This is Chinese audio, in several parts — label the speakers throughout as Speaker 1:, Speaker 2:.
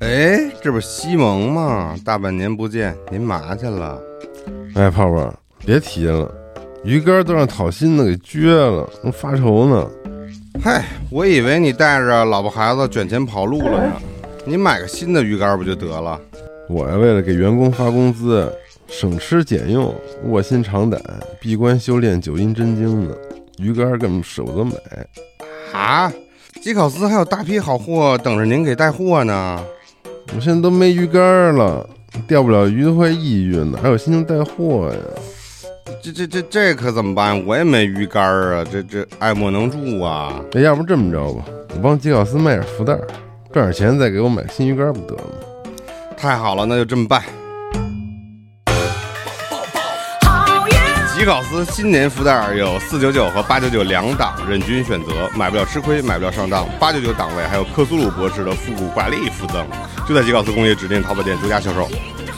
Speaker 1: 哎这不是西蒙吗？大半年不见，您嘛去了？
Speaker 2: 哎，泡泡，别提了，鱼竿都让讨薪的给撅了，正发愁呢。
Speaker 1: 嗨，我以为你带着老婆孩子卷钱跑路了呢。你买个新的鱼竿不就得了？
Speaker 2: 我呀，为了给员工发工资，省吃俭用，卧薪尝胆，闭关修炼九阴真经呢。鱼竿根本舍不得买。
Speaker 1: 啊，吉考斯还有大批好货等着您给带货呢。
Speaker 2: 我现在都没鱼竿了，钓不了鱼都快抑郁了，哪有心情带货呀？
Speaker 1: 这这这这可怎么办？我也没鱼竿啊，这这爱莫能助啊。
Speaker 2: 哎，要不这么着吧，我帮吉考斯卖点福袋，赚点钱再给我买新鱼竿不得了吗？
Speaker 1: 太好了，那就这么办。
Speaker 3: 好运
Speaker 1: 吉考斯新年福袋有四九九和八九九两档，任君选择，买不了吃亏，买不了上当。八九九档位还有克苏鲁博士的复古挂历附赠，就在吉考斯工业指定淘宝店独家销售。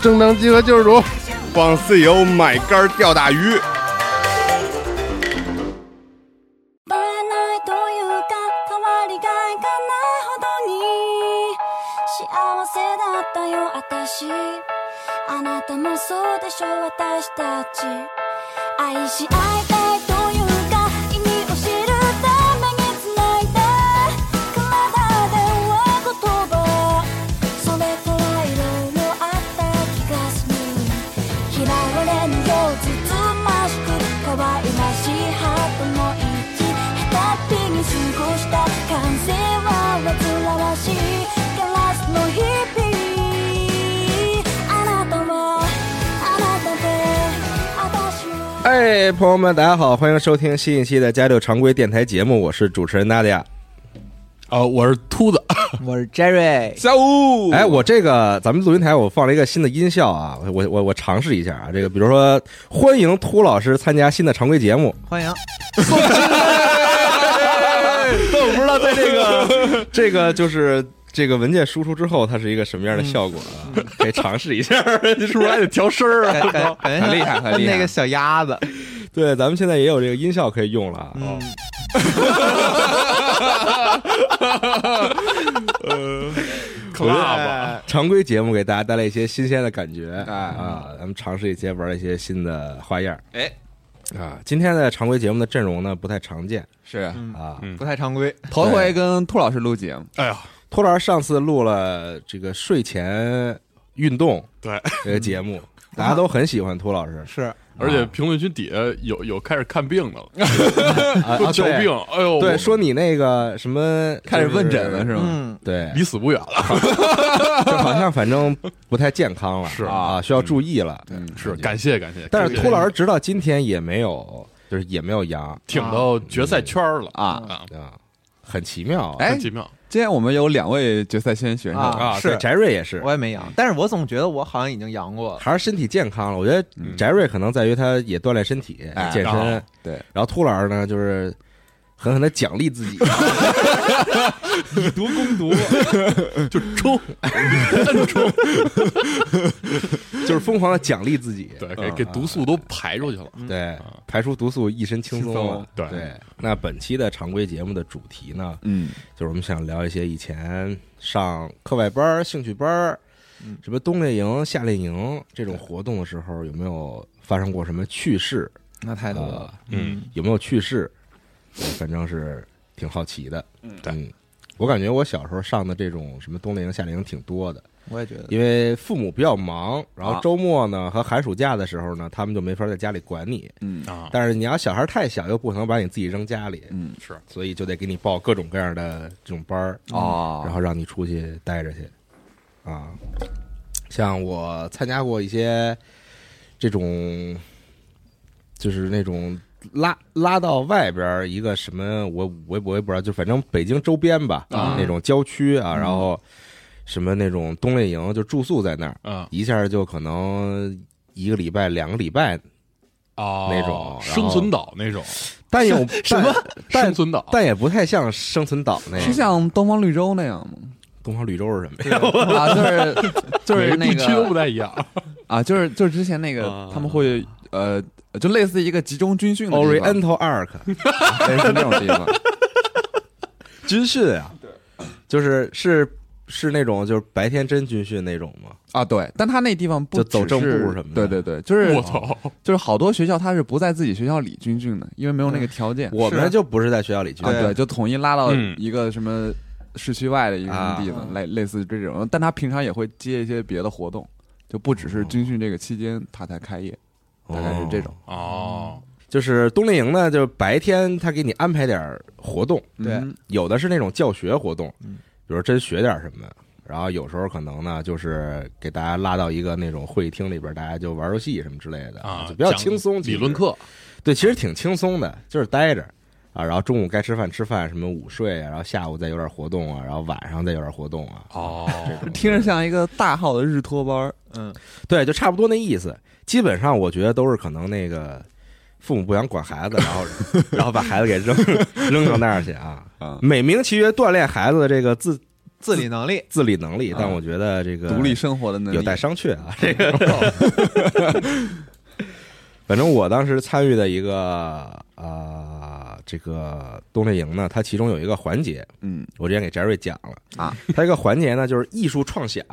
Speaker 2: 正当集合救世主。
Speaker 1: 帮 CEO 买竿钓大鱼。
Speaker 3: バレないというか変わりがいがないほどに幸せだったよ私あなたもそうでしょ私たち愛し合いたいというか意味を知るためにつないだ体では言葉それからいろいろあった気がする嫌われぬようつつましく可愛らしいハートも一下手っぴに過ごした感性は煩わしいガラスの日々あなたはあなたで私は
Speaker 4: 哎，朋友们，大家好，欢迎收听新一期的家六常规电台节目，我是主持人娜迪亚。
Speaker 5: 哦啊，我是秃子，
Speaker 6: 我是 Jerry，
Speaker 5: 下午
Speaker 4: 哎，我这个咱们录音台我放了一个新的音效啊，我我我尝试一下啊，这个比如说欢迎秃老师参加新的常规节目，
Speaker 6: 欢迎。
Speaker 5: 啊
Speaker 4: 但 我不知道在这个这个就是这个文件输出之后，它是一个什么样的效果啊？可以尝试一下，
Speaker 5: 嗯是不是还得调声儿啊？
Speaker 6: 感感感觉
Speaker 4: 很厉害
Speaker 6: 像
Speaker 4: 很厉害
Speaker 6: 那个小鸭子，
Speaker 4: 对，咱们现在也有这个音效可以用了啊。
Speaker 6: 嗯，
Speaker 4: 哦
Speaker 5: Club
Speaker 4: 常规节目给大家带来一些新鲜的感觉，啊，咱们尝试一些玩一些新的花样，
Speaker 7: 哎，
Speaker 4: 啊，今天的常规节目的阵容呢不太常见
Speaker 7: 是
Speaker 4: 啊。
Speaker 5: 嗯
Speaker 6: 不太常规。
Speaker 7: 头回跟兔老师录节目，
Speaker 5: 哎呀，
Speaker 4: 托老师上次录了这个睡前运动
Speaker 5: 对，
Speaker 4: 这个节目，大家都很喜欢托老师
Speaker 6: 是，
Speaker 5: 而且评论区底下有有开始看病的了，
Speaker 4: 啊，
Speaker 5: 说
Speaker 4: 啊
Speaker 5: 求
Speaker 4: 对
Speaker 5: 病，哎呦，
Speaker 4: 对，
Speaker 5: 我
Speaker 4: 说你那个什么
Speaker 7: 开始问诊了
Speaker 4: 就是
Speaker 7: 吗？
Speaker 6: 嗯，
Speaker 4: 对，
Speaker 5: 离死不远了，
Speaker 4: 就好像反正不太健康了，
Speaker 5: 是
Speaker 4: 啊，需要注意了。嗯
Speaker 5: 是感谢感谢，
Speaker 4: 但是
Speaker 5: 感谢
Speaker 4: 托老师直到今天也没有，就是也没有阳
Speaker 5: 挺到决赛圈儿了
Speaker 7: 啊
Speaker 5: 啊，
Speaker 4: 啊，很奇妙啊。
Speaker 7: 哎
Speaker 5: 很奇妙，
Speaker 7: 今天我们有两位决赛先选手，
Speaker 6: 啊
Speaker 4: 啊，
Speaker 6: 是
Speaker 4: 对翟瑞也是
Speaker 6: 我，也没阳，但是我总觉得我好像已经阳过了。
Speaker 4: 还是身体健康了。我觉得
Speaker 7: 嗯
Speaker 4: 翟瑞可能在于他也锻炼身体、
Speaker 7: 哎
Speaker 4: 健身
Speaker 5: 啊，
Speaker 7: 对
Speaker 4: 然后秃老师呢，就是狠狠的奖励自己，以毒攻毒，
Speaker 5: 就 冲，摁冲，
Speaker 4: 就是疯狂的奖励自己，
Speaker 5: 对，
Speaker 4: 嗯
Speaker 5: 给给毒素都排出去了，
Speaker 4: 对排出毒素，一身轻松
Speaker 7: 轻
Speaker 4: 了
Speaker 7: 松。
Speaker 5: 对
Speaker 4: 对，那本期的常规节目的主题呢，
Speaker 7: 嗯，
Speaker 4: 就是我们想聊一些以前上课外班儿、兴趣班儿，
Speaker 5: 嗯
Speaker 4: 什么冬令营、夏令营这种活动的时候，有没有发生过什么趣事？
Speaker 6: 那太多
Speaker 4: 呃
Speaker 6: 了，，
Speaker 7: 啊
Speaker 5: 嗯，
Speaker 4: 有没有趣事？对反正是挺好奇的。嗯
Speaker 5: 对
Speaker 4: 我感觉我小时候上的这种什么冬令营、夏令营挺多的，
Speaker 6: 我也觉
Speaker 5: 嗯
Speaker 6: 得。
Speaker 4: 因为父母比较忙，然后
Speaker 7: 啊
Speaker 4: 周末呢和寒暑假的时候呢，他们就没法在家里管你。
Speaker 5: 啊，
Speaker 4: 但是你要小孩太小，又不可能把你自己扔家里，
Speaker 7: 嗯
Speaker 5: 是
Speaker 4: 所以就得给你报各种各样的这种班儿，
Speaker 7: 哦，
Speaker 4: 然后让你出去待着去。啊，像我参加过一些这种，就是那种拉拉到外边儿一个什么，我我我也不知道，就反正北京周边吧，
Speaker 5: 啊
Speaker 4: 那种郊区啊，然后什么那种冬令营，就住宿在那儿，
Speaker 5: 嗯
Speaker 4: 一下就可能一个礼拜、两个礼拜，
Speaker 5: 啊
Speaker 4: 那种然后
Speaker 5: 生存岛那种
Speaker 4: 但有
Speaker 6: 什么
Speaker 4: 但
Speaker 5: 生存岛，
Speaker 4: 但也不太像生存岛那
Speaker 7: 是
Speaker 4: 样。
Speaker 7: 像东方绿洲那样 吗？
Speaker 4: 东方绿洲是什么呀？
Speaker 7: 啊，就是就是
Speaker 5: 每
Speaker 7: 那
Speaker 5: 个地区都不
Speaker 7: 个
Speaker 5: 太一
Speaker 4: 嗯
Speaker 5: 样
Speaker 7: 啊，就是就是之前那个
Speaker 5: 啊
Speaker 7: 他们会呃，就类似一个集中军训的地 方
Speaker 4: Oriental Arc
Speaker 7: 类似那种地方，
Speaker 4: 军训啊，就是是是那种就是白天真军训那种吗？
Speaker 7: 啊，对，但他那地方不
Speaker 4: 就走
Speaker 7: 只
Speaker 4: 正步
Speaker 7: 是
Speaker 4: 什么的
Speaker 7: 对对对，就是
Speaker 5: 我操，
Speaker 7: 就是好多学校他是不在自己学校里军训的，因为没有那个条件。
Speaker 4: 我们就不是在学校里军
Speaker 7: 啊，
Speaker 4: 训，
Speaker 7: 对，就统一拉到
Speaker 5: 嗯
Speaker 7: 一个什么市区外的一个什么地方，
Speaker 6: 啊
Speaker 7: 类类似这种。但他平常也会接一些别的活动，就不只是军训这个期间他才开业，
Speaker 4: 哦
Speaker 7: 大概是这种。
Speaker 5: 哦，
Speaker 4: 就是冬令营呢，就是白天他给你安排点儿活动，
Speaker 6: 对
Speaker 7: 嗯
Speaker 4: 有的是那种教学活动，
Speaker 6: 嗯
Speaker 4: 比如真学点什么，然后有时候可能呢就是给大家拉到一个那种会议厅里边，大家就玩游戏什么之类的
Speaker 5: 啊，
Speaker 4: 就比较
Speaker 5: 讲
Speaker 4: 轻松。其
Speaker 5: 理
Speaker 4: 实
Speaker 5: 论，课，
Speaker 4: 对，其实挺轻松的，就是待着啊，然后中午该吃饭吃饭，什么午睡啊，然后下午再有点活动啊，然后晚上再有点活动啊，
Speaker 5: 哦，
Speaker 7: 听着像一个大号的日托班儿，
Speaker 6: 嗯，
Speaker 4: 对，就差不多那意思。基本上我觉得都是可能那个父母不想管孩子，然 后然后把孩子给扔扔到那儿去啊
Speaker 7: 啊。
Speaker 4: 美名其曰锻炼孩子的这个自
Speaker 6: 自理能力
Speaker 4: 自理能力，
Speaker 7: 啊
Speaker 4: 但我觉得这个
Speaker 7: 独立生活的能力。
Speaker 4: 有待商榷啊。这个， 反正我当时参与的一个呃这个冬令营呢，它其中有一个环节，
Speaker 7: 嗯，
Speaker 4: 我之前给 Jerry 讲了
Speaker 7: 啊，
Speaker 4: 它一个环节呢就是艺术创想。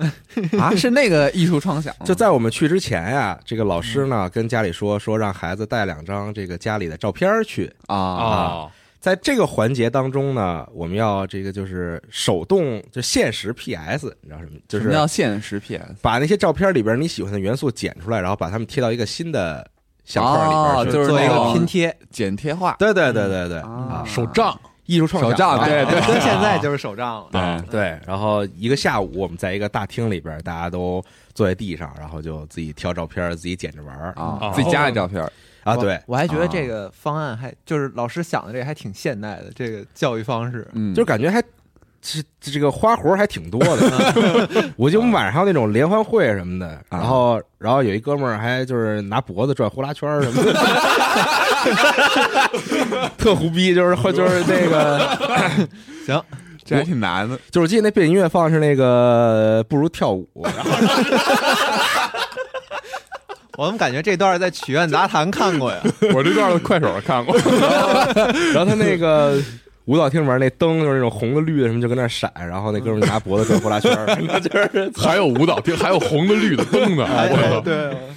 Speaker 7: 啊，是那个艺术创想，
Speaker 4: 就在我们去之前呀，这个老师呢
Speaker 7: 嗯
Speaker 4: 跟家里说，说让孩子带两张这个家里的照片儿去。
Speaker 7: 啊
Speaker 5: 哦，
Speaker 4: 在这个环节当中呢，我们要这个就是手动就限时 PS，你知道什么？就
Speaker 7: 什么
Speaker 4: 是
Speaker 7: 叫现实 PS
Speaker 4: 把那些照片里边你喜欢的元素剪出来，然后把它们贴到一个新的相框里边
Speaker 7: 哦
Speaker 4: 去。
Speaker 7: 就是
Speaker 6: 做一
Speaker 7: 那
Speaker 6: 个
Speaker 7: 种
Speaker 6: 拼贴，
Speaker 7: 剪贴画
Speaker 4: 对对对对对，
Speaker 7: 啊
Speaker 5: 手账，
Speaker 4: 艺术创
Speaker 7: 手账
Speaker 4: 啊
Speaker 7: 对对嗯
Speaker 6: 哥现在就是手账了，
Speaker 7: 对
Speaker 4: 对，然后一个下午我们在一个大厅里边，大家都坐在地上，然后就自己挑照片，自己剪着玩儿
Speaker 7: 啊
Speaker 5: 哦，
Speaker 7: 自己家里照片儿
Speaker 4: 啊。
Speaker 6: 我
Speaker 4: 对，
Speaker 6: 我还觉得这个方案还就是老师想的这个还挺现代的，这个教育方式
Speaker 7: 嗯，
Speaker 4: 就感觉还这这个花活儿还挺多的。我记得我们晚上还有那种联欢会什么的，然后然后有一哥们儿还就是拿脖子转呼啦圈儿什么的，特胡逼，就是就是那个
Speaker 6: 行，
Speaker 7: 这还挺难的。
Speaker 4: 就是我记得那背景音乐放的是那个不如跳舞，然后
Speaker 6: 我怎么感觉这段在《曲苑杂谈》看过呀？
Speaker 5: 我这段儿快手上 看过，
Speaker 4: 然后他那个。舞蹈厅里面那灯就是那种红的绿的什么，就跟那儿闪，然后那哥们儿拿脖子转呼啦圈儿，就是
Speaker 5: 还有舞蹈厅，还有红的、绿的、灯的，
Speaker 4: 哎
Speaker 5: 我操，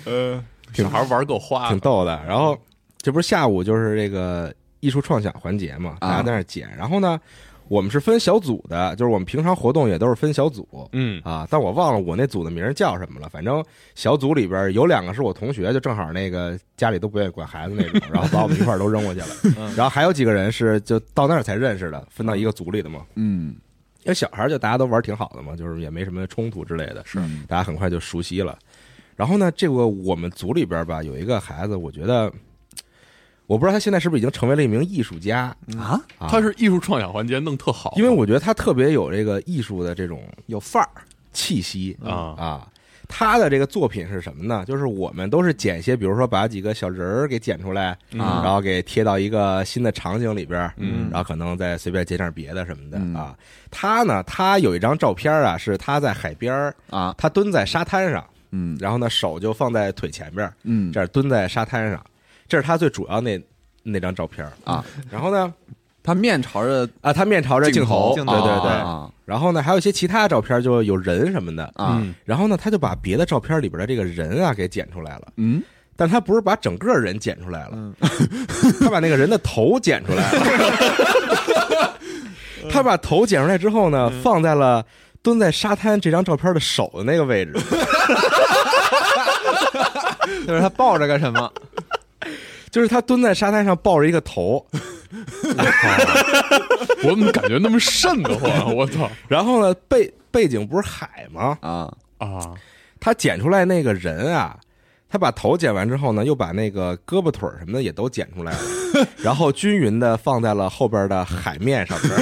Speaker 5: 呃
Speaker 6: 对，
Speaker 5: 小孩玩够花
Speaker 4: 挺
Speaker 5: 的，
Speaker 4: 逗的。然后这不是下午就是这个艺术创想环节嘛，大家在那儿剪。然后呢，我们是分小组的，就是我们平常活动也都是分小组
Speaker 5: 嗯，
Speaker 4: 啊。但我忘了我那组的名儿叫什么了，反正小组里边有两个是我同学，就正好那个家里都不愿意管孩子那种，然后把我们一块儿都扔过去了。然后还有几个人是就到那儿才认识的，分到一个组里的嘛。
Speaker 7: 嗯，
Speaker 4: 因为小孩儿就大家都玩儿挺好的嘛，就是也没什么冲突之类的。
Speaker 7: 是
Speaker 4: 大家很快就熟悉了。然后呢，这个我们组里边吧，有一个孩子，我觉得，我不知道他现在是不是已经成为了一名艺术家，
Speaker 5: 哦
Speaker 7: 啊，
Speaker 4: 啊
Speaker 5: 他是艺术创想环节弄特好，
Speaker 4: 因为我觉得他特别有这个艺术的这种
Speaker 6: 有范儿，
Speaker 4: 气息
Speaker 5: 啊
Speaker 4: 啊。他的这个作品是什么呢？就是我们都是剪一些，比如说把几个小人儿给剪出来，
Speaker 7: 嗯
Speaker 5: 啊
Speaker 4: 然后给贴到一个新的场景里边儿，
Speaker 5: 嗯
Speaker 4: 然后可能再随便接点别的什么的、
Speaker 7: 嗯
Speaker 4: 啊。他呢，他有一张照片啊，是他在海边儿，
Speaker 7: 啊，
Speaker 4: 他蹲在沙滩上，
Speaker 7: 嗯
Speaker 4: 然后呢手就放在腿前边儿，
Speaker 7: 嗯
Speaker 4: 这，样蹲在沙滩上，这是他最主要那那张照片儿
Speaker 7: 啊。
Speaker 4: 然后呢，
Speaker 7: 他面朝着
Speaker 4: 啊，他面朝着镜头，
Speaker 6: 镜头
Speaker 4: 对
Speaker 6: 镜头
Speaker 4: 对对。
Speaker 7: 啊
Speaker 4: 然后呢，还有一些其他的照片，就有人什么的。
Speaker 7: 啊
Speaker 5: 嗯
Speaker 4: 然后呢，他就把别的照片里边的这个人啊给剪出来了，
Speaker 7: 嗯，
Speaker 4: 但他不是把整个人剪出来了，
Speaker 6: 嗯
Speaker 4: 他把那个人的头剪出来了。他把头剪出来之后呢，放在了蹲在沙滩这张照片的手的那个位置。
Speaker 6: 就是他抱着个什么，
Speaker 4: 就是他蹲在沙滩上抱着一个头，
Speaker 5: 我怎么感觉那么瘆得慌？ 我操
Speaker 4: 然后呢背背景不是海吗？
Speaker 7: 啊
Speaker 5: 啊！
Speaker 4: 他剪出来那个人啊，他把头剪完之后呢，又把那个胳膊腿儿什么的也都剪出 来了，然后均匀的放在了后边的海面上边 儿。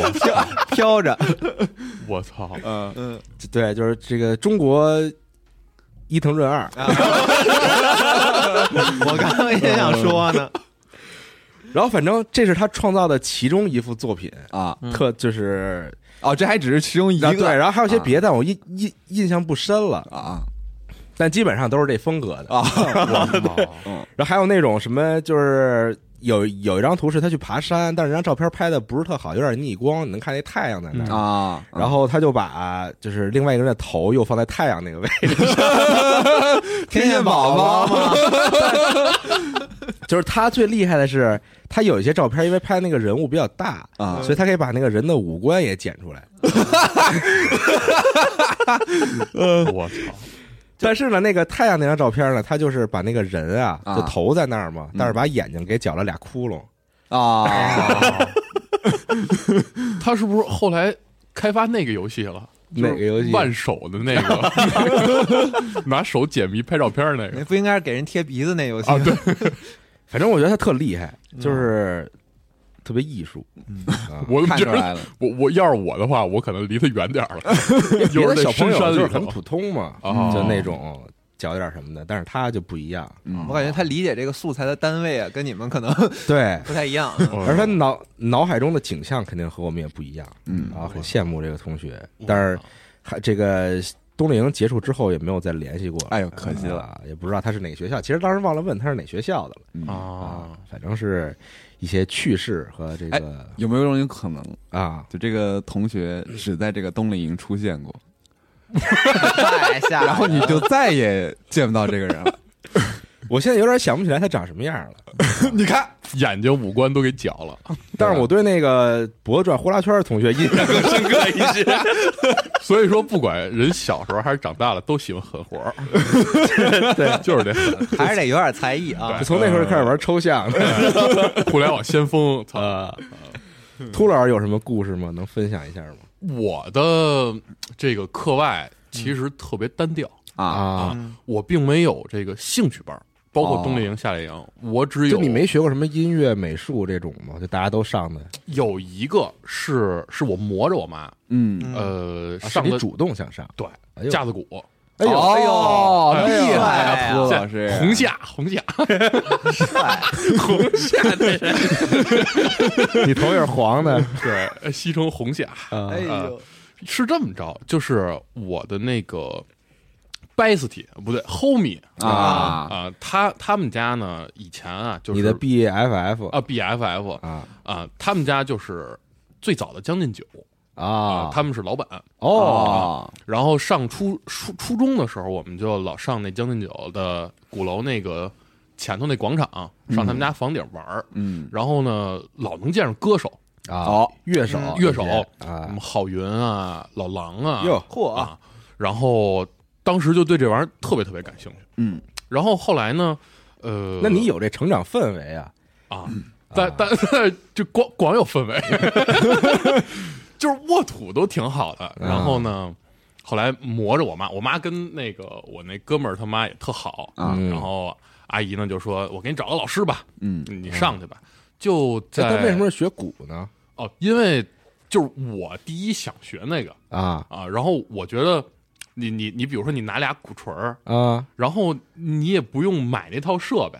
Speaker 5: 我操！
Speaker 6: 飘着，
Speaker 5: 我操！
Speaker 7: 嗯
Speaker 6: 嗯，
Speaker 4: 对，就是这个中国伊藤润二。
Speaker 7: 啊
Speaker 6: 我刚刚也想说呢，
Speaker 4: 然后反正这是他创造的其中一幅作品，
Speaker 7: 啊
Speaker 4: 特就是
Speaker 7: 哦，这还只是其中一
Speaker 4: 然
Speaker 7: 个
Speaker 4: 后嗯对，然后还有些别的，我印印印象不深了，
Speaker 7: 啊
Speaker 4: 但基本上都是这风格的。
Speaker 7: 啊
Speaker 5: 我操！
Speaker 4: 然后还有那种什么，就是有有一张图是他去爬山，但是那张照片拍的不是特好，有点逆光，你能看那太阳在那儿。
Speaker 7: 啊，
Speaker 4: 然后他就把就是另外一个人的头又放在太阳那个位置， 天线宝宝嘛。 就是他最厉害的是，他有一些照片，因为拍那个人物比较大
Speaker 7: 啊
Speaker 4: 所以他可以把那个人的五官也剪出来。
Speaker 5: 我操，
Speaker 4: 但是呢，那个太阳那张照片呢，他就是把那个人啊，
Speaker 7: 啊
Speaker 4: 就头在那儿
Speaker 5: 嗯
Speaker 4: 嘛，但是把眼睛给绞了俩窟窿。
Speaker 7: 啊，
Speaker 5: 他是不是后来开发那个游戏了？
Speaker 4: 哪个游戏？
Speaker 5: 万手的那个，拿手解谜拍照片儿那个
Speaker 6: 那不应该是给人贴鼻子那游戏
Speaker 5: 啊
Speaker 6: 吗？
Speaker 5: 对
Speaker 4: 反正我觉得他特厉害，就是特别艺术。啊
Speaker 5: 嗯 我
Speaker 7: 看
Speaker 5: 觉
Speaker 7: 出
Speaker 5: 得
Speaker 7: 来了，
Speaker 5: 我我要是我的话，我可能离他远点儿了，
Speaker 4: 啊别
Speaker 5: 有
Speaker 4: 的
Speaker 5: 点
Speaker 4: 小朋友
Speaker 5: 深山
Speaker 4: 就是
Speaker 5: 里
Speaker 4: 很
Speaker 5: 头。
Speaker 4: 普通嘛，
Speaker 5: 哦
Speaker 4: 就那种嚼点什么的，但是他就不一样，
Speaker 7: 嗯
Speaker 6: 我感觉他理解这个素材的单位啊，跟你们可能
Speaker 4: 对，
Speaker 6: 不太一样。
Speaker 4: 而他脑脑海中的景象肯定和我们也不一样
Speaker 7: 嗯
Speaker 4: 啊，很羡慕这个同学，但
Speaker 7: 哦
Speaker 4: 是还这个冬令营结束之后也没有再联系过，
Speaker 7: 哎呦可惜了
Speaker 4: 啊，也不知道他是哪个学校，其实当时忘了问他是哪学校的了
Speaker 7: 嗯
Speaker 5: 啊
Speaker 4: 啊，，反正是一些趣事和
Speaker 7: 哎
Speaker 4: 这个
Speaker 7: 有没有一种可能，
Speaker 4: 啊，
Speaker 7: 就这个同学只在这个冬令营出现过，
Speaker 6: 太吓人了，
Speaker 7: 然后你就再也见不到这个人了？
Speaker 4: 我现在有点想不起来他长什么样了。
Speaker 7: 你看，
Speaker 5: 眼睛五官都给绞了，
Speaker 4: 但
Speaker 7: 啊
Speaker 4: 是我对那个脖子转呼啦圈的同学印 象更深刻一些。
Speaker 5: 所以说不管人小时候还是长大了，都喜欢狠活儿，对，就是这狠
Speaker 6: 还是得有点才艺啊。
Speaker 4: 从那时候开始玩抽象。
Speaker 5: 互联网先锋。操，
Speaker 7: 嗯
Speaker 4: 秃老师有什么故事吗？能分享一下吗？
Speaker 5: 我的这个课外其实特别单调，
Speaker 7: 啊，
Speaker 4: 啊，
Speaker 5: 我并没有这个兴趣班儿，包括
Speaker 7: 哦
Speaker 5: 冬令营、夏令营，我只
Speaker 4: 就
Speaker 5: 有
Speaker 4: 你没学过什么音乐、美术这种吗？就大家都上的，啊
Speaker 5: 有一个是是我磨着我妈，
Speaker 7: 嗯，
Speaker 5: 呃，
Speaker 4: 啊
Speaker 5: 上
Speaker 4: 是你
Speaker 5: 的
Speaker 4: 主动想上。
Speaker 5: 对
Speaker 4: 哎呦
Speaker 5: 架子鼓，
Speaker 4: 哎呦，哎呦，
Speaker 7: 哦
Speaker 5: 哎呦
Speaker 7: 厉害
Speaker 6: 哎
Speaker 7: 啊，
Speaker 6: 呀
Speaker 7: 胡子
Speaker 5: 这
Speaker 7: 老师，
Speaker 5: 红夏红夏红夏这 人
Speaker 4: 你头也是黄的
Speaker 5: 对，西城红夏
Speaker 4: 啊
Speaker 6: 哎呦，
Speaker 5: 是这么着，就是我的那个 bestie 不对 homie
Speaker 7: 啊
Speaker 5: 啊，他他们家呢以前啊就是
Speaker 4: 你的 BFF
Speaker 5: 啊 BFF
Speaker 4: 啊
Speaker 5: 啊，他们家就是最早的将进酒
Speaker 4: 啊，
Speaker 5: 他们是老板，啊
Speaker 4: 哦
Speaker 7: 哦，
Speaker 5: 然后上初初初中的时候，我们就老上那将进酒的鼓楼那个前头那广场，上他们家房顶玩儿。
Speaker 7: 嗯，
Speaker 5: 然后呢，老能见着歌手、
Speaker 4: 啊
Speaker 7: 哦，
Speaker 4: 乐手
Speaker 5: 乐手，什
Speaker 4: 啊
Speaker 5: 么，郝云啊、老狼啊，
Speaker 4: 哟
Speaker 6: 嚯，
Speaker 5: 啊。然后当时就对这玩意儿特别特别感兴趣。
Speaker 7: 嗯，
Speaker 5: 然后后来呢，呃，
Speaker 4: 那你有这成长氛围啊？
Speaker 5: 啊，但但 就光光有氛围，就是沃土都挺好的。然后呢，后来磨着我妈，我妈跟那个我那哥们儿他妈也特好
Speaker 7: 啊
Speaker 5: 然后阿姨呢就说：“我给你找个老师吧，
Speaker 7: 嗯
Speaker 5: 你上去吧。”就在
Speaker 4: 但为什么是学鼓呢？
Speaker 5: 哦？因为就是我第一想学那个
Speaker 4: 啊
Speaker 5: 啊，然后我觉得你你你，比如说你拿俩鼓槌儿，
Speaker 4: 啊
Speaker 5: 然后你也不用买那套设备，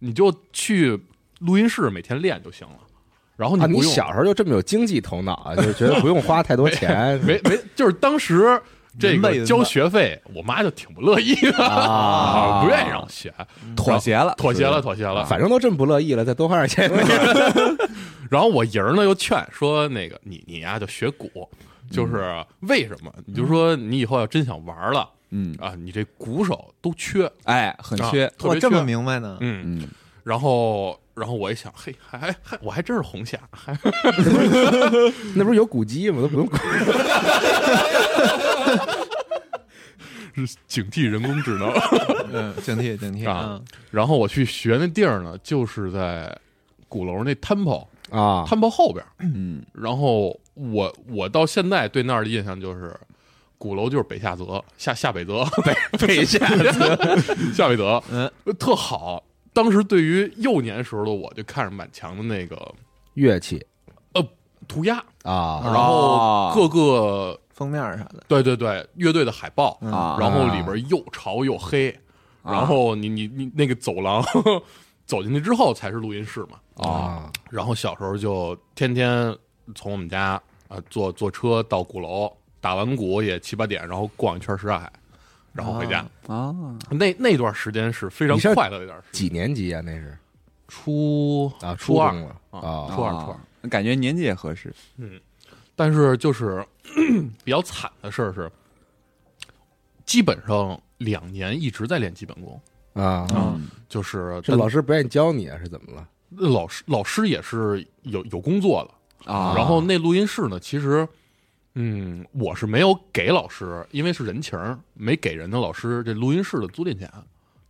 Speaker 5: 你就去录音室每天练就行了。然后
Speaker 4: 啊！
Speaker 5: 不
Speaker 4: 你
Speaker 5: 用、
Speaker 4: 小时候就这么有经济头脑啊，就是觉得不用花太多钱
Speaker 5: 没没，就是当时这
Speaker 6: 明白
Speaker 5: 个
Speaker 6: 明
Speaker 5: 交
Speaker 6: 白
Speaker 5: 学费，我妈就挺不乐意的，
Speaker 4: 啊
Speaker 5: 不愿意让我学，
Speaker 7: 妥协了，
Speaker 5: 妥协了，
Speaker 7: 是吧，
Speaker 5: 妥协了。
Speaker 4: 反正都这么不乐意了，再多花点钱。
Speaker 5: 然后我爷儿呢又劝说那个你你呀就学鼓，
Speaker 4: 嗯
Speaker 5: 就是为什么？你就说你以后要真想玩了
Speaker 7: 嗯，
Speaker 5: 啊，你这鼓手都缺，
Speaker 7: 哎，很缺
Speaker 5: 啊，特
Speaker 6: 我
Speaker 5: 别
Speaker 6: 这么
Speaker 5: 缺
Speaker 6: 明白呢？
Speaker 5: 嗯
Speaker 7: 嗯，
Speaker 5: 然后，然后我一想，嘿，还还还，我还真是红啊霞，还
Speaker 4: 那不是有鼓机吗？都不用鼓。
Speaker 5: 是警惕人工智能。
Speaker 6: 嗯，警惕警惕
Speaker 5: 啊
Speaker 6: 嗯
Speaker 5: 然后我去学那地儿呢，就是在鼓楼那 temple
Speaker 4: 啊
Speaker 5: temple 后边儿。
Speaker 7: 嗯，
Speaker 5: 然后我我到现在对那儿的印象就是，鼓楼就是北下泽下下北泽 北北下泽 下北泽，
Speaker 6: 嗯，
Speaker 5: 特好。当时对于幼年时候的我，就看着满墙的那个
Speaker 4: 乐器
Speaker 5: 涂鸦，
Speaker 4: 啊
Speaker 5: 然后各个
Speaker 6: 封面啥的，
Speaker 5: 对对对乐队的海报，
Speaker 7: 啊，
Speaker 5: 然后里边又潮又黑，
Speaker 7: 啊
Speaker 5: 然后你你你那个走廊 走进去之后才是录音室嘛。
Speaker 4: 啊
Speaker 5: 然后小时候就天天从我们家啊坐坐车到鼓楼，打完鼓也七八点，然后逛一圈什刹海，然后回家。
Speaker 7: 啊，
Speaker 5: 那那段时间是非常
Speaker 4: 你上
Speaker 5: 快乐的一段时间。
Speaker 4: 几年级啊？那是
Speaker 5: 初
Speaker 4: 啊，
Speaker 5: 初二
Speaker 4: 中了
Speaker 5: 啊
Speaker 4: 啊，
Speaker 5: 初二初
Speaker 7: 二，感觉年纪也合适。
Speaker 5: 但是就是 比较惨的事儿是，基本上两年一直在练基本功，
Speaker 4: 啊，
Speaker 7: 嗯，
Speaker 5: 就是
Speaker 4: 是老师不愿意教你啊，是怎么了？
Speaker 5: 老师老师也是有有工作了，
Speaker 7: 啊，
Speaker 5: 然后那录音室呢，其实。嗯，我是没有给老师，因为是人情儿，没给人家老师这录音室的租赁钱，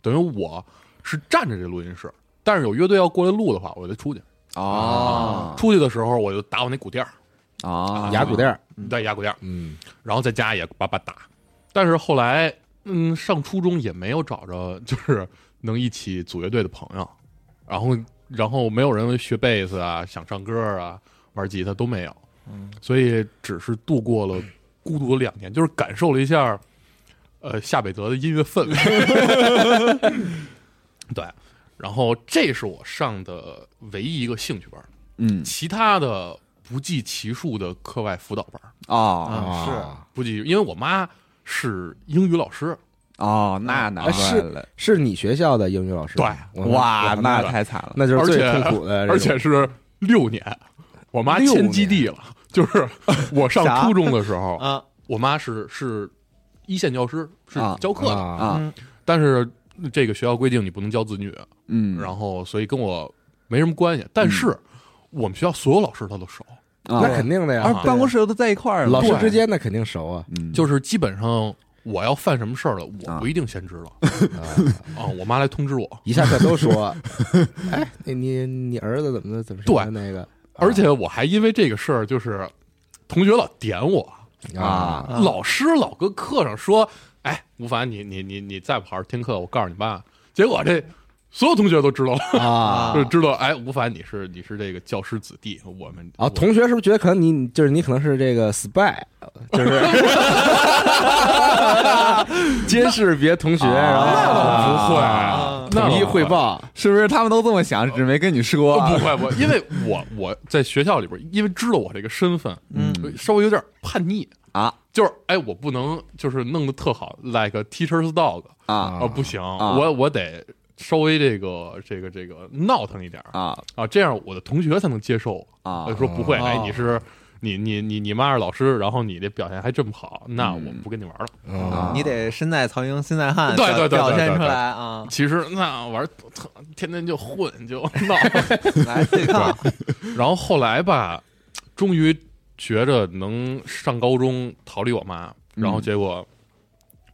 Speaker 5: 等于我是占着这录音室。但是有乐队要过来录的话，我就出去。
Speaker 6: 嗯
Speaker 7: 啊
Speaker 5: 出去的时候，我就打我那鼓垫儿，
Speaker 7: 啊，
Speaker 4: 牙骨垫儿，
Speaker 5: 对，压鼓垫儿，
Speaker 4: 嗯，
Speaker 5: 然后在家也叭叭打。但是后来，嗯，上初中也没有找着 就是能一起组乐队的朋友，然后然后没有人学贝斯啊，想唱歌啊，玩吉他都没有，所以只是度过了孤独的两年，就是感受了一下，呃，夏北泽的音乐氛围。对，然后这是我上的唯一一个兴趣班，
Speaker 7: 嗯
Speaker 5: 其他的不计其数的课外辅导班。
Speaker 7: 啊
Speaker 4: 啊
Speaker 5: 不记，因为我妈是英语老师，
Speaker 7: 哦，那
Speaker 6: 嗯
Speaker 7: 难怪了，
Speaker 4: 啊是你学校的英语老师吗，
Speaker 5: 对
Speaker 4: 我
Speaker 7: 哇，
Speaker 4: 我
Speaker 7: 那太惨了，
Speaker 4: 那就是最
Speaker 5: 而且
Speaker 4: 痛苦的这种，
Speaker 5: 而且是六年，我妈
Speaker 4: 哎六
Speaker 5: 迁基地了。就是我上
Speaker 6: 啥
Speaker 5: 初中的时候，
Speaker 6: 啊，
Speaker 5: 我妈是是一线教师，是
Speaker 7: 啊
Speaker 5: 教课的，
Speaker 4: 啊，
Speaker 7: 啊，
Speaker 5: 但是这个学校规定你不能教子女，
Speaker 7: 嗯，
Speaker 5: 然后所以跟我没什么关系。但是我们学校所有老师她都熟，
Speaker 4: 那
Speaker 7: 啊，
Speaker 4: 肯定的呀，
Speaker 7: 而
Speaker 4: 对
Speaker 7: 办公室都在一块儿了，
Speaker 4: 老师
Speaker 5: 对
Speaker 4: 之间那肯定熟啊，
Speaker 7: 嗯
Speaker 5: 就是基本上我要犯什么事儿了，我不一定先知道啊，我妈来通知我。
Speaker 4: 一下课都 说，哎，你你你儿子怎么怎么什么
Speaker 5: 对
Speaker 4: 那个
Speaker 5: 而且我还因为这个事儿，就是同学老点我，
Speaker 4: 啊，
Speaker 5: 老师老搁课上说：“哎，吴凡，你你你你再不好好听课，我告诉你爸。”结果这所有同学都知道了，
Speaker 4: 啊
Speaker 5: 就知道哎，吴凡你是你是这个教师子弟，我们
Speaker 4: 啊！同学是不是觉得可能你就是你可能是这个 spy，就是 监视别同学，然后
Speaker 5: 不会，啊那
Speaker 4: 啊统一
Speaker 5: 我不会
Speaker 4: 汇。报
Speaker 7: 是不是他们都这么想，只是没跟你说
Speaker 5: 哦不？会不会，因为我我在学校里边，因为知道我这个身份，嗯，稍微有点叛逆
Speaker 7: 啊，
Speaker 5: 就是哎，我不能就是弄得特好，like a teacher's dog
Speaker 7: 啊
Speaker 5: 啊，不行，我我得稍微这个这个这个闹腾一点儿
Speaker 7: 啊
Speaker 5: 啊，这样我的同学才能接受
Speaker 7: 啊
Speaker 5: 呃说不会，哎，你是你你你你妈是老师，然后你这表现还这么好，那
Speaker 7: 嗯
Speaker 5: 我不跟你玩了。
Speaker 7: 啊
Speaker 6: 你得身在曹营心在汉，
Speaker 5: 对
Speaker 6: 表
Speaker 5: 对对对
Speaker 6: 表
Speaker 5: 对
Speaker 6: 现
Speaker 5: 对
Speaker 6: 出
Speaker 5: 对
Speaker 6: 来啊，
Speaker 5: 其实那玩儿，操天天就混就闹，
Speaker 6: 来对抗，
Speaker 5: 然后后来吧，终于觉着能上高中逃离我妈，然
Speaker 6: 嗯
Speaker 5: 后结果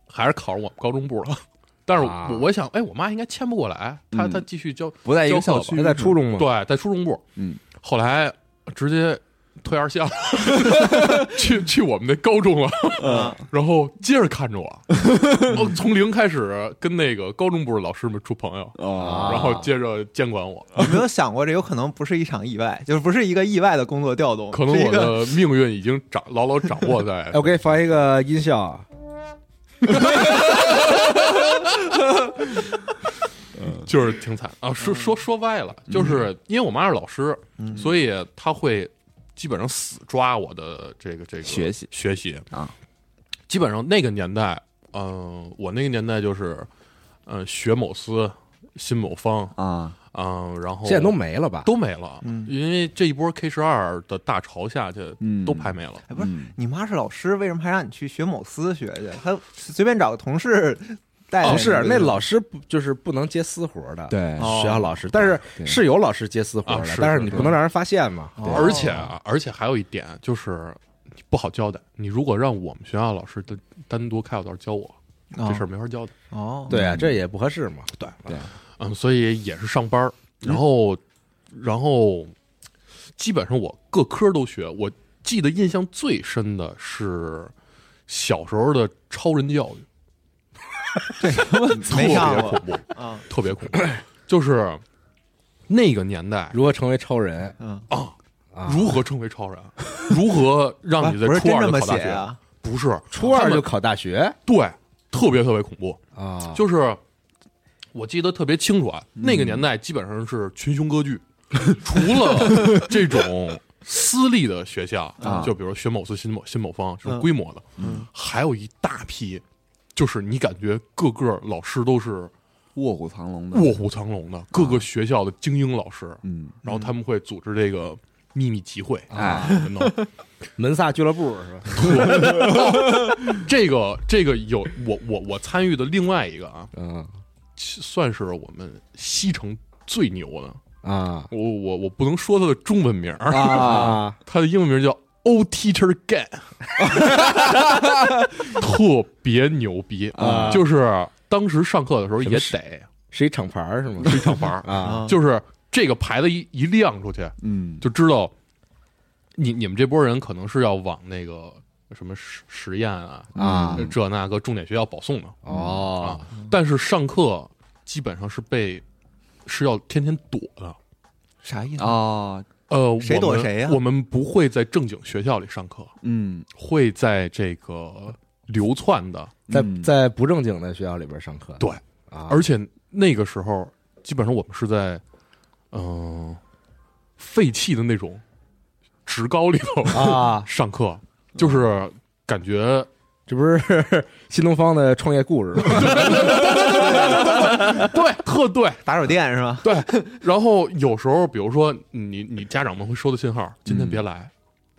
Speaker 5: 还是考上我们高中部了。但是
Speaker 4: 啊
Speaker 5: 我我想，哎，我妈应该迁不过来，她
Speaker 7: 嗯
Speaker 5: 她继续教，
Speaker 7: 不在一个校
Speaker 5: 不
Speaker 7: 区，
Speaker 4: 还在初中嘛，
Speaker 5: 对，在初中部，
Speaker 7: 嗯，
Speaker 5: 后来直接退 二校，去去我们那高中了，
Speaker 4: 嗯
Speaker 5: 然后接着看着我，我从零开始跟那个高中部的老师们处朋友，
Speaker 7: 啊，
Speaker 4: 哦
Speaker 5: 然后接着监管我，
Speaker 6: 有没有想过这有可能不是一场意外，就是不是一个意外的工作调动，
Speaker 5: 可能
Speaker 6: 是一
Speaker 5: 我
Speaker 6: 个
Speaker 5: 的命运已经掌牢牢掌握 在
Speaker 4: 哎，我给你放一个音效啊，
Speaker 5: 就是挺惨啊，
Speaker 7: 嗯
Speaker 5: 说说说歪了，就是因为我妈是老师，所以她会基本上死抓我的这个这个
Speaker 7: 学习
Speaker 5: 学习
Speaker 7: 啊。
Speaker 5: 基本上那个年代，嗯、我那个年代就是，嗯、学某思、新某方，
Speaker 7: 啊
Speaker 5: 嗯、然后
Speaker 4: 现在都没了吧？
Speaker 5: 都没了，因为这一波 K 十二的大潮下去，
Speaker 7: 嗯
Speaker 5: 都拍没了。
Speaker 6: 哎，不是你妈是老师，为什么还让你去学某思学去？她随便找个同事带
Speaker 5: 哦
Speaker 6: 带
Speaker 4: 不
Speaker 6: 你
Speaker 4: 哦是啊
Speaker 5: 啊
Speaker 6: 就
Speaker 4: 哎那老师不就是不能接私活的，
Speaker 7: 对
Speaker 4: 学校老师，但是
Speaker 7: 对
Speaker 4: 是有老师接私活
Speaker 5: 啊
Speaker 4: 的
Speaker 5: 是，
Speaker 4: 但是哦
Speaker 5: 是
Speaker 4: 你
Speaker 5: 是
Speaker 4: 不能让人发现嘛，
Speaker 7: 哦
Speaker 4: 对
Speaker 5: 而且啊，而且还有一点就是你不好交代，你如果让我们学校老师单单独开小道教我，这事儿没法交代。
Speaker 6: 哦，
Speaker 4: 对啊，这也不合适嘛，对
Speaker 5: 嗯，所以也是上班儿，
Speaker 6: 嗯
Speaker 5: 然后，然后基本上我各科都学。我记得印象最深的是小时候的超人教育，
Speaker 6: 没上
Speaker 5: 特别
Speaker 6: 过
Speaker 5: 恐怖，
Speaker 6: 啊，
Speaker 5: 特别恐 怖。就是那个年代
Speaker 4: 如何成为超人？
Speaker 6: 嗯，
Speaker 5: 啊，
Speaker 4: 啊
Speaker 5: 如何成为超人，如何让你在
Speaker 6: 啊不是
Speaker 5: 初二
Speaker 6: 真这
Speaker 5: 就
Speaker 6: 么
Speaker 5: 考大
Speaker 6: 写
Speaker 5: 学？
Speaker 6: 啊，
Speaker 5: 不是
Speaker 4: 初二就
Speaker 5: 他们
Speaker 4: 考大学
Speaker 5: 对，特别特别恐怖。
Speaker 4: 啊，
Speaker 5: 就是我记得特别清楚啊，那个年代基本上是群雄割据，除了这种私立的学校，
Speaker 7: 啊
Speaker 5: 就比如学某思、新某新某方这种
Speaker 6: 嗯
Speaker 5: 规模的，还有一大批，就是你感觉各个老师都是
Speaker 7: 卧虎藏龙的，
Speaker 5: 卧虎藏龙的各个学校的精英老师，
Speaker 7: 嗯，
Speaker 5: 然后他们会组织这个秘密集会，
Speaker 7: 哎，
Speaker 5: 弄
Speaker 4: 门萨俱乐部是吧？
Speaker 5: 这个这个有我我我参与的另外一个啊，
Speaker 4: 嗯
Speaker 5: 算是我们西城最牛的，
Speaker 4: 啊
Speaker 5: 我我我不能说他的中文名
Speaker 7: 嗯
Speaker 5: 儿，
Speaker 4: 啊！
Speaker 5: 他的英文名叫 O Teacher Gan，特别牛逼
Speaker 4: 啊
Speaker 5: 就是当时上课的时候也
Speaker 4: 什
Speaker 5: 得
Speaker 4: 是一厂牌儿 是吗？
Speaker 5: 是一场牌儿，
Speaker 4: 啊
Speaker 5: 就是这个牌子一一亮出去，
Speaker 7: 嗯，
Speaker 5: 就知道你你们这波人可能是要往那个什么实实验啊、
Speaker 4: 啊
Speaker 5: 这那个重点学校保送的，
Speaker 4: 哦
Speaker 5: 但是上课基本上是被是要天天躲的。
Speaker 6: 啥意思？
Speaker 7: 啊，
Speaker 5: 呃，
Speaker 6: 谁躲
Speaker 5: 我们
Speaker 6: 谁呀
Speaker 5: 我们不会在正经学校里上课，
Speaker 7: 嗯，
Speaker 5: 会在这个流窜的，
Speaker 4: 在
Speaker 7: 嗯
Speaker 4: 在不正经的学校里边上课，
Speaker 5: 对
Speaker 4: 啊，
Speaker 5: 而且那个时候基本上我们是在嗯、呃废弃的那种职高里头
Speaker 4: 啊，
Speaker 5: 上课，就是感觉
Speaker 4: 这不是 新东方的创业故事吗？
Speaker 5: 对特 对。
Speaker 6: 打手电是吧？
Speaker 5: 然后有时候比如说你你家长们会收到信号，今天别
Speaker 6: 嗯
Speaker 5: 来，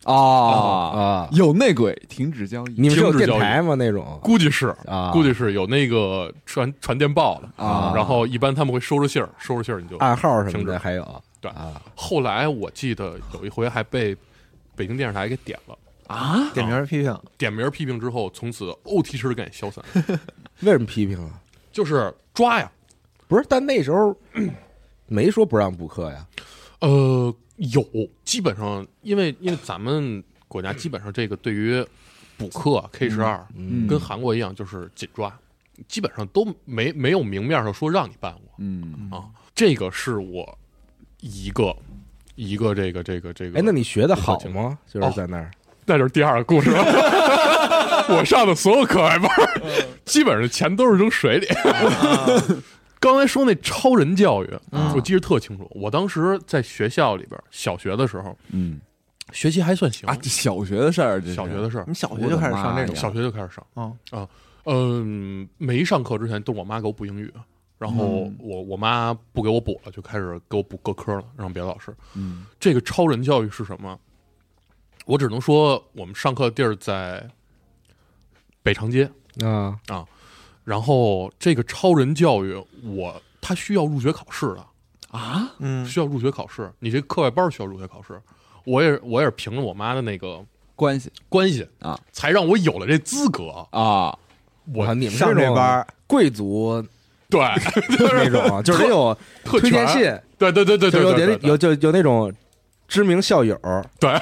Speaker 7: 啊，
Speaker 4: 啊，
Speaker 7: 有内鬼，停止交易
Speaker 4: 你们 是有
Speaker 5: 停止
Speaker 4: 电
Speaker 5: 教育
Speaker 4: 台吗？那种
Speaker 5: 估计是
Speaker 4: 啊，
Speaker 5: 估计是有那个传传电报的
Speaker 7: 啊
Speaker 5: 然后一般他们会收着信儿，收着信儿你就。
Speaker 4: 暗号什么
Speaker 5: 停止
Speaker 4: 的还有
Speaker 5: 对
Speaker 4: 啊
Speaker 5: 后来我记得有一回还被北京电视台给点了，
Speaker 7: 啊，
Speaker 6: 点名儿批评，
Speaker 5: 点名批评之后，从此 O T 式感消散，
Speaker 4: 为什么批评啊？
Speaker 5: 就是抓呀。
Speaker 4: 不是，但那时候 没说不让补课呀。
Speaker 5: 呃，有基本上，因为因为咱们国家基本上这个对于补课 K 十二
Speaker 7: 嗯
Speaker 5: 跟韩国一样，就是紧抓，基本上都没没有明面上说让你办过。啊
Speaker 7: 嗯，
Speaker 5: 这个是我一个一个这个这个这个。
Speaker 4: 哎，那你学的好
Speaker 5: 情
Speaker 4: 吗？
Speaker 5: 哦
Speaker 4: 就是在那儿
Speaker 5: 那就是第二个故事了。我上的所有课外班儿，基本上钱都是扔水里。 刚才说那超人教育，我记得特清楚。我当时在学校里边儿，小学的时候
Speaker 7: 嗯
Speaker 5: 学习还算行
Speaker 7: 啊，，这小学的事儿，这是
Speaker 5: 小学的事儿
Speaker 6: 你，小学就开始上这种，
Speaker 5: 小学就开始上
Speaker 6: 嗯
Speaker 5: 啊，嗯，没上课之前都是我妈给我补英语，然后我我妈不给我补了，就开始给我补各科了，让别的老师。
Speaker 7: 嗯，
Speaker 5: 这个超人教育是什么？我只能说我们上课地儿在北长街，
Speaker 4: 啊
Speaker 5: 然后这个超人教育，我他需要入学考试的，
Speaker 7: 啊，
Speaker 6: 嗯，
Speaker 5: 需要入学考试，你这课外班儿需要入学考试。我也我也是凭着我妈的那个
Speaker 7: 关系
Speaker 5: 关系
Speaker 7: 啊，
Speaker 5: 才让我有了这资格。
Speaker 7: 啊，
Speaker 5: 我
Speaker 4: 啊，你们
Speaker 6: 上
Speaker 4: 这
Speaker 6: 这
Speaker 4: 种
Speaker 6: 班儿
Speaker 4: 贵 族
Speaker 5: 对，
Speaker 4: 那种，就是得有
Speaker 5: 特
Speaker 4: 推荐
Speaker 5: 权，
Speaker 4: 信，
Speaker 5: 对对对对
Speaker 4: 就
Speaker 5: 对
Speaker 4: 有
Speaker 5: 对
Speaker 4: 得
Speaker 5: 对，
Speaker 4: 有就有那种知名校友，
Speaker 5: 对，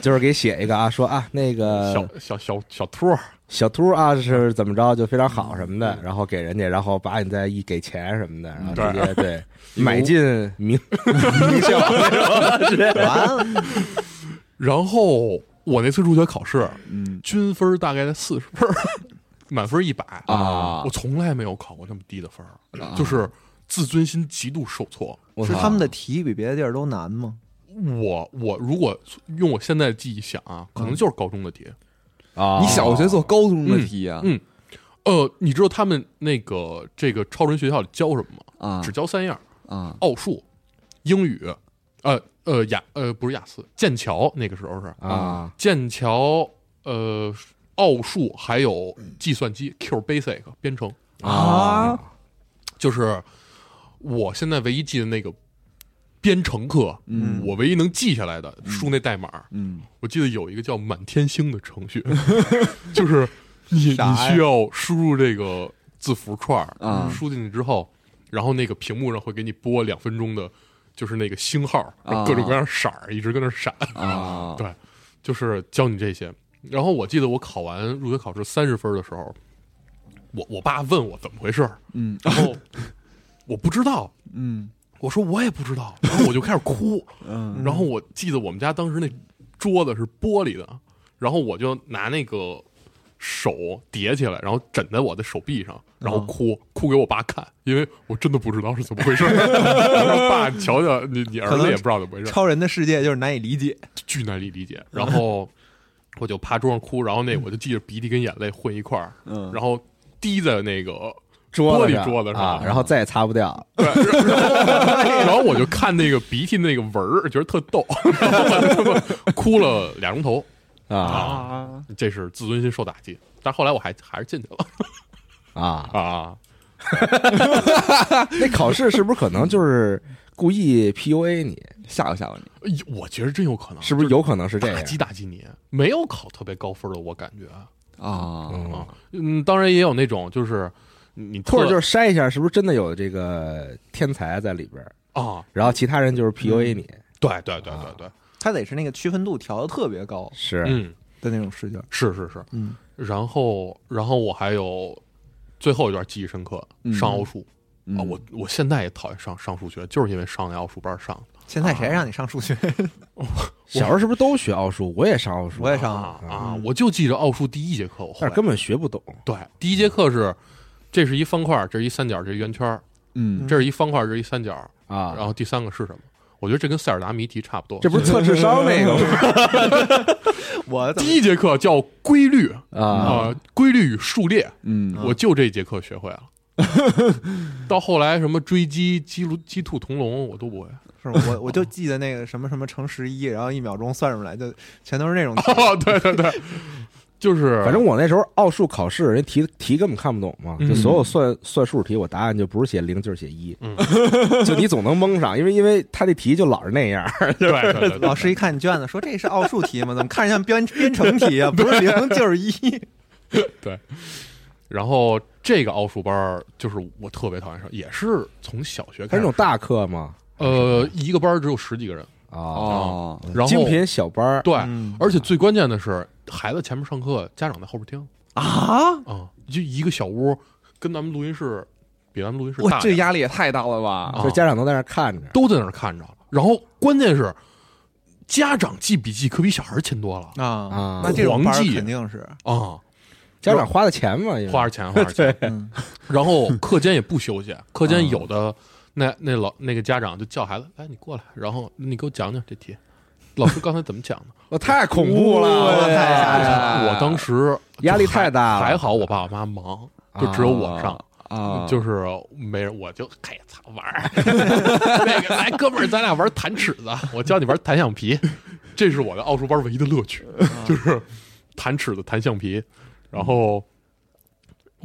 Speaker 4: 就是给写一个啊，说啊那个
Speaker 5: 小小小小托儿，
Speaker 4: 小秃啊
Speaker 5: 嗯
Speaker 4: 是怎么着就非常好什么的，然后给人家，然后把你再一给钱什么的，
Speaker 5: 嗯
Speaker 4: 然后直接对买进 名 啊名校
Speaker 6: 完了，
Speaker 5: 然后我那次入学考试，
Speaker 7: 嗯
Speaker 5: 均分大概在四十分儿，满分一百
Speaker 7: 啊
Speaker 5: 我从来没有考过那么低的分儿，
Speaker 4: 啊
Speaker 5: 就是自尊心极度受挫。
Speaker 4: 我
Speaker 6: 是
Speaker 4: 操
Speaker 6: 他们的题比别的地儿都难吗？
Speaker 5: 我我如果用我现在的记忆想啊，
Speaker 4: 嗯
Speaker 5: 可能就是高中的题。
Speaker 4: 啊，
Speaker 7: 你小学做高中的题啊呀，
Speaker 5: 嗯呃，你知道他们那个这个超人学校里教什么吗？
Speaker 7: 啊
Speaker 5: 只教三样：
Speaker 7: 啊
Speaker 5: 奥数、英语，呃呃雅呃不是雅思，剑桥那个时候是
Speaker 4: 啊
Speaker 5: 剑桥呃奥数还有计算机 Q Basic 编程。
Speaker 7: 啊，
Speaker 5: 就是我现在唯一记得那个编程课，
Speaker 7: 嗯
Speaker 5: 我唯一能记下来的输那代码，
Speaker 7: 嗯
Speaker 5: 我记得有一个叫满天星的 程序，就是你
Speaker 6: 啥
Speaker 5: 你
Speaker 6: 呀
Speaker 5: 需要输入这个字符串儿
Speaker 7: 啊
Speaker 5: 输进去之后，然后那个屏幕上会给你播两分钟的，就是那个星号，然后各种各样色儿一直跟那儿闪，
Speaker 7: 啊
Speaker 5: 对，就是教你这些。然后我记得我考完入学考试三十分的时候，我我爸问我怎么回事儿，
Speaker 7: 嗯
Speaker 5: 然后我不知道，
Speaker 7: 嗯
Speaker 5: 我说我也不知道，然后我就开始哭。
Speaker 7: 嗯
Speaker 5: 然后我记得我们家当时那桌子是玻璃的，然后我就拿那个手叠起来，然后枕在我的手臂上，然后
Speaker 7: 嗯
Speaker 5: 哭、哭给我爸看，因为我真的不知道是怎么回事儿。 我说爸，瞧瞧你你儿
Speaker 6: 可
Speaker 5: 子
Speaker 6: 能
Speaker 5: 也不知道怎么回事儿，
Speaker 6: 超人的世界就是难以理解，
Speaker 5: 巨难以理解。然后我
Speaker 4: 嗯
Speaker 5: 就趴桌上哭，然后那我就记着鼻涕跟眼泪混一块儿，
Speaker 7: 嗯
Speaker 5: 然后滴在那个
Speaker 4: 桌子
Speaker 5: 玻璃桌子上
Speaker 4: 啊，然后再也擦不掉。
Speaker 5: 然后我就看那个鼻涕那个纹儿，觉得特逗，然后我就这 么哭了俩钟头
Speaker 4: 啊
Speaker 5: 啊！这是自尊心受打击，但后来我还还是进去了
Speaker 4: 啊！
Speaker 5: 啊。
Speaker 4: 那考试是不是可能就是故意 PUA 你？
Speaker 7: 吓唬吓唬你。
Speaker 5: 哎呦我觉得真有可能，
Speaker 4: 是不是有可能是这
Speaker 5: 打
Speaker 4: 样？
Speaker 5: 击打击你？没有考特别高分的，我感觉
Speaker 7: 啊，
Speaker 5: 啊，嗯，当然也有那种就是你
Speaker 4: 或者就是是筛一下，是不是真的有这个天才在里边儿？
Speaker 5: 啊，
Speaker 4: 然后其他人就是 PUA 你，
Speaker 5: 对对对对
Speaker 4: 啊
Speaker 5: 对，
Speaker 6: 他得是那个区分度调的特别高
Speaker 4: 是
Speaker 5: 嗯，
Speaker 6: 的那种试卷。
Speaker 5: 是是是，
Speaker 6: 嗯，
Speaker 5: 然后然后我还有最后一段记忆深刻，
Speaker 7: 嗯
Speaker 5: 上奥数
Speaker 7: 嗯
Speaker 5: 啊，我我现在也讨厌上上数学，就是因为上那奥数班上的
Speaker 6: 现在谁让你上数学？
Speaker 4: 小时候是不是都学奥数？我也上奥数，
Speaker 6: 我也上
Speaker 5: 啊啊，我就记着奥数第一节课我会
Speaker 4: 但是，根本学不懂。
Speaker 5: 对，第一节课是这是一方块，这是一三角，这是一圆圈儿，
Speaker 7: 嗯，
Speaker 5: 这是一方块，这是一三角，
Speaker 4: 啊，
Speaker 5: 然后第三个是什么？我觉得这跟塞尔达谜题差不多。
Speaker 4: 这不是测智商 那个吗？
Speaker 6: 我怎
Speaker 5: 第
Speaker 6: 么
Speaker 5: 一节课叫规律
Speaker 4: 啊，
Speaker 5: 啊、规律与数列，
Speaker 7: 嗯
Speaker 5: 我就这节课学会了。到后来什么追击、鸡鹿、鸡兔同笼，我都不会。
Speaker 6: 是我我就记得那个什么什么乘十一，然后一秒钟算出来，就全都是那种题。
Speaker 5: 哦，对对对，就 是
Speaker 4: 反正我那时候奥数考试，人题题根本看不懂嘛，
Speaker 5: 嗯
Speaker 4: 就所有算算数题，我答案就不是写零就是写一
Speaker 5: 嗯，
Speaker 4: 就你总能蒙上，因为因为他那题就老是那样。
Speaker 5: 对对对对对
Speaker 6: 老师一看卷子，说这是奥数题吗？怎么看着像编编程题啊？不是零就是一。
Speaker 5: 然后这个奥数班儿就是我特别讨厌上，也是从小学
Speaker 4: 他是
Speaker 5: 开
Speaker 4: 那
Speaker 5: 始
Speaker 4: 种。大课吗？
Speaker 5: 呃，一个班儿只有十几个人，
Speaker 4: 啊，
Speaker 7: 哦，
Speaker 5: 然后
Speaker 4: 精品小班儿
Speaker 5: 对，
Speaker 6: 嗯
Speaker 5: 而且最关键的是，孩子前面上课，家长在后边听
Speaker 7: 啊，
Speaker 5: 啊、就一个小屋，跟咱们录音室比咱们录音室
Speaker 7: 哇
Speaker 5: 大，
Speaker 7: 这
Speaker 5: 点儿，
Speaker 7: 压力也太大了吧！
Speaker 5: 啊
Speaker 4: 所以家长都在那儿看着。
Speaker 5: 都在那儿看着。然后关键是，家长记笔记可比小孩儿勤多了
Speaker 6: 啊
Speaker 4: 啊
Speaker 6: 那这种班儿
Speaker 5: 黄记
Speaker 6: 肯定是
Speaker 5: 啊、
Speaker 4: 家长花的钱嘛，因为
Speaker 5: 花着钱花着钱。
Speaker 6: 嗯
Speaker 5: 然后课间也不休息，课
Speaker 4: 嗯
Speaker 5: 间有的那那老那个家长就叫孩子哎来，你过来，然后你给我讲讲这题，老师刚才怎么讲的？
Speaker 4: 我太恐怖了，我
Speaker 6: 太吓人
Speaker 4: 太
Speaker 7: 啊
Speaker 5: 我当时就
Speaker 4: 压力
Speaker 5: 还
Speaker 4: 太大了
Speaker 5: 还好我爸我妈忙，就只有我上。
Speaker 7: 啊，
Speaker 5: 就是没人，我就嘿，操玩儿，那个来哥们儿，咱俩玩弹尺子， 我教你玩弹橡皮，这是我的奥数班唯一的乐趣，
Speaker 7: 啊
Speaker 5: 就是弹尺子、弹橡皮，然后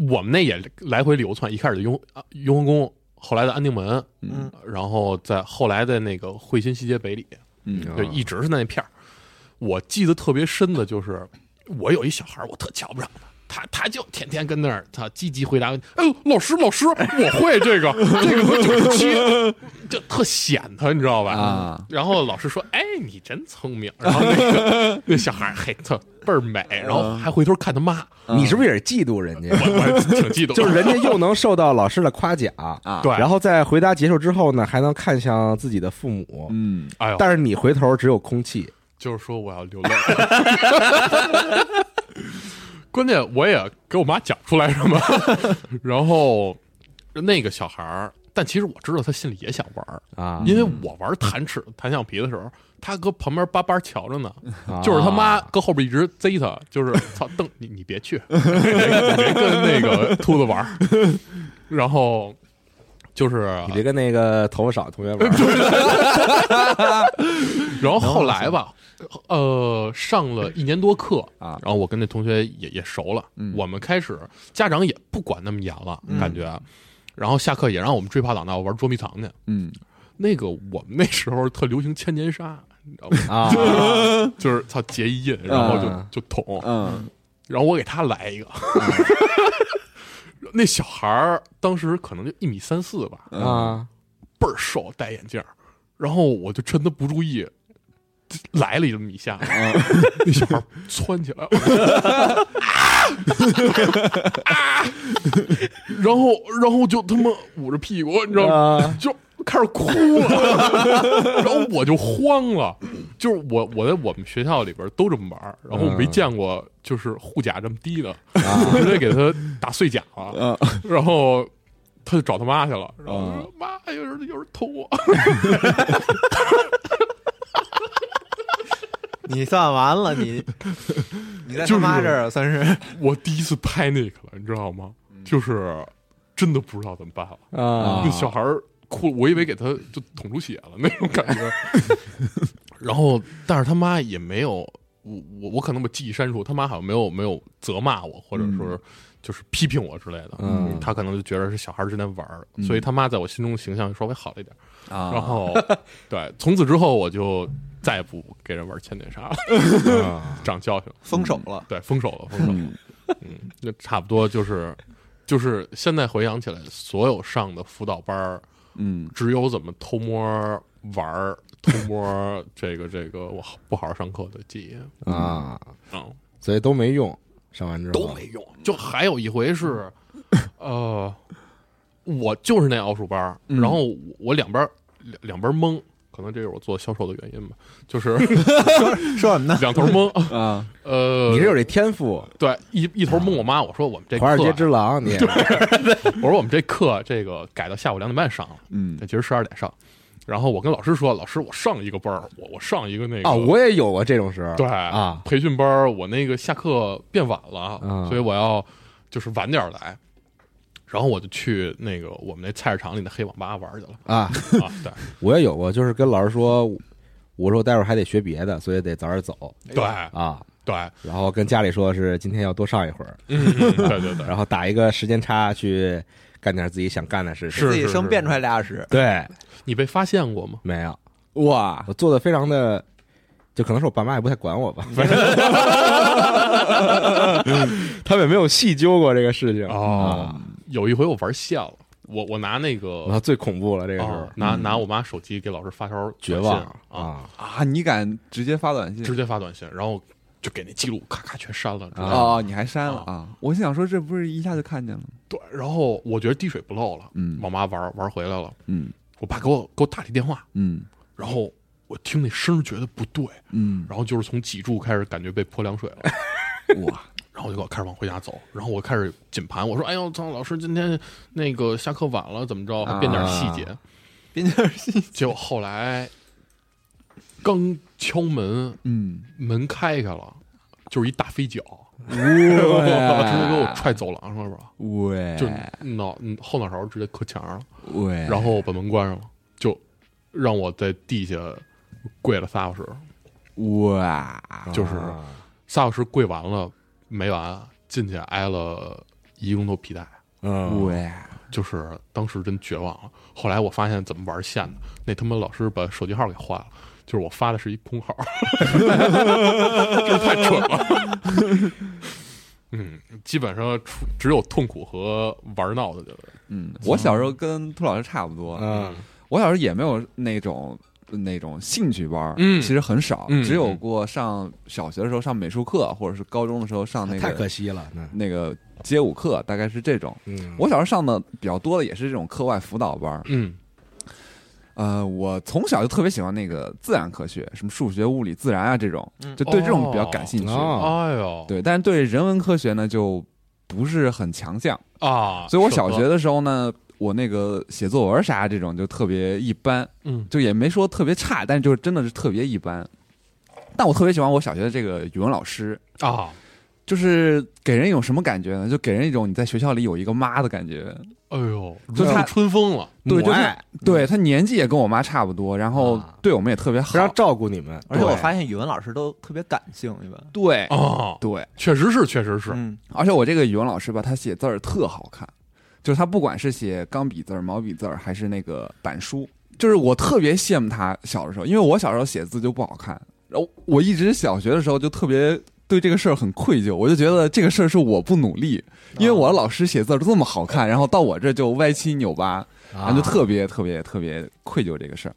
Speaker 5: 我们那也来回流窜，一开始的雍啊雍和宫，后来的安定门，
Speaker 6: 嗯，
Speaker 5: 然后在后来的那个汇新西街北里，
Speaker 7: 嗯
Speaker 5: 就一直是那片儿。我记得特别深的就是，我有一小孩儿，我特瞧不上他。他他就天天跟那儿，他积极回答问题。哎呦，老师老师，我会这个，这个会九十七，就特显他，你知道吧？
Speaker 7: 啊，
Speaker 5: 然后老师说：“哎，你真聪明。”然后 那个那小孩儿，嘿，特倍儿美，然
Speaker 7: 嗯
Speaker 5: 后还回头看他妈，
Speaker 4: 你是不是也是嫉妒人家？
Speaker 5: 我我挺嫉妒的。
Speaker 4: 就是人家又能受到老师的夸奖啊
Speaker 5: 对
Speaker 4: 然后在回答结束之后呢，还能看向自己的父母，
Speaker 7: 嗯，
Speaker 5: 哎呦，
Speaker 4: 但是你回头只有空气。
Speaker 5: 就是说我要流 泪。关键我也给我妈讲出来 什么，然后那个小孩儿，但其实我知道他心里也想玩儿
Speaker 4: 啊
Speaker 5: 因为我玩弹尺、弹橡皮的时候，他搁旁边巴巴瞧着呢，
Speaker 4: 啊
Speaker 5: 就是他妈搁后边一直贼他，就是操瞪你，你 别去，别跟那个秃子玩儿，然后就是
Speaker 4: 你别跟那个头发少的同学玩 儿，
Speaker 5: 然后后来吧，呃，上了一年多课
Speaker 7: 啊
Speaker 5: 然后我跟那同学也也熟了，我们开始家长也不管那么严了，感觉，然后下课也让我们追跑打闹玩捉迷藏去。
Speaker 7: 嗯，
Speaker 5: 那个我们那时候特流行千年杀，你知道吗？
Speaker 4: 啊，
Speaker 5: 就是操结一印，然后就、
Speaker 4: 啊
Speaker 5: 就捅，
Speaker 7: 嗯，
Speaker 5: 然后我给他来一个。 那小孩儿当时可能就一米三四吧，
Speaker 4: 啊，
Speaker 5: 倍儿瘦，戴眼镜儿，然后我就趁他不注意，来了这么一下，
Speaker 4: 嗯
Speaker 5: 那小孩儿窜起来了，然后然后就他妈捂着屁股，你知道吗？
Speaker 4: 啊
Speaker 5: 就开始哭了， 然后我就慌了，就是我我在我们学校里边都这么玩儿，然后我没见过就是护甲这么低的，我直接给他打碎甲了，然后他就找他妈去了，然后我说妈，有人有人偷我，
Speaker 6: 你算完了，你 你在
Speaker 5: 就是
Speaker 6: 他妈这儿算是嗯
Speaker 5: 我第一次 panic 了，你知道吗？就是真的不知道怎么办了。
Speaker 4: 啊
Speaker 5: 那小孩儿哭，我以为给他就捅出血了那种感 觉。然后，但是他妈也没有，我我我可能把记忆删除，他妈好像没有没有责骂我，或者说就是批评我之类的。
Speaker 4: 嗯
Speaker 5: 他可能就觉得是小孩儿之间玩儿，
Speaker 7: 嗯
Speaker 5: 所以他妈在我心中的形象稍微好了一点。
Speaker 7: 啊
Speaker 5: 然后，对，从此之后我就再也不给人玩千点杀了， 长教训了。嗯
Speaker 6: 封手了。
Speaker 5: 对，封手了，封手了。嗯，那差不多就是，就是现在回想起来，所有上的辅导班儿，
Speaker 7: 嗯，
Speaker 5: 只有怎么偷摸玩儿、偷摸这个这个我好不好好上课的记忆
Speaker 4: 啊，
Speaker 5: 啊，
Speaker 4: 所以都没用。上完之后
Speaker 5: 都没用。嗯就还有一回是，呃，我就是那奥数班儿，然后我我两边儿两两边儿蒙，可能这是我做销售的原因吧，就是
Speaker 6: 说什么呢？
Speaker 5: 两头蒙。
Speaker 7: 啊，
Speaker 5: 呃，
Speaker 4: 你是有这天赋，
Speaker 5: 对一一头蒙我妈，我说我们这
Speaker 4: 华尔
Speaker 5: 课
Speaker 4: 街
Speaker 5: 呀
Speaker 4: 之狼，你啊
Speaker 5: 我说我们这课这个改到下午两点半上了，
Speaker 7: 嗯
Speaker 5: 但其实十二点上。然后我跟老师说，老师我上一个班儿，我我上一个那个
Speaker 4: 啊，我也有过这种时候，
Speaker 5: 对
Speaker 4: 啊，
Speaker 5: 培训班儿我那个下课变晚了，
Speaker 4: 啊
Speaker 5: 所以我要就是晚点儿来。然后我就去那个我们那菜市场里的黑网吧玩儿去了
Speaker 4: 啊，
Speaker 5: 啊， 对
Speaker 4: 我也有过，就是跟老师说，我说我待会儿还得学别的，所以得早点走
Speaker 5: 对
Speaker 4: 啊。
Speaker 5: 对，
Speaker 4: 然后跟家里说是今天要多上一会儿，
Speaker 5: 嗯，对对 对，
Speaker 4: 然后打一个时间差去干点自己想干的事情。
Speaker 5: 是
Speaker 6: 自己
Speaker 5: 是
Speaker 6: 生
Speaker 5: 是
Speaker 6: 变出来俩小时，
Speaker 4: 对，
Speaker 5: 你被发现过吗？
Speaker 4: 没有，
Speaker 7: 哇，
Speaker 4: 我做的非常的，就可能是我爸妈也不太管我 吧， 他们也没有细究过这个事情。
Speaker 5: 哦，有一回我玩线了，我我拿那
Speaker 4: 我
Speaker 5: 个
Speaker 4: 操，最恐怖了，这个时
Speaker 5: 哦
Speaker 4: 候
Speaker 5: 拿拿我妈手机给老师发条短
Speaker 4: 嗯绝
Speaker 5: 信
Speaker 4: 望
Speaker 5: 啊，
Speaker 4: 啊！
Speaker 7: 啊，你敢直接发短信？
Speaker 5: 直接发短信，然后就给那记录咔咔全删了。知道吗
Speaker 7: 哦，你还删了啊？我心想说，这不是一下就看见了？
Speaker 5: 对，然后我觉得滴水不漏了，
Speaker 7: 嗯
Speaker 5: 我妈玩儿玩儿回来了，
Speaker 7: 嗯
Speaker 5: 我爸给我给我打了一电话，
Speaker 7: 嗯
Speaker 5: 然后我听那声儿觉得不对，
Speaker 7: 嗯，
Speaker 5: 然后就是从脊柱开始感觉被泼凉水了，
Speaker 7: 哇，
Speaker 5: 然后我就开始往回家走，然后我开始紧盘，我说：“哎呦，张老师今天那个下课晚了，怎么着？还变点细
Speaker 7: 啊
Speaker 5: 节。
Speaker 6: 边界是
Speaker 5: 结果后来刚敲门，
Speaker 7: 嗯，
Speaker 5: 门开开了，就是一大飞脚，直接给 我
Speaker 7: 哇，
Speaker 5: 踹走廊上了吧，
Speaker 7: 喂，
Speaker 5: 就脑嗯后脑勺直接磕墙上了。
Speaker 7: 喂，
Speaker 5: 然后把门关上了，就让我在地下跪了仨小时，
Speaker 7: 哇，
Speaker 5: 就是仨小时跪完了没完，进去挨了一个钟头皮带，
Speaker 4: 嗯，
Speaker 7: 喂，
Speaker 5: 就是当时真绝望了。后来我发现怎么玩线的，那他妈老师把手机号给换了。就是我发的是一空号， 就是太蠢了。 嗯，基本上除只有痛苦和玩闹的地儿。
Speaker 7: 嗯，我小时候跟兔老师差不多，
Speaker 4: 嗯
Speaker 7: 我小时候也没有那种那种兴趣班儿，
Speaker 5: 嗯
Speaker 7: 其实很少，
Speaker 5: 嗯
Speaker 7: 只有过上小学的时候上美术课，或者是高中的时候上那
Speaker 4: 太
Speaker 7: 个
Speaker 4: 可惜了，那
Speaker 7: 那个街舞课，大概是这种。
Speaker 4: 嗯
Speaker 7: 我小时候上的比较多的也是这种课外辅导班儿，
Speaker 5: 嗯
Speaker 7: 呃，我从小就特别喜欢那个自然科学，什么数学、物理、自然啊这种，
Speaker 6: 嗯
Speaker 7: 就对这种比较感兴趣。
Speaker 4: 哦
Speaker 5: 哎呦，
Speaker 7: 对，但是对人文科学呢就不是很强项，
Speaker 5: 啊，
Speaker 7: 所以我小
Speaker 5: 舍
Speaker 7: 学
Speaker 5: 得
Speaker 7: 的时候呢，我那个写作文啥这种就特别一般，
Speaker 5: 嗯
Speaker 7: 就也没说特别差，但就是真的是特别一般。但我特别喜欢我小学的这个语文老师，
Speaker 5: 啊，
Speaker 7: 就是给人一种什么感觉呢？就给人一种你在学校里有一个妈的感觉。
Speaker 5: 哎呦，
Speaker 7: 就
Speaker 5: 入
Speaker 7: 他
Speaker 5: 春风了。
Speaker 7: 对，就
Speaker 4: 母
Speaker 7: 是
Speaker 4: 爱嗯
Speaker 7: 对他年纪也跟我妈差不多，然后
Speaker 4: 啊
Speaker 7: 对我们也特别好
Speaker 4: 非。常照顾你们，
Speaker 6: 而且我
Speaker 7: 对
Speaker 6: 发现语文老师都特别感性，一般
Speaker 7: 对
Speaker 5: 哦，
Speaker 7: 对，
Speaker 5: 确实是，确实是，
Speaker 6: 嗯，
Speaker 7: 而且我这个语文老师吧，他写字儿特好看，就是他不管是写钢笔字儿、毛笔字儿，还是那个板书，就是我特别羡慕他小的时候，因为我小时候写字就不好看，然后我一直小学的时候就特别对这个事儿很愧疚，我就觉得这个事儿是我不努力，因为我的老师写字儿都这么好看，然后到我这就歪七扭八，然后就特别特别特别愧疚这个事儿。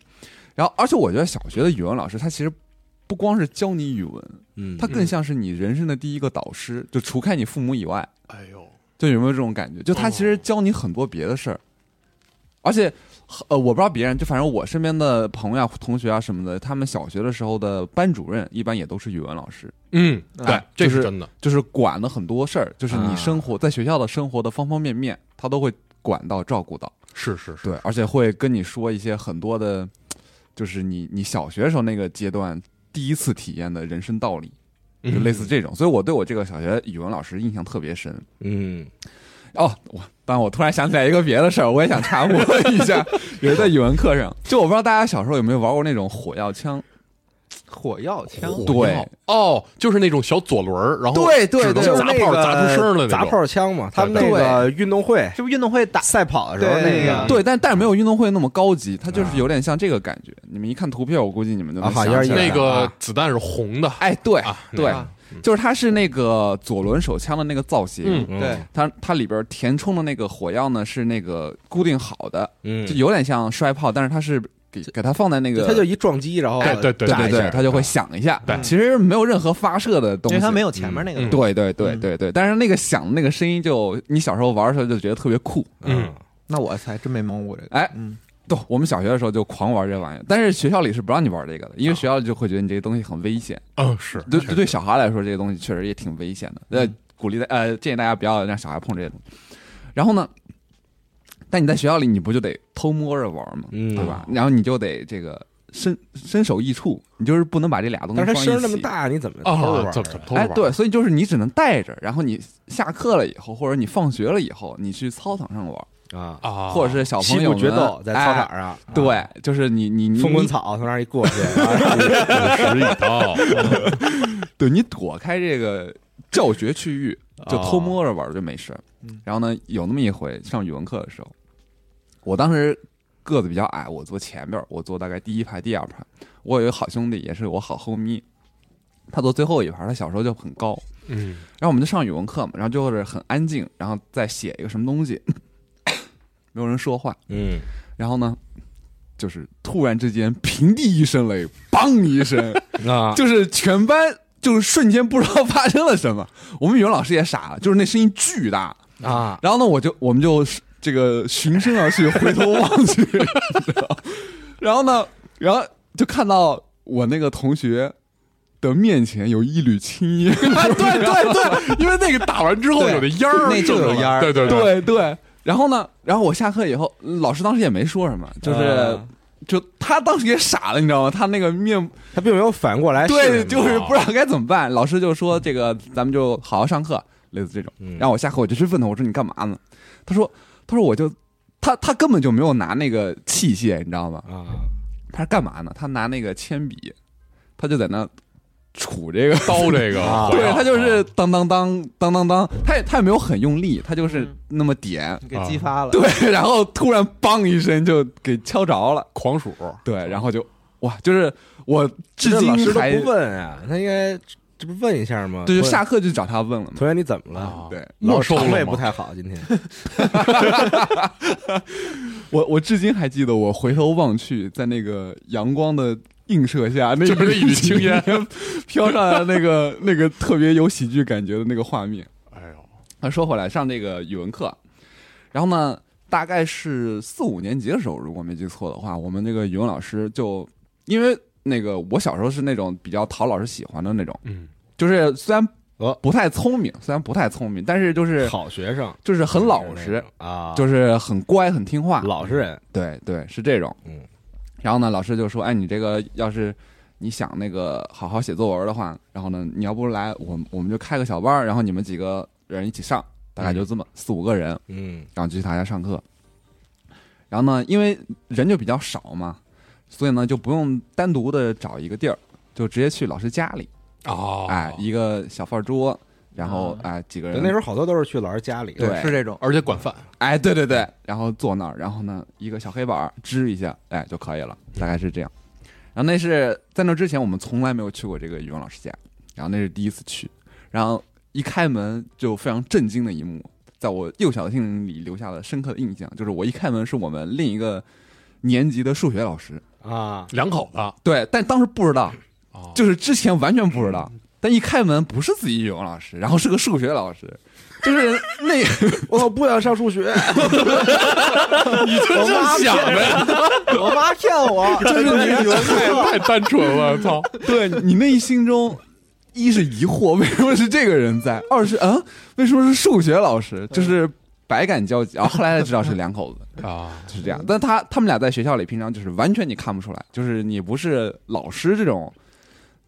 Speaker 7: 然后，而且我觉得小学的语文老师他其实不光是教你语文，
Speaker 4: 嗯
Speaker 7: 他更像是你人生的第一个导师，就除开你父母以外，
Speaker 5: 哎呦，
Speaker 7: 就有没有这种感觉？就他其实教你很多别的事儿，而且呃，我不知道别人，就反正我身边的朋友啊、同学啊什么的，他们小学的时候的班主任一般也都是语文老师，
Speaker 5: 嗯，对
Speaker 7: 哎，
Speaker 5: 这
Speaker 7: 就是是
Speaker 5: 真的，
Speaker 7: 就是管了很多事儿，就是你生活在学校的生活的方方面面，他都会管到照顾到。
Speaker 5: 是是是，
Speaker 7: 对，而且会跟你说一些很多的，就是你你小学时候那个阶段第一次体验的人生
Speaker 5: 嗯
Speaker 7: 道理，就类似这种。所以我对我这个小学语文老师印象特别深。
Speaker 4: 嗯
Speaker 7: 哦，我，但我突然想起来一个别的事儿，我也想插播一下。也是在语文课上，就我不知道大家小时候有没有玩过那种火药枪，
Speaker 6: 火药枪，
Speaker 7: 对，
Speaker 5: 哦，就是那种小左轮儿，然后
Speaker 7: 对对
Speaker 5: 只能
Speaker 7: 对
Speaker 5: 砸炮砸出声儿了那种
Speaker 4: 砸炮枪嘛，他们那
Speaker 7: 对
Speaker 4: 个运动会
Speaker 6: 这不运动会打
Speaker 4: 赛跑的时候
Speaker 6: 对
Speaker 4: 那个
Speaker 7: 对，但但是没有运动会那么高级，它就是有点像这个感觉。你们一看图片，我估计你们就能
Speaker 4: 啊好
Speaker 7: 想起
Speaker 4: 像
Speaker 7: 来
Speaker 4: 是
Speaker 5: 那个
Speaker 4: 啊
Speaker 5: 子弹是红的，
Speaker 7: 哎，对
Speaker 5: 啊
Speaker 7: 对
Speaker 6: 啊，
Speaker 7: 就是它是那个左轮手枪的那个造型，
Speaker 5: 嗯
Speaker 6: 对，
Speaker 7: 它它里边填充的那个火药呢是那个固定好的，
Speaker 4: 嗯
Speaker 7: 就，有点像摔炮，但是它是给给它放在那个，
Speaker 4: 他就一撞击，然后
Speaker 5: 哎对对
Speaker 7: 对
Speaker 4: 炸
Speaker 7: 对
Speaker 4: 一下嗯
Speaker 7: 对，它就会响一下。其实没有任何发射的东
Speaker 6: 因
Speaker 7: 西，
Speaker 6: 为它没有前面那
Speaker 5: 嗯
Speaker 6: 个，
Speaker 7: 对对对对对，但是那个响的那个声音就，你小时候玩的时候就觉得特别酷。
Speaker 5: 嗯，
Speaker 6: 那我还真没蒙过这个。
Speaker 7: 哎
Speaker 6: 嗯，
Speaker 7: 对，我们小学的时候就狂玩这玩意儿，但是学校里是不让你玩这个的，
Speaker 4: 哦
Speaker 7: 因为学校就会觉得你这个东西很危险。
Speaker 5: 嗯是
Speaker 7: 对对，小孩来说这个东西确实也挺危险
Speaker 4: 嗯
Speaker 7: 的。呃，鼓励大呃建议大家不要让小孩碰这些东西。然后呢，但你在学校里你不就得偷摸着玩吗？
Speaker 4: 嗯
Speaker 7: 对吧？然后你就得这个身身首异处，你就是不能把这俩东西
Speaker 4: 但是
Speaker 7: 放
Speaker 4: 它
Speaker 7: 一起。
Speaker 4: 声儿那么大，你怎么偷着玩
Speaker 5: 啊，
Speaker 4: 儿
Speaker 5: 怎么怎么偷着
Speaker 7: 哎，
Speaker 5: 玩儿？
Speaker 7: 对，所以就是你只能带着，然后你下课了以后，或者你放学了以后，你去操场上玩，
Speaker 4: 啊？
Speaker 5: 啊，
Speaker 7: 或者是小
Speaker 4: 西
Speaker 7: 朋友
Speaker 4: 部
Speaker 7: 们
Speaker 4: 决斗在操场
Speaker 7: 哎
Speaker 4: 上，啊，
Speaker 7: 对，就是你你你
Speaker 4: 风滚，草从那儿一过去，啊
Speaker 5: 十一刀，
Speaker 7: 你对你躲开这个教学区域，就偷摸着玩就没事。然后呢，有那么一回上语文课的时候，我当时个子比较矮，我坐前边儿，我坐大概第一排、第二排。我有一个好兄弟，也是我好homie，他坐最后一排，他小时候就很高，
Speaker 5: 嗯
Speaker 7: 然后我们就上语文课嘛，然后就是很安静，然后再写一个什么东西， 没有人说话。
Speaker 4: 嗯，
Speaker 7: 然后呢，就是突然之间平地一声雷，梆一声，
Speaker 4: 啊，
Speaker 7: 就是全班就是瞬间不知道发生了什么。 我们语文老师也傻了，就是那声音巨大
Speaker 4: 啊。
Speaker 7: 然后呢，我就我们就这个循声而去，回头望去， 你知道然后呢，然后就看到我那个同学。的面前有一缕 青烟，
Speaker 5: 哎对对对，因为那个打完之后
Speaker 7: 对
Speaker 5: 有那烟儿，
Speaker 6: 那就有烟儿
Speaker 5: 对对，
Speaker 7: 对对。然后呢，然后我下课以后，老师当时也没说什么，就是、
Speaker 4: 啊
Speaker 7: 就他当时也傻了，你知道吗？他那个面
Speaker 4: 他并没有反应过来哎是什么，
Speaker 7: 对，就是不知道该怎么办。老师就说这个咱们就好好上课，类似这种。
Speaker 4: 嗯
Speaker 7: 然后我下课我就去问他，我说你干嘛呢？他说他说我就他他根本就没有拿那个器械，你知道吗？
Speaker 4: 啊，
Speaker 7: 他是干嘛呢？他拿那个铅笔，他就在那杵这个
Speaker 5: 刀这个哦
Speaker 4: 啊，
Speaker 5: 火
Speaker 7: 对
Speaker 5: 药
Speaker 7: 他就是当当当当当当，他也他也没有很用力，他就是那么点，
Speaker 6: 给激发了。
Speaker 7: 对，然后突然梆一声就给敲着了，
Speaker 5: 狂鼠，
Speaker 7: 对，然后就哇，就是我至
Speaker 4: 哦这
Speaker 7: 今
Speaker 4: 老师都
Speaker 7: 还
Speaker 4: 不问啊，他应该这不问一下吗？
Speaker 7: 对，就
Speaker 4: 同
Speaker 7: 下课就找他问了嘛，
Speaker 4: 同学你怎么了？
Speaker 5: 啊
Speaker 7: 对，
Speaker 5: 没
Speaker 4: 老
Speaker 5: 收
Speaker 4: 肠
Speaker 5: 了
Speaker 4: 胃
Speaker 5: 吗
Speaker 4: 不太好，今天
Speaker 7: 我我至今还记得，我回头望去，在那个阳光的映射下，那
Speaker 5: 就是那一缕青烟
Speaker 7: 飘上来，那个那个特别有喜剧感觉的那个画面。
Speaker 5: 哎呦，
Speaker 7: 那说回来，上这个语文课，然后呢，大概是四五年级的时候，如果没记错的话，我们那个语文老师就因为那个我小时候是那种比较讨老师喜欢的那种，
Speaker 5: 嗯，
Speaker 7: 就是虽然
Speaker 4: 哦
Speaker 7: 不太聪明，虽然不太聪明，但是
Speaker 5: 嗯
Speaker 7: 就是
Speaker 4: 好学生
Speaker 7: 就是很老
Speaker 4: 那
Speaker 5: 哎
Speaker 7: 实，
Speaker 4: 种啊，
Speaker 7: 就是很乖很听话，
Speaker 4: 老实人
Speaker 7: 对对，是这种。
Speaker 4: 嗯，
Speaker 7: 然后呢，老师就说：“哎，你这个要是你想那个好好写作文的话，然后呢，你要不来，我我们就开个小班儿，然后你们几个人一起上，大概就这么、四五个人，
Speaker 4: 嗯
Speaker 7: 然后就去他家上课。然后呢，因为人就比较少嘛，所以呢就不用单独的找一个地儿，就直接去老师家里，
Speaker 5: 哦，
Speaker 7: 哎，一个小饭桌，然后哎几个人
Speaker 4: 对，啊那时候好多都是去老师家里，
Speaker 7: 对
Speaker 6: 是这种。
Speaker 5: 而且管饭，
Speaker 7: 哎，对对对，然后坐那儿，然后呢，一个小黑板儿支一下，哎就可以了，大概是这样。然后那是在那之前，我们从来没有去过这个语文老师家，然后那是第一次去，然后一开门就非常震惊的一幕，在我幼小的心灵里留下了深刻的印象，就是我一开门是我们另一个年级的数学老师，
Speaker 4: 啊，
Speaker 5: 两口子，
Speaker 7: 对，但当时不知道，
Speaker 5: 哦
Speaker 7: 就是之前完全不知道，但一开门不是自己语文老师，然后是个数学老师，就是那。
Speaker 4: 我操，不想上数学，
Speaker 5: 你就这么想呗，
Speaker 6: 我妈骗我，
Speaker 7: 就是你
Speaker 6: 语文课，
Speaker 5: 太单纯了，操，
Speaker 7: 对你内心中，一是疑惑为什么是这个人在，二是啊为什么是数学老师，就是百感交集。然后后来才知道是两口子，
Speaker 5: 啊，
Speaker 7: 就是这样。但他他们俩在学校里平常就是完全你看不出来，就是你不是老师这种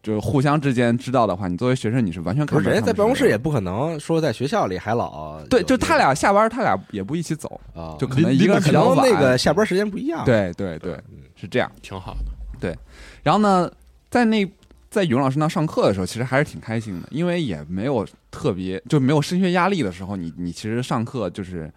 Speaker 7: 就是互相之间知道的话，你作为学生你是完全 看
Speaker 4: 不
Speaker 7: 不
Speaker 4: 是
Speaker 7: 出
Speaker 4: 人家
Speaker 7: 他
Speaker 4: 在
Speaker 7: 们
Speaker 4: 办公
Speaker 7: 是
Speaker 4: 室也不可能说在学校里还老
Speaker 7: 对，
Speaker 4: 有
Speaker 7: 就
Speaker 4: 这
Speaker 7: 他
Speaker 4: 个
Speaker 7: 俩下班，他俩也不一起走，
Speaker 4: 啊，
Speaker 7: 就可能一个人比
Speaker 4: 可
Speaker 7: 较
Speaker 4: 能
Speaker 7: 晚。
Speaker 4: 那个下班时间不一样。，
Speaker 7: 对对对，
Speaker 4: 嗯
Speaker 7: 是这样。
Speaker 5: 挺好的。
Speaker 7: 然后呢，在那在语文老师那上课的时候，其实还是挺开心的，因为也没有特别就没有升学压力的时候，你你其实上课就是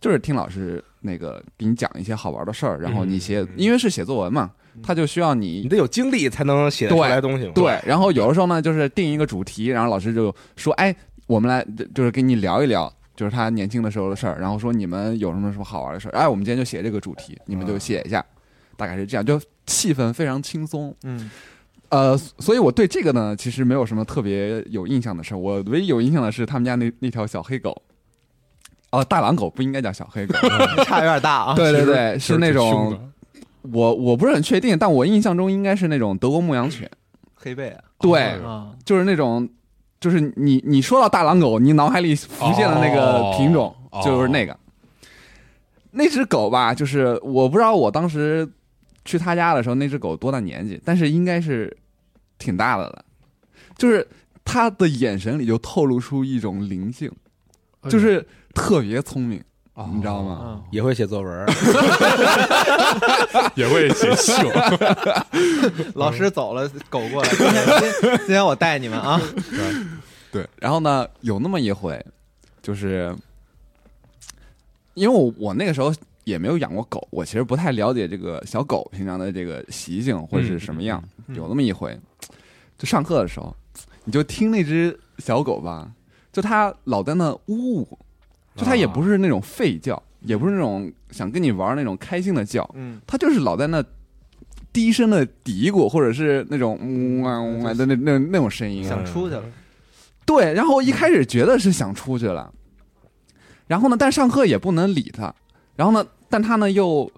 Speaker 7: 就是听老师那个给你讲一些好玩的事儿，然后你写，因为是写作文嘛，他就需要
Speaker 4: 你
Speaker 7: 嗯你。
Speaker 4: 得有精力才能写得出来东西嘛。
Speaker 7: 对，然后有的时候呢，就是定一个主题，然后老师就说：“哎，我们来就是跟你聊一聊，就是他年轻的时候的事儿。”然后说你们有什么什么好玩的事儿？哎，我们今天就写这个主题，你们就写一下，大概是这样，就气氛非常轻松。
Speaker 6: 嗯，
Speaker 7: 呃，所以我对这个呢，其实没有什么特别有印象的事儿。我唯一有印象的是他们家那那条小黑狗，哦、大狼狗不应该叫小 黑狗，
Speaker 6: 差有点 大啊。
Speaker 7: 对对
Speaker 5: 其实
Speaker 7: 对，
Speaker 5: 就是
Speaker 7: 那
Speaker 5: 挺
Speaker 7: 种
Speaker 5: 凶的
Speaker 7: 我我不是很确定，但我印象中应该是那种德国牧羊犬，
Speaker 6: 黑背啊
Speaker 5: 哦
Speaker 7: 对，
Speaker 6: 啊，
Speaker 7: 就是那种。就是你，你说到大狼狗，你脑海里浮现的那个品种、
Speaker 5: 哦
Speaker 7: 就是那个、那只狗吧。就是我不知道我当时去他家的时候，那只狗多大年纪，但是应该是挺大的了。就是他的眼神里就透露出一种灵性，
Speaker 5: 哎
Speaker 7: 就是特别聪明，你知道吗？
Speaker 6: 嗯
Speaker 4: 也会写作 文，
Speaker 5: 也会写秀，
Speaker 6: 老师走了，狗过来，今天今天今天我带你们啊。
Speaker 7: 对。然后呢，有那么一回，就是因为我我那个时候也没有养过狗，我其实不太了解这个小狗平常的这个习性或者是什么样。
Speaker 6: 嗯嗯
Speaker 7: 有那么一回，就上课的时候，你就听那只小狗吧，就它老在那呜呜，就它也不是那种吠叫，也不是那种想跟你玩那种开心的叫，
Speaker 6: 嗯，
Speaker 7: 它就是老在那低声的嘀咕，或者是那种呜啊呜啊的那那那种声音。啊
Speaker 6: 想出去了，
Speaker 7: 对，然后一开始觉得是想出去了，然后呢，但上课也不能理他，然后呢，但他呢又，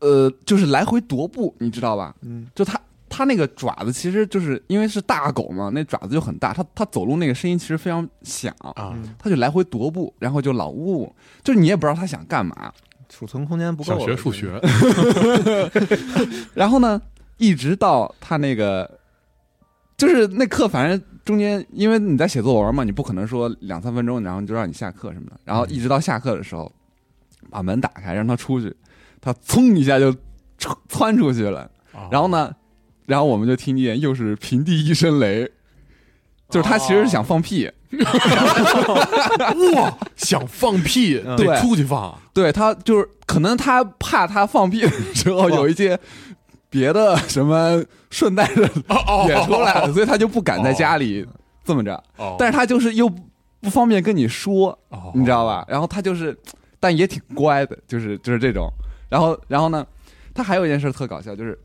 Speaker 7: 呃，就是来回踱步，你知道吧？
Speaker 6: 嗯，
Speaker 7: 就他他那个爪子，其实就是因为是大狗嘛，那爪子就很大，他他走路那个声音其实非常响，
Speaker 5: 啊，
Speaker 6: 嗯
Speaker 7: 他就来回踱步，然后就老呜呜，就是你也不知道他想干嘛，
Speaker 6: 储存空间不够
Speaker 5: 想
Speaker 6: 了。
Speaker 5: 学数学，
Speaker 7: 然后呢，一直到他那个，就是那课，反正中间因为你在写作文嘛，你不可能说两三分钟，然后就让你下课什么的。然后一直到下课的时候，把门打开让他出去，他噌一下就冲窜出去了。然后呢，然后我们就听见又是平地一声雷，就是他其实是想放屁。
Speaker 5: 哇，想放屁得
Speaker 7: 对
Speaker 5: 出去放，
Speaker 7: 对他就是可能他怕他放屁的时候有一些别的什么顺带着
Speaker 5: 哦
Speaker 7: 也出来了，所以他就不敢在家里这么着。
Speaker 5: 哦，
Speaker 7: 但是他就是又不方便跟你说，
Speaker 5: 哦
Speaker 7: 你知道吧？然后他就是，但也挺乖的，就是就是这种。然后然后呢，他还有一件事特搞笑，就是，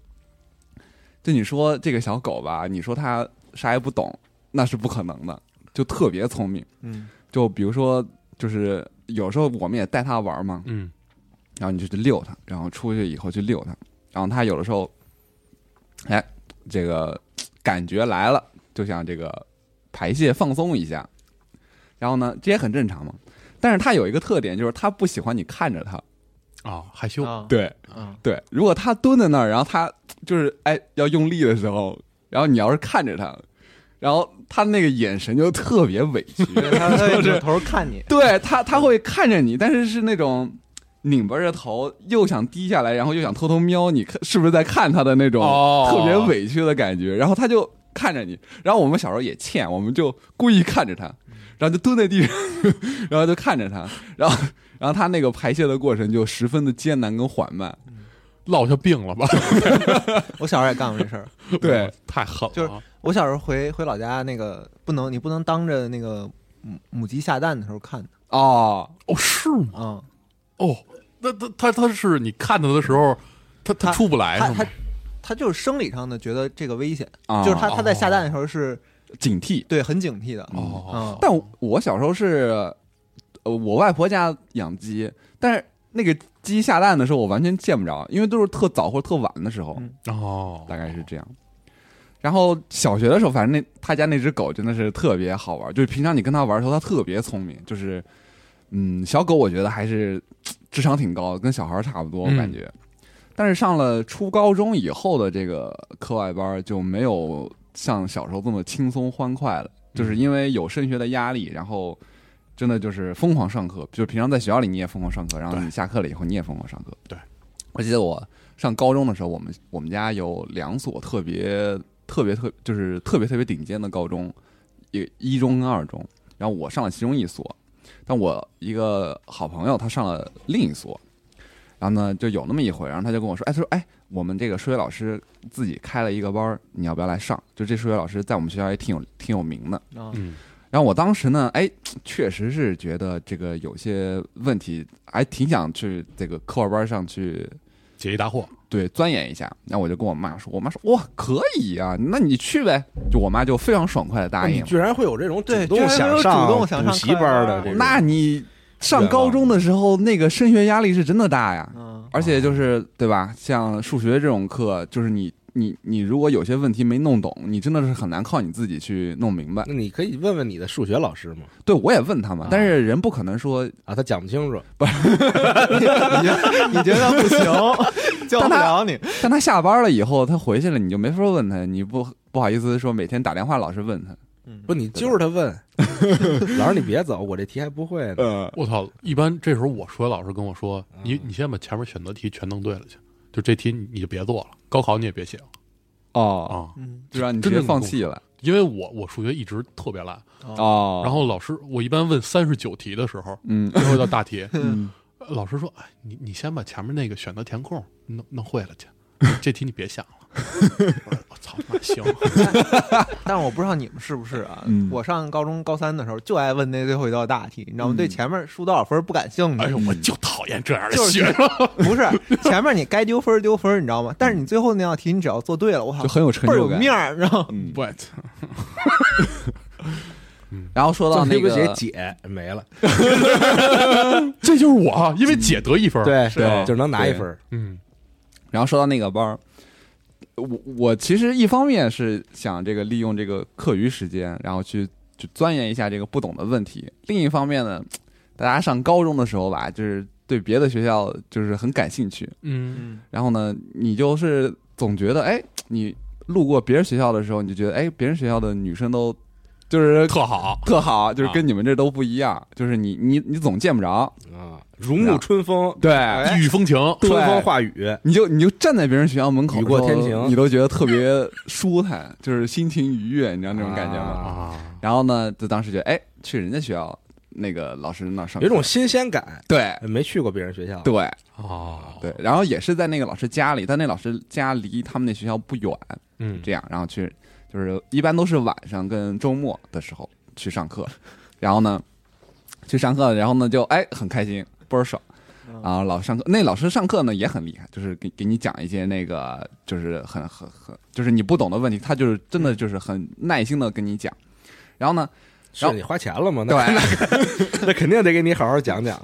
Speaker 7: 就你说这个小狗吧，你说它啥也不懂，那是不可能的，就特别聪明。
Speaker 6: 嗯，
Speaker 7: 就比如说，就是有时候我们也带它玩嘛，
Speaker 5: 嗯，
Speaker 7: 然后你就去遛它，然后出去以后去遛它，然后它有的时候，哎，这个感觉来了，就想这个排泄放松一下，然后呢，这也很正常嘛。但是它有一个特点，就是它不喜欢你看着它。
Speaker 5: 啊，害羞，
Speaker 6: 啊，
Speaker 7: 对
Speaker 6: 嗯，
Speaker 7: 对，如果它蹲在那儿，然后它就是哎要用力的时候，然后你要是看着它，然后它那个眼神就特别委屈，
Speaker 6: 对他他会扭头看你，
Speaker 7: 对他，他会看着你，但是是那种拧巴着头，又想低下来，然后又想偷偷瞄你，看是不是在看他的那种
Speaker 5: 哦
Speaker 7: 特别委屈的感觉。然后他就看着你，然后我们小时候也欠，我们就故意看着他，然后就蹲在地上，然后就看着他， 然后然后他那个排泄的过程就十分的艰难跟缓慢。
Speaker 5: 落下病了吧？
Speaker 6: 我小时候也干过这事儿。嗯
Speaker 7: 对，
Speaker 5: 太狠了，
Speaker 6: 就是我小时候回回老家，那个不能，你不能当着那个母母鸡下蛋的时候看它
Speaker 7: 哦，
Speaker 5: 哦，是吗？
Speaker 6: 啊。
Speaker 5: 哦，那他他他是你看他的时候，他他
Speaker 6: 它
Speaker 5: 出不来
Speaker 6: 它
Speaker 5: 是吗
Speaker 6: 它？它就是生理上的觉得这个危险，
Speaker 7: 啊
Speaker 6: 就是它
Speaker 5: 哦
Speaker 6: 它在下蛋的时候是
Speaker 7: 警惕。
Speaker 6: 对很警惕的。嗯
Speaker 5: 哦，
Speaker 7: 但我小时候是，呃，我外婆家养鸡，但是那个鸡下蛋的时候我完全见不着，因为都是特早或者特晚的时候，
Speaker 6: 嗯
Speaker 5: 哦，
Speaker 7: 大概是这样。然后小学的时候，反正那他家那只狗真的是特别好玩，就是平常你跟它玩的时候，它特别聪明，就是，嗯，小狗我觉得还是嘖智商挺高，跟小孩儿差不多，我
Speaker 5: 嗯
Speaker 7: 感觉。但是上了初高中以后的这个课外班儿就没有像小时候这么轻松欢快了，
Speaker 5: 嗯
Speaker 7: 就是因为有升学的压力，然后真的就是疯狂上课，就平常在学校里你也疯狂上课，然后你下课了以后你也疯狂上课。
Speaker 5: 对，
Speaker 7: 我记得我上高中的时候，我们我们家有两所特别特别特就是特别特别顶尖的高中，一一中跟二中，然后我上了其中一所，但我一个好朋友他上了另一所。然后呢，就有那么一回，然后他就跟我说：“哎，他说，哎，我们这个数学老师自己开了一个班儿，你要不要来上？就这数学老师在我们学校也挺有挺有名的。
Speaker 6: 啊
Speaker 5: 嗯，
Speaker 7: 然后我当时呢，哎，确实是觉得这个有些问题，还挺想去这个课外班上去
Speaker 5: 解一大惑，
Speaker 7: 对钻研一下。那我就跟我妈说，我妈说哇，可以啊，那你去呗。就我妈就非常爽快的答
Speaker 4: 你
Speaker 7: 应。
Speaker 4: 居然会有这种主
Speaker 6: 对居
Speaker 4: 动
Speaker 6: 然会有
Speaker 4: 想
Speaker 6: 主
Speaker 4: 上啊
Speaker 6: 动想上
Speaker 4: 补习班的
Speaker 6: 课
Speaker 4: 这种，
Speaker 7: 那你上高中的时候，那个升学压力是真的大呀。
Speaker 6: 嗯，
Speaker 7: 而且就是对吧？像数学这种课，就是你你你如果有些问题没弄懂，你真的是很难靠你自己去弄明白。
Speaker 4: 那你可以问问你的数学老师嘛？
Speaker 7: 对我也问他
Speaker 6: 啊
Speaker 7: 们，但是人不可能说，
Speaker 4: 啊，他讲不清楚，
Speaker 6: 你觉得不行，教不了你，
Speaker 7: 但他下班了以后，他回去了，你就没法问他，你不不好意思说每天打电话老是问他。
Speaker 4: 不，
Speaker 6: 嗯
Speaker 4: 你揪着他 问，老师你别走，我这题还不会 呢。
Speaker 2: 呃，
Speaker 5: 我操！一般这时候我数学老师跟我说：“你你先把前面选择题全弄对了去，就这题你就别做了，高考你也别写了
Speaker 7: 哦，
Speaker 5: 啊。
Speaker 6: 嗯，
Speaker 7: 就让你直接放弃了。”
Speaker 5: 因为我我数学一直特别烂，
Speaker 7: 哦，
Speaker 5: 然后老师我一般问三十九题的时候，
Speaker 7: 嗯
Speaker 5: 最后一道大题，
Speaker 7: 嗯
Speaker 5: 呃老师说：“哎，你你先把前面那个选择填空弄弄会了去，这题你别想了。” 我说我操，那行，
Speaker 6: 但是我不知道你们是不是啊
Speaker 7: 嗯？
Speaker 6: 我上高中高三的时候就爱问那最后一道大题，你知道吗
Speaker 7: 嗯？
Speaker 6: 对前面输多少分不感兴
Speaker 5: 哎
Speaker 6: 趣，
Speaker 5: 呦，我就讨厌这样的
Speaker 6: 就是
Speaker 5: 学生。
Speaker 6: 不是前面你该丢分丢分，你知道吗？但是你最后那道题你只要做对了，我
Speaker 7: 嗯就
Speaker 6: 靠，
Speaker 7: 很有成
Speaker 6: 倍儿
Speaker 7: 就
Speaker 6: 有
Speaker 7: 感。
Speaker 6: 面儿，你知道吗？
Speaker 7: 嗯，
Speaker 5: 我
Speaker 7: 然后说到那
Speaker 4: 个
Speaker 7: 个，
Speaker 4: 解没了，
Speaker 5: 这就是我，因为姐得一分。，
Speaker 4: 对
Speaker 7: 是啊
Speaker 4: 就是能拿一分儿。
Speaker 5: 嗯，
Speaker 7: 然后说到那个班儿，我我其实一方面是想这个利用这个课余时间，然后去去钻研一下这个不懂的问题；另一方面呢，大家上高中的时候吧，就是对别的学校就是很感兴趣，
Speaker 5: 嗯，
Speaker 6: 嗯，
Speaker 7: 然后呢，你就是总觉得哎，你路过别人学校的时候，你就觉得哎，别人学校的女生都就是
Speaker 5: 特好。
Speaker 7: 特好，就是跟你们这都不一样，就是你你你总见不着，哎
Speaker 4: 啊，如沐春风，
Speaker 7: 对。
Speaker 5: 一语风情，
Speaker 7: 对
Speaker 4: 春风化雨，
Speaker 7: 你就你就站在别人学校门口，
Speaker 4: 雨过天晴
Speaker 7: 你都觉得特别舒坦，就是心情愉悦，你知道那种感觉吗？
Speaker 5: 啊，
Speaker 7: 然后呢，就当时觉得，哎，去人家学校那个老师那儿上课，
Speaker 4: 有一种新鲜感。
Speaker 7: 对
Speaker 4: 没去过别人学校，
Speaker 7: 对
Speaker 5: 哦，
Speaker 7: 对，然后也是在那个老师家里，但那老师家离他们那学校不远，
Speaker 5: 嗯，
Speaker 7: 这样，然后去就是一般都是晚上跟周末的时候去上课， 然后呢去上课，然后呢就哎很开心，倍儿爽。啊，老师上课，那老师上课呢也很厉害，就是给给你讲一些那个，就是很很很，就是你不懂的问题，他就是真的就是很耐心的跟你讲。然后呢，
Speaker 4: 是你花钱了吗？
Speaker 7: 对
Speaker 4: 那， 那肯定得给你好好讲讲。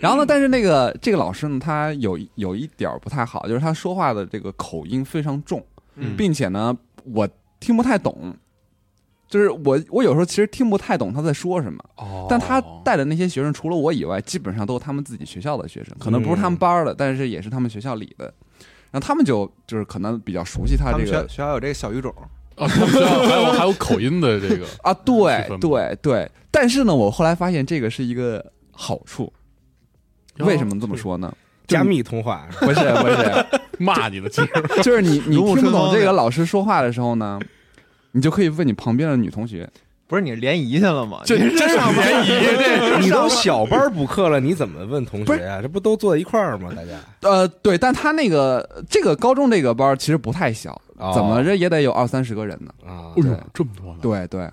Speaker 7: 然后呢，但是那个这个老师呢，他有一有一点儿不太好，就是他说话的这个口音非常重，
Speaker 5: 嗯
Speaker 7: 并且呢，我听不太懂，就是我我有时候其实听不太懂他在说什么。
Speaker 5: 哦，
Speaker 7: 但他带的那些学生，除了我以外，基本上都是他们自己学校的学生，可能不是他们班儿的，但是也是他们学校里的。然后他们就就是可能比较熟悉他
Speaker 6: 他
Speaker 7: 这
Speaker 6: 们学
Speaker 7: 个
Speaker 6: 学校有这个小语种，
Speaker 5: 啊，他们学校还有还有口音的这个，
Speaker 7: 啊，
Speaker 6: 嗯
Speaker 5: 区
Speaker 7: 对
Speaker 5: 分
Speaker 7: 对对。但是呢，我后来发现这个是一个好处。
Speaker 5: 哦
Speaker 7: 为什么这么说呢？
Speaker 4: 加密通话，
Speaker 7: 不是不是，
Speaker 5: 骂你的， 其实哎
Speaker 7: 就是你你
Speaker 6: 如
Speaker 7: 听
Speaker 6: 沐
Speaker 7: 不
Speaker 6: 春
Speaker 7: 懂
Speaker 6: 风
Speaker 7: 这个
Speaker 6: 的
Speaker 7: 老师说话的时候呢，你就可以问你旁边的女同学。
Speaker 6: 不是你联谊去了吗？
Speaker 5: 这
Speaker 6: 你是
Speaker 5: 真是
Speaker 6: 上班
Speaker 5: 联谊这
Speaker 4: 你都小班补课了，你怎么问同学啊？这不都坐在一块儿吗？大家
Speaker 7: 呃，对，但他那个这个高中这个班儿其实不太小，
Speaker 4: 哦
Speaker 7: 怎么着也得有二三十个人呢。
Speaker 4: 啊，
Speaker 5: 哎
Speaker 7: 对
Speaker 5: 呦，这么多呢？
Speaker 7: 对对，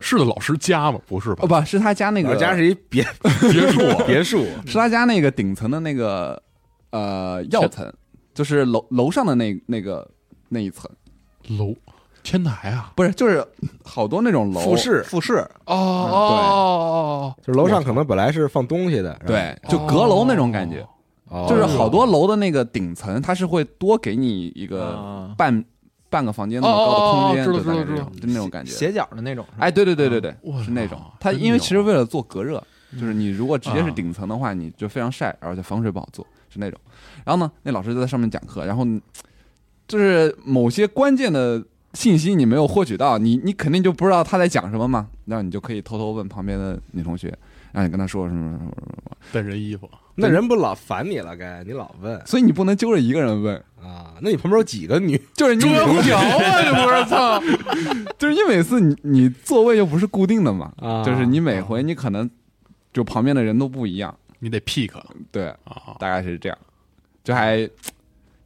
Speaker 5: 是的，老师家吗？不是吧
Speaker 7: 哦，？不是他家那
Speaker 4: 我
Speaker 7: 个，
Speaker 4: 家是一别
Speaker 5: 别墅 啊
Speaker 4: 别墅，
Speaker 7: 是他家那个顶层的那个呃药层，就是楼楼上的那那个那一层，
Speaker 5: 楼天台啊！
Speaker 7: 不是，就是好多那种楼
Speaker 4: 复式，
Speaker 6: 复试，
Speaker 7: 嗯
Speaker 5: 哦哦哦
Speaker 4: 就是楼上可能本来是放东西的，
Speaker 7: 对，
Speaker 5: 哦
Speaker 7: 就阁楼那种感觉，
Speaker 4: 然后，
Speaker 7: 就是
Speaker 4: 哦
Speaker 7: 好多楼的那个顶层，它是会多给你一个
Speaker 6: 啊
Speaker 7: 半、半个房间那么高的空间，
Speaker 5: 哦哦
Speaker 7: 对
Speaker 5: 哦知道
Speaker 7: 大概
Speaker 5: 知道嗯
Speaker 7: 这种就那种感觉。
Speaker 6: 斜角的那种。
Speaker 7: 哎，对对对对对，
Speaker 5: 我
Speaker 7: 是那种
Speaker 5: 操。
Speaker 7: 它
Speaker 5: 真
Speaker 7: 因为
Speaker 5: 牛
Speaker 7: 其实为了做隔热，就是你如果直接是
Speaker 5: 啊
Speaker 7: 顶层的话，你就非常晒，而且防水不好做，是那种。然后呢，那老师就在上面讲课，然后就是某些关键的信息你没有获取到，你你肯定就不知道他在讲什么嘛，那你就可以偷偷问旁边的女同学，让你跟她说什么什么什么什么，
Speaker 5: 带人衣服，
Speaker 4: 那人不老烦你了该，你老问
Speaker 7: 所以你不能揪着一个人问，
Speaker 4: 啊？那你旁边有几个女？
Speaker 7: 就是你
Speaker 5: 中央空调 啊，这不是操！
Speaker 7: 就是你每次你你座位又不是固定的嘛，
Speaker 4: 啊
Speaker 7: 就是你每回你可能就旁边的人都不一样，
Speaker 5: 你得 pick
Speaker 7: 对，
Speaker 5: 啊，嗯
Speaker 7: 大概是这样，就还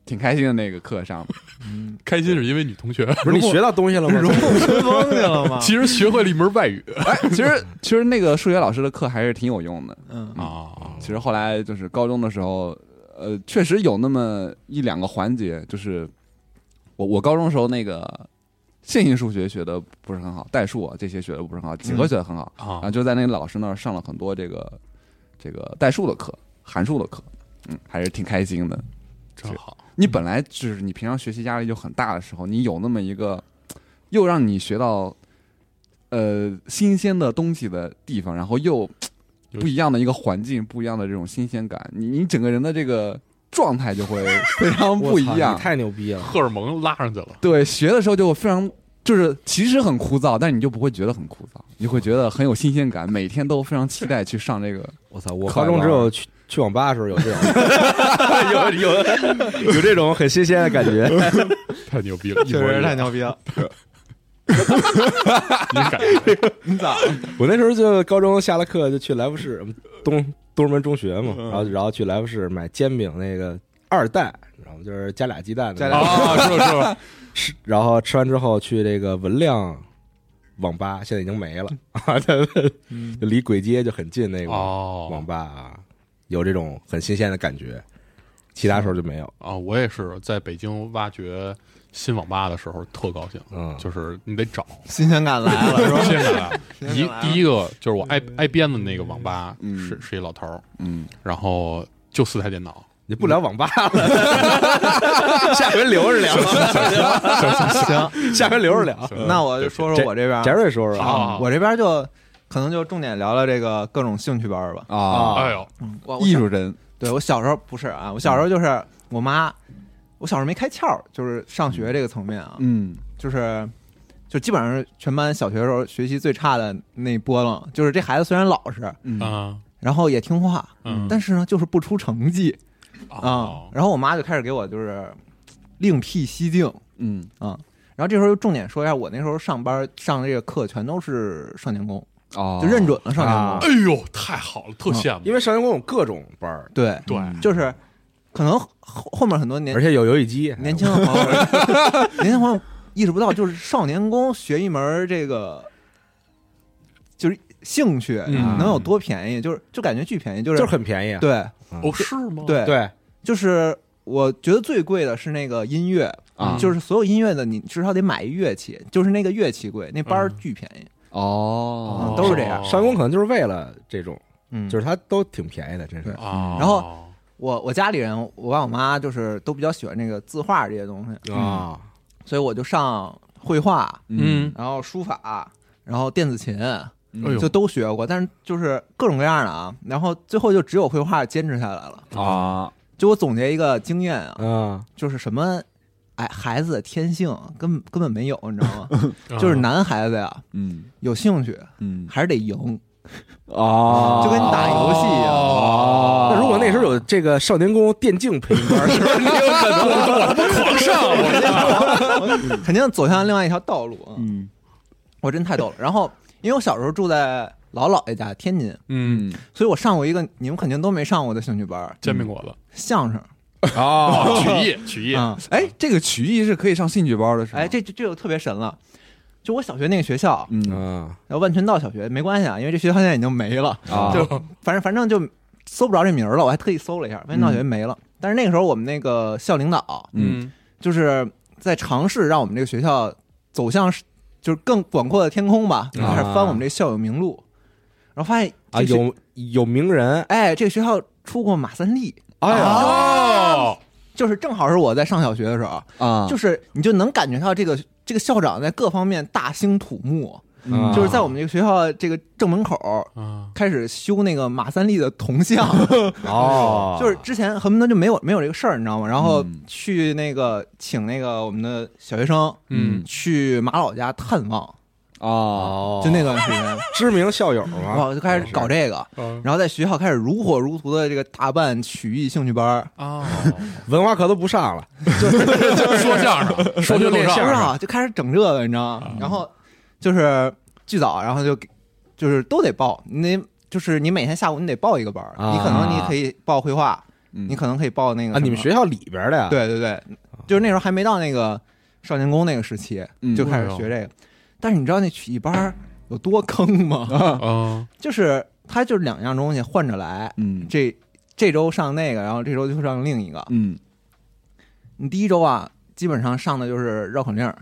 Speaker 7: 挺开心的那个课 上，
Speaker 5: 开心是因为女同学，
Speaker 4: 不是你学到东西了吗？
Speaker 6: 春风去了吗？
Speaker 5: 其实学会了一门外语
Speaker 7: 哎，其实其实那个数学老师的课还是挺有用的。
Speaker 6: 嗯，
Speaker 5: 啊，
Speaker 7: 其实后来就是高中的时候，呃，确实有那么一两个环节，就是我我高中的时候那个线性数学学的不是很好，代数啊这些学的不是很好，几何学的很好，然
Speaker 5: 嗯啊
Speaker 7: 后就在那个老师那儿上了很多这个这个代数的课、函数的课，嗯，还是挺开心的。
Speaker 5: 真好，
Speaker 7: 你本来就是你平常学习压力就很大的时候，你有那么一个又让你学到呃新鲜的东西的地方，然后又
Speaker 5: 有
Speaker 7: 不一样的一个环境，不一样的这种新鲜感，你你整个人的这个状态就会非常不一
Speaker 4: 我操你
Speaker 7: 样。
Speaker 4: 太牛逼了！
Speaker 5: 荷尔蒙拉上去了，
Speaker 7: 对，学的时候就非常。就是其实很枯燥，但是你就不会觉得很枯燥，你会觉得很有新鲜感，每天都非常期待去上这个。
Speaker 4: 我操，我
Speaker 7: 快
Speaker 4: 高
Speaker 7: 乐
Speaker 4: 中只有去去网吧的时候有 这种，有有有这种很新鲜的感 觉。
Speaker 5: 太牛逼了，
Speaker 6: 确实太 牛逼啊了。
Speaker 5: 你感觉
Speaker 4: 我那时候就高中下了课就去来福士东东直门中学嘛，
Speaker 6: 嗯
Speaker 4: 然后然后去来福士买煎饼那个二蛋，然后就是加俩鸡蛋的那个，
Speaker 6: 加俩
Speaker 5: 啊，是吧是吧？
Speaker 4: 吃，然后吃完之后去这个文亮网吧，现在已经没 了啊，就
Speaker 6: 嗯
Speaker 4: 就离簋街就很近那个
Speaker 5: 哦，
Speaker 4: 网吧啊，有这种很新鲜的感觉，其他时候就没有。
Speaker 5: 啊，我也是在北京挖掘新网吧的时候特高兴，
Speaker 4: 嗯
Speaker 5: 就是你得找，
Speaker 6: 新鲜感来了，是吧？
Speaker 5: 现在一
Speaker 6: 新鲜感来了
Speaker 5: 第一个就是我挨挨鞭子那个网吧
Speaker 7: 嗯
Speaker 5: 是是一老头儿，
Speaker 7: 嗯，
Speaker 5: 然后就四台电脑，
Speaker 4: 你不聊网吧了， 下回留着聊，
Speaker 6: 行，
Speaker 4: 下回留着
Speaker 7: 啊
Speaker 4: 聊。
Speaker 6: 那我就说说我这边
Speaker 4: 杰瑞说说啊，
Speaker 5: 啊，
Speaker 6: 我这边就可能就重点聊聊这个各种兴趣班儿吧。
Speaker 7: 啊，
Speaker 5: 哎呦，
Speaker 6: 我
Speaker 7: 艺术人
Speaker 6: 对我小时候不是啊，我小时候就是我妈，我小时候没开窍，就是上学这个层面啊，
Speaker 7: 嗯，
Speaker 6: 就是就基本上是全班小学时候学习最差的那一波了。就是这孩子虽然老实，
Speaker 7: 嗯
Speaker 5: 啊，
Speaker 6: 然后也听话，
Speaker 5: 嗯，
Speaker 6: 但是呢就是不出成绩啊
Speaker 5: 哦。
Speaker 6: 然后我妈就开始给我就是另辟蹊径，啊
Speaker 7: 嗯
Speaker 6: 然后这时候就重点说一下，我那时候上班上这个课全都是少年宫，
Speaker 7: 哦，
Speaker 6: 就认准了少年宫。
Speaker 4: 啊
Speaker 5: 哎呦，太好了，特
Speaker 6: 嗯
Speaker 5: 羡慕，
Speaker 4: 因为少年宫有各种班儿，
Speaker 6: 对，
Speaker 5: 对，
Speaker 6: 就是可能后后面很多年
Speaker 4: 嗯而且有游戏机，
Speaker 6: 年轻的朋 友，年轻朋友意识不到，就是少年宫学一门这个就是兴趣
Speaker 5: 嗯
Speaker 6: 能有多便宜，就是就感觉巨便宜，就
Speaker 4: 就是是很便宜啊。
Speaker 6: 嗯对
Speaker 5: 哦，是吗？，
Speaker 6: 对，
Speaker 4: 对，
Speaker 6: 就是。我觉得最贵的是那个音乐
Speaker 7: 啊
Speaker 6: 就是所有音乐的你至少得买一乐器，就是那个乐器贵，那班儿巨便宜，
Speaker 7: 哦
Speaker 6: 嗯，都是这样
Speaker 5: 哦
Speaker 4: 少年宫可能就是为了这种，
Speaker 6: 嗯
Speaker 4: 就是它都挺便宜的，真是
Speaker 6: 对
Speaker 5: 啊，
Speaker 6: 然后我我家里人，我爸我妈就是都比较喜欢这个字画这些东西，
Speaker 4: 啊。
Speaker 6: 所以我就上绘画，
Speaker 5: 嗯，
Speaker 6: 然后书法，然后电子琴，
Speaker 5: 哎呦
Speaker 6: 嗯就都学过，但是就是各种各样的啊。然后最后就只有绘画坚持下来了。
Speaker 7: 啊，
Speaker 6: 就我总结一个经验啊，
Speaker 4: 嗯，
Speaker 6: 就是什么，哎，孩子的天性根本根本没有，你知道吗？就是
Speaker 5: 啊
Speaker 6: 男孩子呀，
Speaker 7: 嗯
Speaker 6: 有兴趣
Speaker 7: 嗯
Speaker 6: 还是得赢，
Speaker 7: 啊，
Speaker 6: 就跟你打游戏一样。
Speaker 7: 哦，
Speaker 4: 那如果那 时候有这个少年宫电竞培训 班，是不是你有可能
Speaker 6: 肯定走向另外一条道路啊！
Speaker 7: 嗯
Speaker 6: 我真太逗了。然后，因为我小时候住在老姥爷家天津，
Speaker 5: 嗯，
Speaker 7: 嗯
Speaker 6: 所以我上过一个你们肯定都没上过的兴趣班
Speaker 5: 煎饼果子，
Speaker 6: ——相声。
Speaker 7: 哦，
Speaker 5: 曲艺，曲艺，
Speaker 6: 啊、
Speaker 7: 哎，这个曲艺是可以上兴趣班的，是吗
Speaker 6: 哎，这这这个特别神了。就我小学那个学校，
Speaker 7: 嗯
Speaker 4: 啊，
Speaker 6: 然后万泉道小学没关系啊，因为这学校现在已经没了，
Speaker 7: 啊
Speaker 6: 就反正反正就搜不着这名儿了。我还特意搜了一下，万泉道小学没了。但是那个时候我们那个校领导
Speaker 7: 嗯
Speaker 6: 就是在尝试让我们这个学校走向是就是更广阔的天空吧，就
Speaker 4: 啊
Speaker 6: 开始翻我们这校友名录，然后发现
Speaker 4: 啊，
Speaker 6: 这学
Speaker 4: 有有名人，
Speaker 6: 哎这个学校出过马三立，啊
Speaker 4: 哎呀，
Speaker 5: 哦，
Speaker 6: 就是正好是我在上小学的时候，
Speaker 7: 啊，
Speaker 6: 就是你就能感觉到这个这个校长在各方面大兴土木，
Speaker 4: 嗯
Speaker 6: 就是在我们这个学校这个正门口
Speaker 5: 啊，
Speaker 6: 开始修那个马三立的铜像，
Speaker 4: 哦，
Speaker 6: 就是之前恨不得就没有没有这个事儿，你知道吗？然后
Speaker 7: 嗯
Speaker 6: 去那个请那个我们的小学生
Speaker 5: 嗯
Speaker 6: 去马老家探望，
Speaker 7: 啊，
Speaker 4: 哦，
Speaker 6: 就那段 时间，
Speaker 4: 知名校友
Speaker 6: 然
Speaker 4: 嘛，
Speaker 6: 后就开始搞这
Speaker 4: 哦
Speaker 6: 个，然后在学校开始如火如荼的这个大办曲艺兴趣班儿，
Speaker 5: 哦，
Speaker 6: 嗯
Speaker 4: 文化课都不上了，啊
Speaker 5: 啊说 相声，说学逗
Speaker 6: 不
Speaker 5: 唱
Speaker 6: 知，道就开始整这个，你知道吗？然后就是巨早，然后就给就是都得报，你就是你每天下午你得报一个班儿，
Speaker 4: 啊
Speaker 6: 你可能你可以报绘画，
Speaker 7: 你
Speaker 6: 你可能可以报那个
Speaker 4: 啊，
Speaker 6: 什么
Speaker 4: 你们学校里哦边的呀？，
Speaker 6: 对对对，就是那时候还没到那个少年宫那个时期，
Speaker 7: 嗯
Speaker 6: 就开始学这个。但是你知道那曲艺班儿有多坑 吗？
Speaker 5: 嗯，
Speaker 6: 就是它就是两样东西换着来，
Speaker 7: 嗯
Speaker 6: 这这周上那个，然后这周就上另一个。
Speaker 7: 嗯，
Speaker 6: 你第一周啊，基本上上的就是绕口令儿，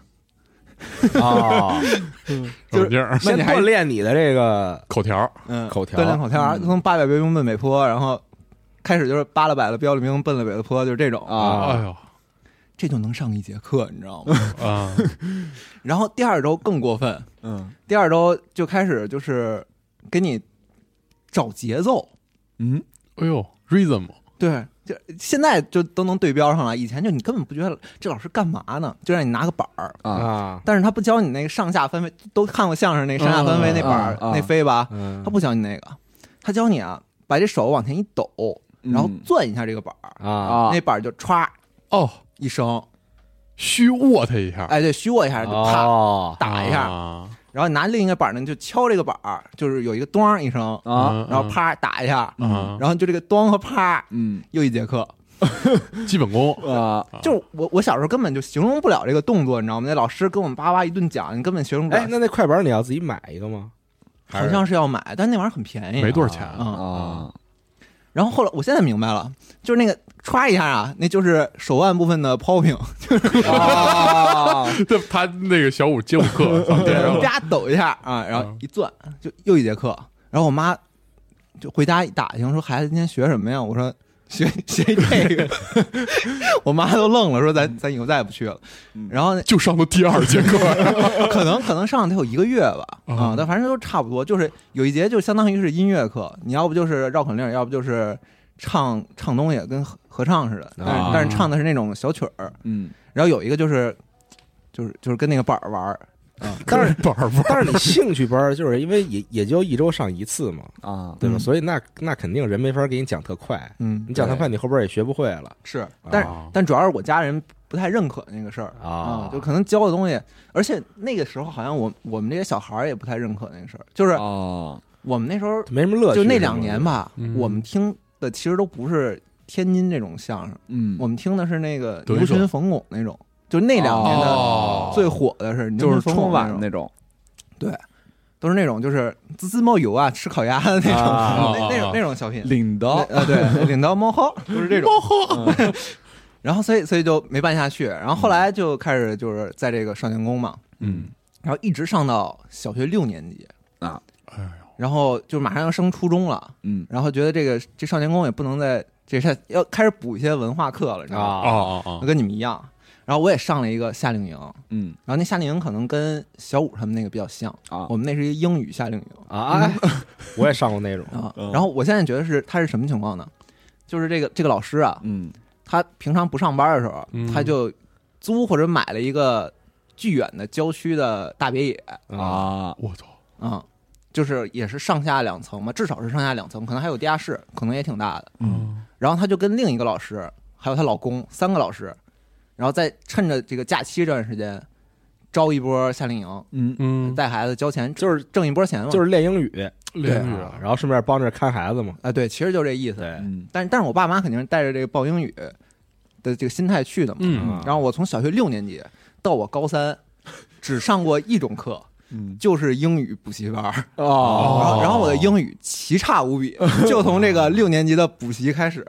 Speaker 4: 啊，
Speaker 5: 手劲儿，
Speaker 4: 那你还
Speaker 6: 先锻
Speaker 4: 练你的这个
Speaker 5: 口条儿，
Speaker 6: 嗯，
Speaker 4: 口条
Speaker 6: 锻炼口条儿，从八百标兵奔北坡，然后开始就是八了百了标了兵奔了北了坡，就是这种
Speaker 4: 啊
Speaker 5: 哎呦，
Speaker 6: 这就能上一节课，你知道吗？
Speaker 5: 啊，
Speaker 6: 然后第二周更过分，
Speaker 7: 嗯
Speaker 6: 第二周就开始就是给你找节奏，
Speaker 7: 嗯，
Speaker 5: 哎呦，rhythm，
Speaker 6: 对，就现在就都能对标上了。以前就你根本不觉得这老师干嘛呢，就让你拿个板儿，
Speaker 7: 啊，
Speaker 4: 啊，
Speaker 6: 但是他不教你那个上下分位，都看过相声那上下分位那板儿、
Speaker 7: 嗯嗯嗯
Speaker 6: 那飞吧，
Speaker 4: 嗯
Speaker 6: 他不教你那个，他教你啊，把这手往前一抖，然后
Speaker 7: 嗯
Speaker 6: 攥一下这个板儿，
Speaker 4: 啊，
Speaker 7: 啊
Speaker 6: 那板儿就歘
Speaker 5: 哦，
Speaker 6: 一声，
Speaker 5: 虚握他一下，
Speaker 6: 哎，对，虚握一下就啪、
Speaker 4: 哦，
Speaker 6: 打一下，
Speaker 5: 啊
Speaker 6: 然后你拿另一个板儿呢就敲这个板儿，就是有一个咚一声，
Speaker 7: 啊，
Speaker 6: 然后，啪打一下，
Speaker 5: 嗯
Speaker 6: 然后就这个咚和啪
Speaker 7: 嗯
Speaker 6: 又一节课。嗯
Speaker 5: 基本功，
Speaker 7: 啊，
Speaker 5: 啊
Speaker 6: 就是我我小时候根本就形容不了这个动作，你知道吗？那老师跟我们叭叭一顿讲，你根本形容不了。
Speaker 4: 哎，那那快板你要自己买一个 吗？还
Speaker 6: 好像是要买，但那玩意儿很便宜，
Speaker 5: 没多少钱
Speaker 6: 啊、嗯
Speaker 7: 啊，
Speaker 6: 然后后来我现在明白了，就是那个歘一下啊，那就是手腕部分的 popping，
Speaker 7: 啊，
Speaker 5: 这 他那个小舞街舞课，放街 上
Speaker 6: 啪抖一下啊，然后
Speaker 5: 嗯
Speaker 6: 一攥就又一节课。然后我妈就回家一打听说孩子今天学什么呀？我说学学这个， 我妈都愣了，说咱咱以后再也不去了。然后
Speaker 5: 就上到第二节课，
Speaker 6: 可能可能上了得有一个月吧，
Speaker 5: 啊
Speaker 6: 啊、但反正都差不多，就是有一节就相当于是音乐课，你要不就是绕口令，要不就是唱唱东西，跟合合唱似的，但是、
Speaker 4: 啊
Speaker 6: 但是唱的是那种小曲儿，
Speaker 7: 嗯
Speaker 6: 然后有一个就是就是就是跟那个板儿玩儿，
Speaker 4: 但是
Speaker 5: 板儿玩
Speaker 4: 但是你兴趣班儿就是因为也也就一周上一次嘛，
Speaker 7: 啊，
Speaker 4: 对吧？
Speaker 6: 嗯
Speaker 4: 所以那那肯定人没法给你讲特快，
Speaker 6: 嗯
Speaker 4: 你，讲特快你后边也学不会了
Speaker 6: 是，但是、
Speaker 5: 啊
Speaker 6: 但主要是我家人不太认可那个事儿。啊、就可能教的东西，而且那个时候好像我我们这些小孩儿也不太认可那个事儿，就是
Speaker 7: 啊，
Speaker 6: 我们那时候
Speaker 4: 没什么乐趣。
Speaker 6: 就那两年吧
Speaker 5: 嗯，
Speaker 6: 我们听的其实都不是天津这种相声，
Speaker 7: 嗯，
Speaker 6: 我们听的是那个
Speaker 5: 德
Speaker 6: 牛
Speaker 5: 云社
Speaker 6: 群冯巩那种，就那两年的
Speaker 5: 哦
Speaker 6: 最火的是牛
Speaker 7: 就是
Speaker 6: 群冯
Speaker 7: 春
Speaker 6: 巩那
Speaker 7: 晚
Speaker 6: 种，
Speaker 7: 那种，
Speaker 6: 都是那种就是滋滋冒油啊，吃烤鸭的那种，
Speaker 4: 啊
Speaker 6: 那那种那种小品。
Speaker 7: 哦领
Speaker 6: 那
Speaker 7: 导，
Speaker 6: 呃， 对，领导猫吼就是这种，猫吼。 然后所以所以就没办下去，然后后来就开始就是在这个少年宫嘛，
Speaker 7: 嗯
Speaker 6: 然后一直上到小学六年级，
Speaker 7: 啊
Speaker 5: 哎呦
Speaker 6: 然后就马上要升初中了。
Speaker 7: 嗯
Speaker 6: 然后觉得这个这少年宫也不能再这是要开始补一些文化课了，你知道吗？
Speaker 4: 啊
Speaker 5: 哦哦
Speaker 6: 跟你们一样，然后我也上了一个夏令营，
Speaker 7: 嗯
Speaker 6: 然后那夏令营可能跟小五他们那个比较像，
Speaker 7: 啊
Speaker 6: 我们那嗯是一个英语夏令营
Speaker 4: 啊，哎我也上过那种
Speaker 6: 啊
Speaker 7: 嗯。
Speaker 6: 然后我现在觉得是他是什么情况呢？就是这个这个老师啊，
Speaker 7: 嗯
Speaker 6: 他平常不上班的时候
Speaker 5: 嗯，
Speaker 6: 他就租或者买了一个巨远的郊区的大别野
Speaker 4: 啊
Speaker 7: 啊
Speaker 5: 哦，我操，
Speaker 6: 啊。就是也是上下两层嘛，至少是上下两层，可能还有地下室，可能也挺大的。
Speaker 5: 嗯
Speaker 6: 然后她就跟另一个老师，还有她老公三个老师，然后再趁着这个假期这段时间，招一波夏令营，
Speaker 7: 嗯
Speaker 5: 嗯，
Speaker 6: 带孩子交钱，
Speaker 4: 就是
Speaker 6: 挣一波钱嘛。
Speaker 4: 就是练英语，
Speaker 5: 练语
Speaker 4: 啊，然后顺便帮着看孩子嘛。
Speaker 6: 啊，对，其实就这意思。
Speaker 4: 对，
Speaker 7: 嗯
Speaker 6: 但但是我爸妈肯定是带着这个报英语的这个心态去的嘛。
Speaker 5: 嗯
Speaker 6: 然后我从小学六年级到我高三，只上过一种课，
Speaker 7: 嗯
Speaker 6: 就是英语补习班儿。
Speaker 7: 哦
Speaker 6: 然后，然后我的英语奇差无 比，就从这个六年级的补习开始，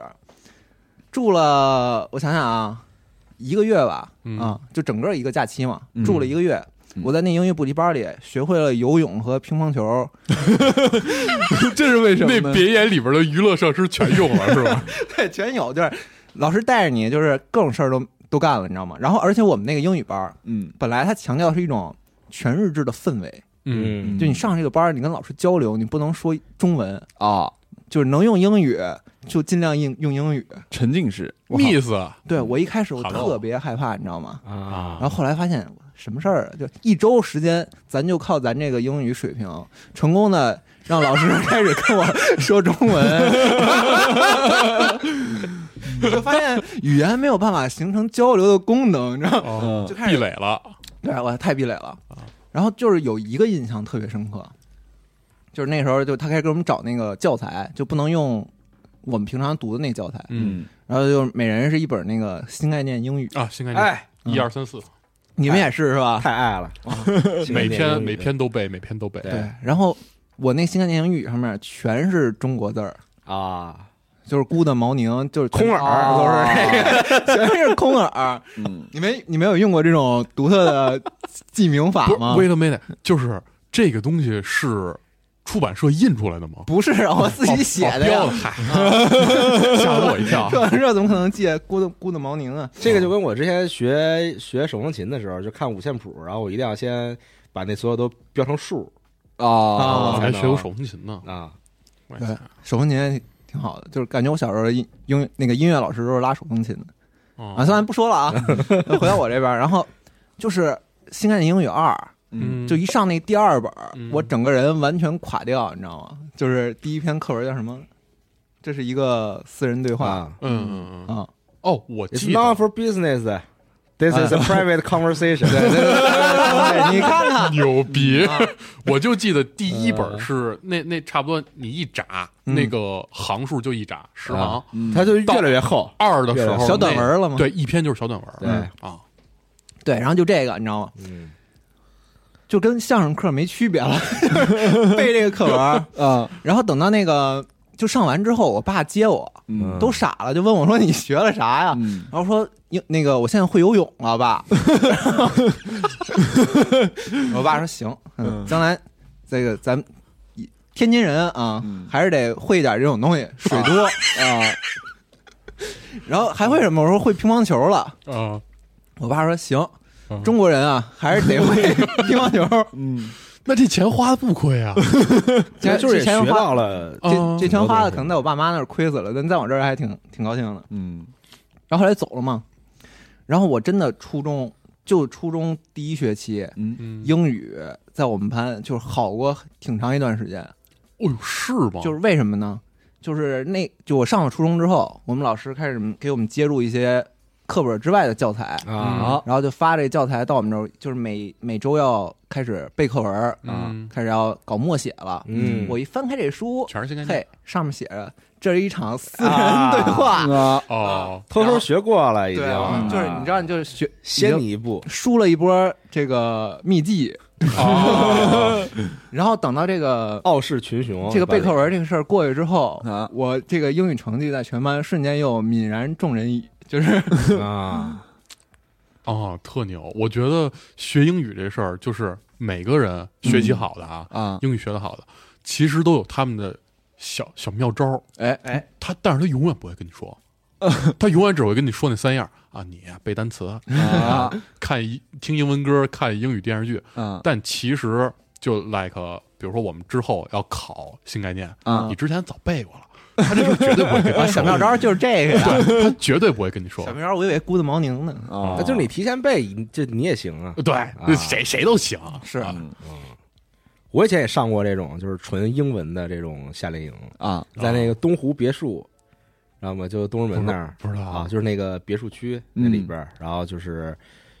Speaker 6: 住了我想想啊，一个月吧，
Speaker 5: 嗯
Speaker 6: 啊，就整个一个假期嘛，
Speaker 7: 嗯
Speaker 6: 住了一个月。
Speaker 7: 嗯
Speaker 6: 我在那英语补习班里学会了游泳和乒 乓球，
Speaker 7: 这是为什么
Speaker 5: 那
Speaker 7: 呢？
Speaker 5: 别野里边的娱乐设施全用了是吧？
Speaker 6: 对，全有，就是老师带着你，就是各种事儿都都干了，你知道吗？然后，而且我们那个英语班儿
Speaker 7: 嗯
Speaker 6: 本来它强调是一种全日制的氛围，
Speaker 5: 嗯
Speaker 6: 就你上这个班儿，你跟老师交流，你不能说中文，
Speaker 7: 啊，
Speaker 6: 就是能用英语就尽量用用英语。
Speaker 7: 沉浸式
Speaker 5: ，miss 啊
Speaker 6: 对我一开始我
Speaker 5: Hello
Speaker 6: 特别害怕，你知道吗？
Speaker 5: 嗯
Speaker 4: 嗯
Speaker 5: 啊
Speaker 6: 然后后来发现什么事儿啊，就一周时间，咱就靠咱这个英语水平，成功的让老师 开始跟我说中文， 就发现语言没有办法形成交流的功能，你知道吗？
Speaker 5: 哦
Speaker 6: 就开
Speaker 5: 壁
Speaker 6: 始
Speaker 5: 垒了，
Speaker 6: 对我太壁垒了。
Speaker 5: 啊
Speaker 6: 然后就是有一个印象特别深刻，就是那时候就他开始给我们找那个教材，就不能用我们平常读的那教材，
Speaker 5: 嗯
Speaker 6: 然后就每人是一本那个新概念英语，
Speaker 5: 啊，新概念
Speaker 4: 哎，
Speaker 5: 一二三四，
Speaker 6: 你们也是是吧？
Speaker 4: 太爱了，
Speaker 5: 每篇每篇都背，每篇都背，
Speaker 4: 对
Speaker 6: 对，哎然后我那新概念英语上面全是中国字儿，
Speaker 4: 啊，
Speaker 6: 就是姑的毛宁，就是哦
Speaker 4: 空耳都是这个，
Speaker 6: 全是空耳。
Speaker 7: 嗯，
Speaker 6: 你没你没有用过这种独特的记名法
Speaker 5: 不是
Speaker 6: 吗？
Speaker 5: ，wait a minute，就是这个东西是出版社印出来的吗？
Speaker 6: 不是，我自己写的呀
Speaker 5: 哦标。嗨，吓了我一跳。
Speaker 6: 这这怎么可能记姑的姑的毛宁啊？
Speaker 4: 这个就跟我之前学学手风琴的时候，就看五线谱，然后我一定要先把那所有都标成数
Speaker 7: 啊
Speaker 5: 我
Speaker 6: 啊
Speaker 5: 还学过手风琴呢，
Speaker 4: 啊，
Speaker 5: 我
Speaker 6: 对，手风琴挺好的，就是感觉我小时候音音那个音乐老师都是拉手风琴的啊。
Speaker 5: 啊
Speaker 6: 算了，不说了啊，回到我这边儿，然后就是新概念英语二，
Speaker 5: 嗯，
Speaker 6: 就一上那第二本儿，
Speaker 5: 嗯
Speaker 6: 我整个人完全垮掉，你知道吗？就是第一篇课文叫什么？这是一个私人对话
Speaker 4: 啊
Speaker 5: 嗯嗯嗯
Speaker 6: 啊，
Speaker 5: 哦，我
Speaker 4: ，It's
Speaker 5: 记
Speaker 4: not
Speaker 5: 得
Speaker 4: for business. This is a private conversation.
Speaker 6: 对对对对对，你看 看，
Speaker 5: 牛逼
Speaker 6: 啊，
Speaker 5: 我就记得第一本是那那差不多你一扎
Speaker 6: 嗯
Speaker 5: 那个行数就一扎十行，
Speaker 4: 它嗯就越来越厚。
Speaker 5: 二的时候
Speaker 6: 小短文了
Speaker 5: 那
Speaker 6: 吗？
Speaker 5: 对一篇就是小短文，
Speaker 4: 对
Speaker 5: 啊，
Speaker 6: 对，然后就这个，你知道吗？
Speaker 4: 嗯，
Speaker 6: 就跟相声课没区别了， 背这个 课文，
Speaker 7: 啊，
Speaker 6: 然后等到那个就上完之后，我爸接我，
Speaker 7: 嗯
Speaker 6: 都傻了，就问我说你学了啥呀？
Speaker 7: 嗯
Speaker 6: 然后说英那个我现在会游泳 了，爸。我爸说行，嗯，将来这个咱们以天津人啊，
Speaker 7: 嗯
Speaker 6: 还是得会一点这种东西，水多啊。 然后还会什么？我说会乒乓球了。
Speaker 5: 啊，
Speaker 6: 我爸说行
Speaker 5: 嗯，
Speaker 6: 中国人啊，还是得会乒 乓球。
Speaker 7: 嗯
Speaker 5: 那这钱花的不亏啊，
Speaker 4: 其实就是也
Speaker 6: 之前
Speaker 4: 学
Speaker 6: 花
Speaker 4: 到了，嗯
Speaker 5: 啊
Speaker 6: 这这钱花的可能在我爸妈那儿亏死了，但在我这儿还挺挺高兴的。
Speaker 7: 嗯
Speaker 6: 然后后来走了嘛，然后我真的初中就初中第一学期，
Speaker 7: 嗯，
Speaker 5: 嗯，
Speaker 6: 英语在我们班就是好过挺长一段时间。
Speaker 5: 哦呦是吗？
Speaker 6: 就是为什么呢？就是那就我上了初中之后，我们老师开始给我们接入一些课本之外的教材，
Speaker 4: 嗯
Speaker 5: 啊
Speaker 6: 然后就发这教材到我们这儿，就是每每周要开始背课文儿啊，
Speaker 5: 嗯
Speaker 6: 开始要搞默写了。
Speaker 4: 嗯
Speaker 6: 我一翻开这书，
Speaker 5: 全是新概念
Speaker 6: 嘿，上面写着这是一场私人
Speaker 4: 啊
Speaker 6: 对话。
Speaker 7: 啊，
Speaker 5: 哦，
Speaker 4: 偷偷学过了已
Speaker 6: 对
Speaker 4: 经，
Speaker 6: 啊，
Speaker 7: 嗯
Speaker 6: 就是你知道，你就是学
Speaker 4: 先
Speaker 6: 已经
Speaker 4: 你一步
Speaker 6: 输了一波这个秘籍，
Speaker 5: 哦，
Speaker 6: 然后等到这个
Speaker 4: 傲视群雄。
Speaker 6: 这个背课文这个事儿过去之后
Speaker 7: 啊，
Speaker 6: 我这个英语成绩在全班瞬间又泯然众人矣，就是
Speaker 4: 文啊，
Speaker 5: 哦，特牛！我觉得学英语这事儿，就是每个人学习好的啊，
Speaker 7: 啊
Speaker 5: 英语学得好的，其实都有他们的小小妙招儿。
Speaker 6: 哎哎，
Speaker 5: 他，但是他永远不会跟你说，
Speaker 6: 嗯
Speaker 5: 他永远只会跟你说那三样啊，你呀背单词，
Speaker 6: 嗯
Speaker 7: 啊
Speaker 5: 看一听英文歌，看英语电视剧。
Speaker 6: 嗯
Speaker 7: 啊
Speaker 5: 但其实就 like，呃比如说我们之后要考新概念，
Speaker 7: 啊
Speaker 5: 你之前早背过了，他这事儿绝对不会跟你说。
Speaker 6: 嗯小妙招，就是这个呀。
Speaker 5: 对他绝对不会跟你说
Speaker 6: 小。妙招，我以为姑子毛宁呢。
Speaker 7: 啊
Speaker 4: 那就是你提前背，你这你也行啊。
Speaker 5: 对，谁谁都行，
Speaker 6: 是嗯
Speaker 5: 啊
Speaker 4: 我以前也上过这种就是纯英文的这种夏令营，
Speaker 7: 啊
Speaker 4: 在那个东湖别墅，知道吗？就东直门那儿
Speaker 5: 不知道
Speaker 4: 啊，就是那个别墅区那里边儿，然后就是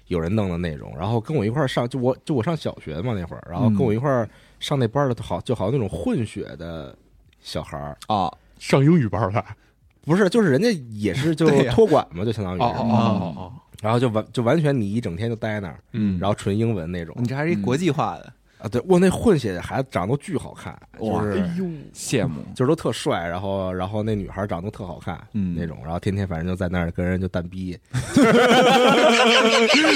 Speaker 4: 有人弄的那种，然后跟我一块儿上，就我就我上小学嘛那会儿，然后跟我一块儿上那班儿的，好就好像那种混血的小孩儿，
Speaker 7: 啊
Speaker 5: 上英语班儿来。
Speaker 4: 不是，就是人家也是就
Speaker 6: 对呀
Speaker 4: 托管嘛，就相当于
Speaker 5: 哦
Speaker 4: 是，
Speaker 5: 哦哦哦哦，
Speaker 4: 然后就完就完全你一整天就待在那儿，
Speaker 7: 嗯
Speaker 4: 然后纯英文那种
Speaker 6: 你这还是一国际化的，
Speaker 4: 啊，对，哇，那混血的孩子长得都巨好看，就
Speaker 7: 哇哎
Speaker 4: 是。
Speaker 6: 哎
Speaker 7: 羡慕
Speaker 4: 就是都特帅，然后然后那女孩长得都特好看，
Speaker 7: 嗯
Speaker 4: 那种，然后天天反正就在那儿跟人就蛋逼，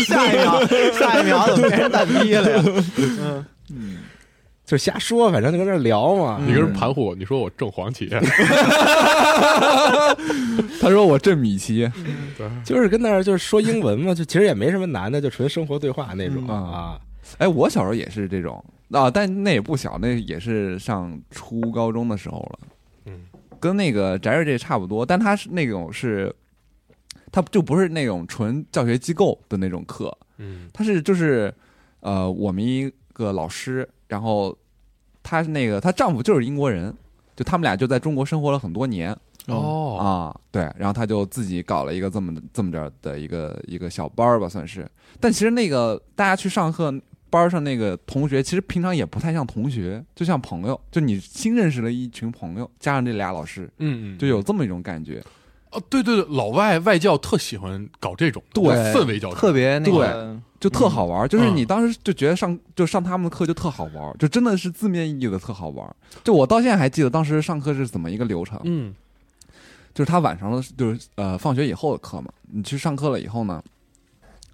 Speaker 6: 下一秒， 下一秒怎么变成蛋逼了呀？
Speaker 4: 就瞎说，反正就跟那儿聊嘛。
Speaker 5: 你跟
Speaker 6: 嗯
Speaker 5: 人盘虎，你说我正黄旗，
Speaker 7: 他说我这米奇
Speaker 4: 就是跟那儿就是说英文嘛，就其实也没什么难的，就纯生活对话那种、
Speaker 7: 嗯
Speaker 4: 啊。
Speaker 7: 哎，我小时候也是这种，啊，但那也不小，那也是上初高中的时候了，
Speaker 5: 嗯，
Speaker 7: 跟那个翟瑞这差不多，但他是那种是，他就不是那种纯教学机构的那种课，
Speaker 5: 嗯
Speaker 7: 他是就是呃，我们一个老师，然后她是那个她丈夫就是英国人，就他们俩就在中国生活了很多年，
Speaker 5: 哦
Speaker 7: 啊，对，然后他就自己搞了一个这么这么着的一个一个小班儿吧，算是。但其实那个大家去上课班儿上那个同学，其实平常也不太像同学，就像朋友，就你新认识了一群朋友，加上这俩老师，
Speaker 5: 嗯嗯，
Speaker 7: 就有这么一种感觉。
Speaker 5: 哦，对对对，老外外教特喜欢搞这种的
Speaker 7: 对
Speaker 5: 氛围教育，
Speaker 6: 特别那个
Speaker 7: 就特好玩儿，就是
Speaker 5: 嗯
Speaker 7: 你当时就觉得上就上他们的课就特好玩儿，就真的是字面意义的特好玩儿。就我到现在还记得当时上课是怎么一个流程，
Speaker 5: 嗯
Speaker 7: 就是他晚上的就是呃放学以后的课嘛，你去上课了以后呢，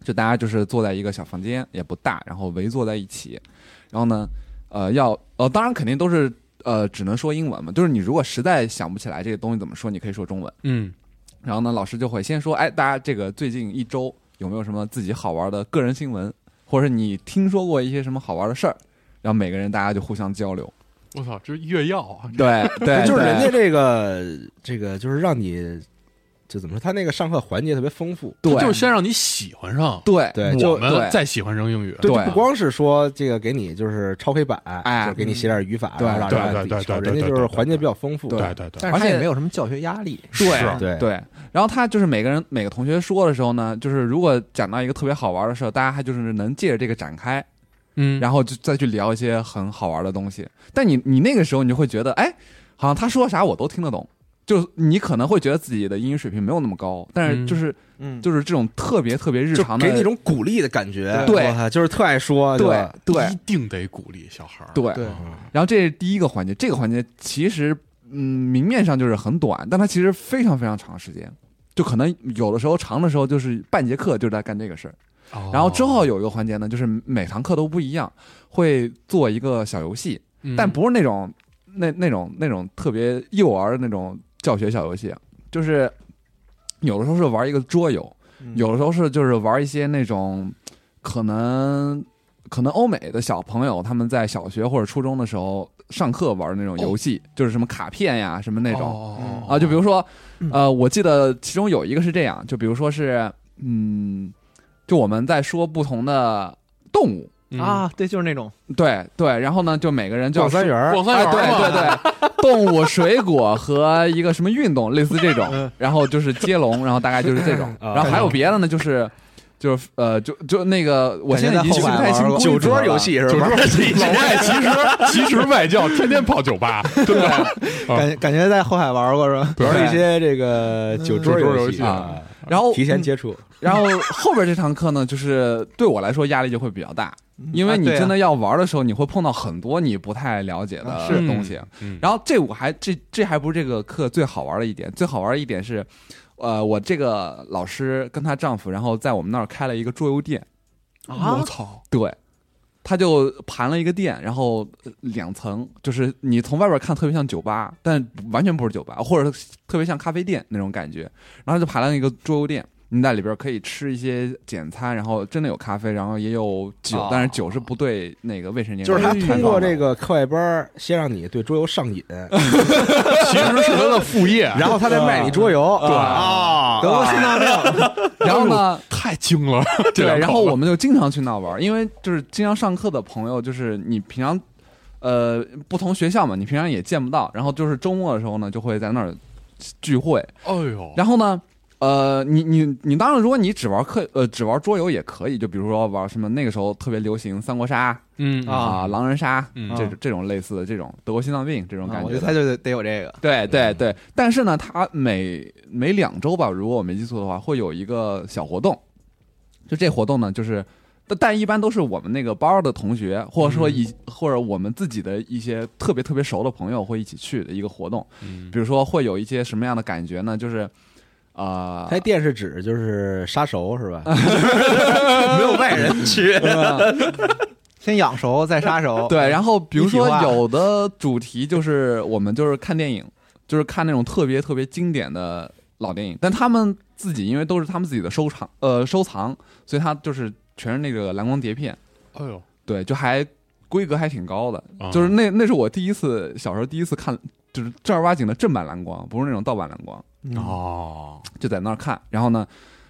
Speaker 7: 就大家就是坐在一个小房间，也不大，然后围坐在一起，然后呢，呃要呃当然肯定都是呃只能说英文嘛，就是你如果实在想不起来这个东西怎么说，你可以说中文。
Speaker 5: 嗯
Speaker 7: 然后呢，老师就会先说，哎，大家这个最近一周有没有什么自己好玩的个人新闻，或者是你听说过一些什么好玩的事儿，然后每个人大家就互相交流。
Speaker 5: 我操，这是越要啊，
Speaker 7: 对 对，
Speaker 4: 就是
Speaker 7: 对
Speaker 4: 人家这个这个就是让你就怎么说，他那个上课环节特别丰富，
Speaker 7: 对
Speaker 5: 他就是先让你喜欢上，
Speaker 7: 对
Speaker 4: 对就
Speaker 5: 我们
Speaker 7: 对
Speaker 5: 再喜欢上英语，
Speaker 4: 对，
Speaker 7: 对
Speaker 4: 就不光是说这个给你就是抄黑板，
Speaker 7: 哎
Speaker 4: 就是给你写点语法，啊
Speaker 7: 对
Speaker 4: 然后让
Speaker 5: 对
Speaker 4: 你
Speaker 5: 对
Speaker 4: 自己抄
Speaker 5: 对对
Speaker 4: 人家
Speaker 5: 对
Speaker 4: 就是
Speaker 5: 对
Speaker 4: 环节比较丰富，
Speaker 5: 对对对，
Speaker 6: 但是他
Speaker 7: 而且
Speaker 6: 也没有什么教学压力，
Speaker 5: 是
Speaker 7: 对
Speaker 4: 对
Speaker 7: 对，然后他就是每个人每个同学说的时候呢，就是如果讲到一个特别好玩的事儿，大家还就是能借着这个展开，
Speaker 5: 嗯，
Speaker 7: 然后就再去聊一些很好玩的东西。但你你那个时候你就会觉得，哎，好像他说啥我都听得懂。就是你可能会觉得自己的英语水平没有那么高，但是
Speaker 5: 嗯
Speaker 7: 就是、
Speaker 6: 嗯，
Speaker 7: 就是这种特别特别日
Speaker 4: 就
Speaker 7: 常的，
Speaker 4: 给你一种鼓励的感觉，
Speaker 7: 对
Speaker 4: 我操就是特爱说，
Speaker 7: 对
Speaker 4: 是吧
Speaker 7: 对
Speaker 5: 一定得鼓励小孩儿，
Speaker 7: 对
Speaker 6: 对
Speaker 4: 嗯
Speaker 7: 然后这是第一个环节，这个环节其实嗯明面上就是很短，但它其实非常非常长时间，就可能有的时候长的时候就是半节课就在干这个事儿。
Speaker 5: 哦，
Speaker 7: 然后之后有一个环节呢，就是每堂课都不一样，会做一个小游戏，
Speaker 5: 嗯，
Speaker 7: 但不是那种那那种那种特别幼儿的那种教学小游戏，啊就是有的时候是玩一个桌游，
Speaker 5: 嗯
Speaker 7: 有的时候是就是玩一些那种可能可能欧美的小朋友他们在小学或者初中的时候上课玩的那种游戏，
Speaker 5: 哦
Speaker 7: 就是什么卡片呀什么那种。
Speaker 5: 种
Speaker 7: 啊，就比如说，呃，我记得其中有一个是这样，就比如说是，嗯，就我们在说不同的动物，
Speaker 5: 如
Speaker 6: 啊，对，就是那种
Speaker 7: 对对，然后呢，就每个人就
Speaker 4: 逛三园儿
Speaker 5: 广三
Speaker 7: 哎，
Speaker 5: 啊
Speaker 7: 对
Speaker 5: 园嘛，
Speaker 7: 对对，动物、水果和一个什么运动，类似这种，然后就是接龙，然后大概就是这种，
Speaker 4: 啊
Speaker 7: 然后还有别的呢，就是。就是呃，就就那个，我现在已经记不太清规则了
Speaker 4: 酒桌游戏是吧？
Speaker 5: 老外 其实其实外教天天泡酒吧，真的
Speaker 6: 感感觉在后海玩过是吧？
Speaker 4: 玩了一些这个酒桌
Speaker 5: 酒桌游
Speaker 4: 戏
Speaker 5: 戏
Speaker 4: 啊，
Speaker 7: 然后
Speaker 4: 提前接触，
Speaker 7: 然后后边这堂课呢，就是对我来说压力就会比较大，因为你
Speaker 6: 啊对啊
Speaker 7: 真的要玩的时候，你会碰到很多你不太了解的
Speaker 5: 是
Speaker 7: 东西。，
Speaker 5: 嗯
Speaker 7: 然后这我还这这还不是这个课最好玩的一点，最好玩的一点是，呃，我这个老师跟她丈夫，然后在我们那儿开了一个桌游店，
Speaker 4: 啊
Speaker 5: 我操，
Speaker 7: 对，他就盘了一个店，然后呃两层，就是你从外边看特别像酒吧，但完全不是酒吧，或者特别像咖啡店那种感觉。然后就盘了一个桌游店，你在里边可以吃一些简餐，然后真的有咖啡，然后也有酒，
Speaker 6: 哦
Speaker 7: 但是酒是不对那个未成
Speaker 4: 啊
Speaker 7: 年
Speaker 4: 就是
Speaker 7: 人
Speaker 4: 他
Speaker 6: 哎
Speaker 7: 开放的。
Speaker 4: 通过这个课外班儿先让你对桌游上 瘾，
Speaker 5: 其实是他的副业，然
Speaker 4: 然后他再卖你桌游，对啊，德国新浪潮，
Speaker 7: 然后呢，
Speaker 5: 太精了，这
Speaker 7: 对，
Speaker 5: 两口子
Speaker 7: 然后我们就经常去那玩儿，因为就是经常上课的朋友，就是你平常，呃，不同学校嘛，你平常也见不到，然后就是周末的时候呢，就会在那儿聚会，
Speaker 5: 哎呦，
Speaker 7: 然后呢。呃，你你你当然，如果你只玩课，呃，只玩桌游也可以，就比如说玩什么那个时候特别流行三国杀
Speaker 5: 嗯
Speaker 7: 啊、狼人杀、
Speaker 5: 嗯
Speaker 7: 这
Speaker 6: 啊
Speaker 7: 这种类似的这种德国心脏病这种
Speaker 6: 啊
Speaker 7: 感
Speaker 6: 我
Speaker 7: 觉
Speaker 6: 觉
Speaker 7: 的
Speaker 6: 得他就得得有这个，
Speaker 7: 对对对，但是呢，他每每两周吧，如果我没记错的话，会有一个小活动。就这活动呢，就是，但但一般都是我们那个班儿的同学，或者说以、或者我们自己的一些特别特别熟的朋友会一起去的一个活动。
Speaker 5: 嗯
Speaker 7: 比如说会有一些什么样的感觉呢？就是，啊、
Speaker 4: 他电是指就是杀熟是 吧？没有外人去，
Speaker 6: 先养熟再杀熟，
Speaker 7: 对，然后比如说
Speaker 6: 哦哎一体化
Speaker 7: 有的主题就是我们就是看电影，就是看那种特别特别经典的老电影，但他们自己因为都是他们自己的收藏，呃，收藏，所以他就是全是那个蓝光碟片，
Speaker 5: 哎呦，
Speaker 7: 对，就还规格还挺高的，
Speaker 6: 哦
Speaker 5: 啊
Speaker 7: 就是那那是我第一次小时候第一次看，就是正儿八经的正版蓝光，不是那种盗版蓝光，
Speaker 6: 嗯
Speaker 5: 哦，
Speaker 7: 就在那儿看。然后呢，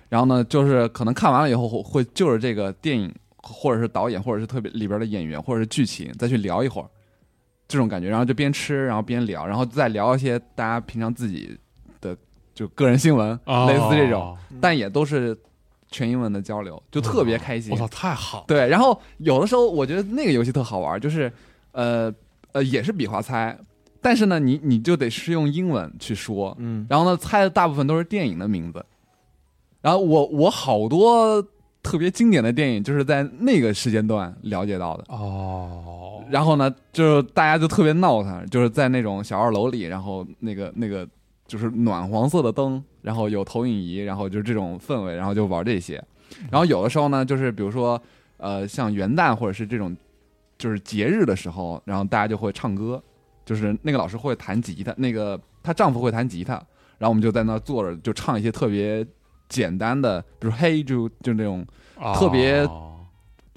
Speaker 7: 然后呢，就是可能看完了以后会会就是这个电影或者是导演或者是特别里边的演员或者是剧情再去聊一会儿，这种感觉，然后就边吃然后边聊，然后再聊一些大家平常自己的就个人新闻，
Speaker 5: 哦
Speaker 7: 类似这种，，但也都是全英文的交流，就特别开心。
Speaker 5: 我操，太好了，
Speaker 7: 对，然后有的时候我觉得那个游戏特好玩，就是呃呃也是比划猜，但是呢你你就得是用英文去说，
Speaker 6: 嗯，
Speaker 7: 然后呢猜的大部分都是电影的名字，然后我我好多特别经典的电影就是在那个时间段了解到的。
Speaker 5: 哦，
Speaker 7: 然后呢，就是大家就特别闹腾，就是在那种小二楼里，然后那个那个就是暖黄色的灯，然后有投影仪，然后就是这种氛围，然后就玩这些。然后有的时候呢，就是比如说呃，像元旦或者是这种就是节日的时候，然后大家就会唱歌，就是那个老师会弹吉他，那个她丈夫会弹吉他，然后我们就在那儿坐着就唱一些特别简单的，比如 Hey Jude 就那种特别
Speaker 5: 哦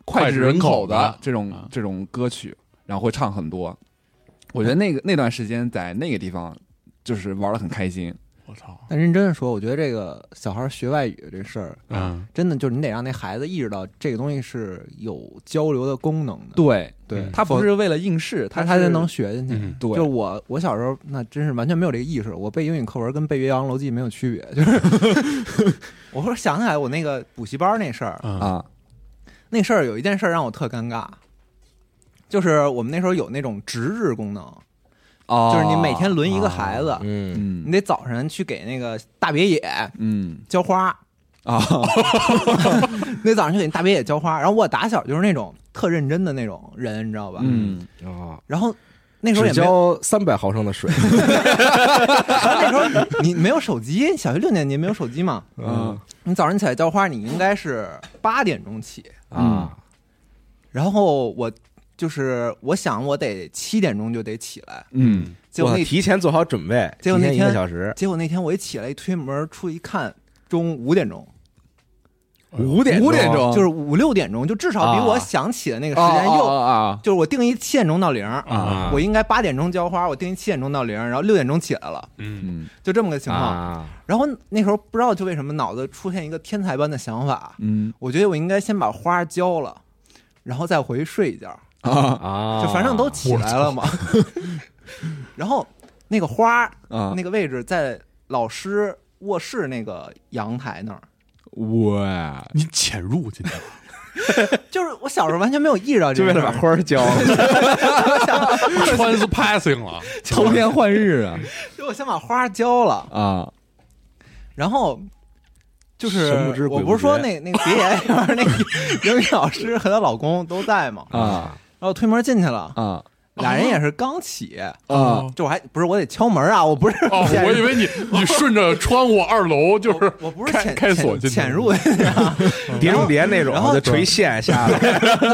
Speaker 7: 脍炙人口的这种
Speaker 5: 啊
Speaker 7: 这种歌曲，然后会唱很多。我觉得那个那段时间在那个地方就是玩的很开心，
Speaker 5: 我操，
Speaker 6: 但认真的说，我觉得这个小孩学外语这事儿，
Speaker 5: 嗯，
Speaker 6: 真的就是你得让那孩子意识到这个东西是有交流的功能的。
Speaker 7: 对嗯
Speaker 6: 对，
Speaker 7: 他不
Speaker 6: 否
Speaker 7: 是为了应试，
Speaker 6: 他
Speaker 7: 他
Speaker 6: 他才
Speaker 7: 是
Speaker 6: 能学进去。
Speaker 5: 嗯
Speaker 7: 对
Speaker 6: 就是我，我小时候那真是完全没有这个意识，我背英语课文跟背《岳阳楼记》没有区别。就是 我说想起来我那个补习班那事儿，
Speaker 5: 啊
Speaker 7: 啊
Speaker 6: 那事儿有一件事儿让我特尴尬，就是我们那时候有那种值日功能，
Speaker 7: 哦
Speaker 6: 就是你每天轮一个孩子，
Speaker 4: 嗯，
Speaker 6: 你
Speaker 7: 嗯
Speaker 6: 得早晨去给那个大别野
Speaker 7: 嗯
Speaker 6: 浇花，
Speaker 7: 啊
Speaker 6: 你得早上去给大别野浇花。然后我打小就是那种特认真的那种人，你知道吧？
Speaker 7: 嗯
Speaker 4: 啊，
Speaker 6: 然后那时候
Speaker 4: 只
Speaker 6: 也没有
Speaker 4: 浇三百毫升的水，
Speaker 6: 那时候你没有手机，小学六年级没有手机嘛？
Speaker 7: 嗯
Speaker 6: 你早上起来浇花，你应该是八点钟起，
Speaker 7: 啊
Speaker 6: 然后我就是我想我得七点钟就得起来，
Speaker 7: 嗯
Speaker 6: 结果
Speaker 4: 我
Speaker 6: 那
Speaker 4: 提前做好准备，
Speaker 6: 结果那
Speaker 4: 提前一个
Speaker 6: 天
Speaker 4: 小时，
Speaker 6: 结果那天我一起来一推门出去一看，中午五点钟，
Speaker 4: 五点
Speaker 7: 五点钟
Speaker 6: 就是五六点钟，就至少比
Speaker 7: 啊
Speaker 6: 我想起的那个时间又，
Speaker 7: 啊
Speaker 6: 就是我定一七点钟到零儿。
Speaker 5: 啊
Speaker 6: 我应该八点钟浇花，我定一七点钟到零儿，然后六点钟起来了，
Speaker 5: 嗯
Speaker 7: 嗯
Speaker 6: 就这么个情况。
Speaker 4: 啊，
Speaker 6: 然后那时候不知道就为什么脑子出现一个天才般的想法，
Speaker 7: 嗯
Speaker 6: 我觉得我应该先把花浇了，然后再回去睡一觉，
Speaker 7: 啊
Speaker 4: 啊，
Speaker 6: 就反正都起来了嘛。 然后那个花
Speaker 7: 啊
Speaker 6: 那个位置在老师卧室那个阳台那儿，
Speaker 7: 哇
Speaker 5: 你潜入进去了，
Speaker 6: 就是我小时候完全没有意识到这
Speaker 4: 就
Speaker 6: 个
Speaker 4: 为
Speaker 6: 事
Speaker 4: 了
Speaker 6: 儿，
Speaker 4: 把花儿浇了，
Speaker 5: 穿 s passing 了，
Speaker 7: 偷天换日啊
Speaker 6: 就 我先把花浇了，
Speaker 7: 啊
Speaker 6: 然后。就是
Speaker 4: 神不知鬼
Speaker 6: 我
Speaker 4: 不
Speaker 6: 不是说
Speaker 4: 觉
Speaker 6: 那那个别野里边那个英语老师和她老公都在嘛，然
Speaker 7: 啊
Speaker 6: 后推门进去了，
Speaker 7: 啊
Speaker 6: 俩人也是刚起，
Speaker 7: 啊
Speaker 6: 就我还不是我得敲门啊，我不是
Speaker 5: 哦，
Speaker 6: 潜
Speaker 5: 我以为你你顺着窗户二楼就是
Speaker 6: 我不是
Speaker 5: 开
Speaker 6: 潜
Speaker 5: 开锁
Speaker 6: 潜
Speaker 5: 进去
Speaker 6: 潜入进 去啊，
Speaker 4: 碟中谍那种
Speaker 6: 然后，
Speaker 4: 就垂线下来，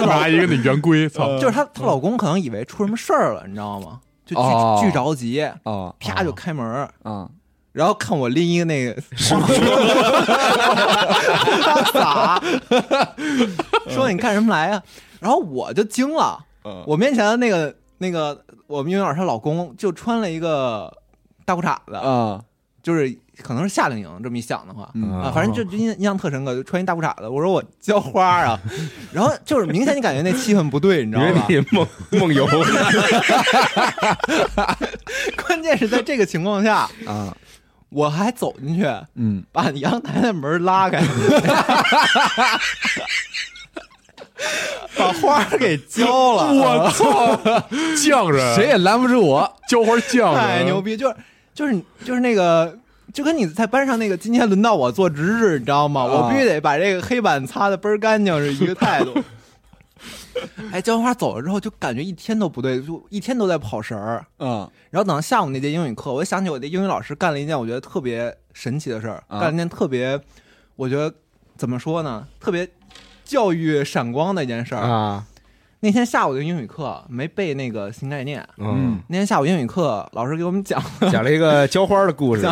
Speaker 5: 拿一个那圆规，操，
Speaker 6: 就是她她老公可能以为出什么事儿了，你知道吗？就巨、
Speaker 7: 哦
Speaker 6: 巨着急，
Speaker 7: 啊
Speaker 6: 啪就开门，
Speaker 7: 啊
Speaker 6: 然后看我拎一个那 个洒，说你干什么来呀、啊然后我就惊了，
Speaker 7: 嗯
Speaker 6: 我面前的那个那个我们英语老师她老公就穿了一个大裤衩子，
Speaker 7: 啊
Speaker 6: 就是可能是夏令营这么一想的话，
Speaker 7: 嗯
Speaker 6: 啊，反正就就印印象特深刻，就穿一大裤衩子。我说我浇花 啊，然后就是明显你感觉那气氛不对，你知
Speaker 4: 因
Speaker 6: 道
Speaker 4: 为
Speaker 6: 吧？
Speaker 4: 你梦梦 游，
Speaker 6: 关键是在这个情况下，
Speaker 7: 啊
Speaker 6: 我还走进去
Speaker 7: 嗯
Speaker 6: 把阳台的门拉开，把花儿给浇了，
Speaker 5: 我操，匠人，
Speaker 7: 谁也拦不住我
Speaker 5: 浇花匠人，
Speaker 6: 太牛逼！就是就是就是那个。就跟你在班上那个，今天轮到我做值日，你知道吗？
Speaker 5: 啊
Speaker 6: 我必须得把这个黑板擦的倍儿干净，是一个 态度。哎，浇完花走了之后，就感觉一天都不对，就一天都在跑神儿。
Speaker 7: 啊
Speaker 6: 然后等到下午那节英语课，我就想起我的英语老师干了一件我觉得特别神奇的事儿，
Speaker 7: 啊
Speaker 6: 干了一件特别，我觉得怎么说呢，特别教育闪光的一件事儿。
Speaker 4: 啊，
Speaker 6: 那天下午的英语课没背那个新概念，
Speaker 4: 嗯，
Speaker 6: 那天下午英语课老师给我们讲
Speaker 4: 讲了一个浇花的故事，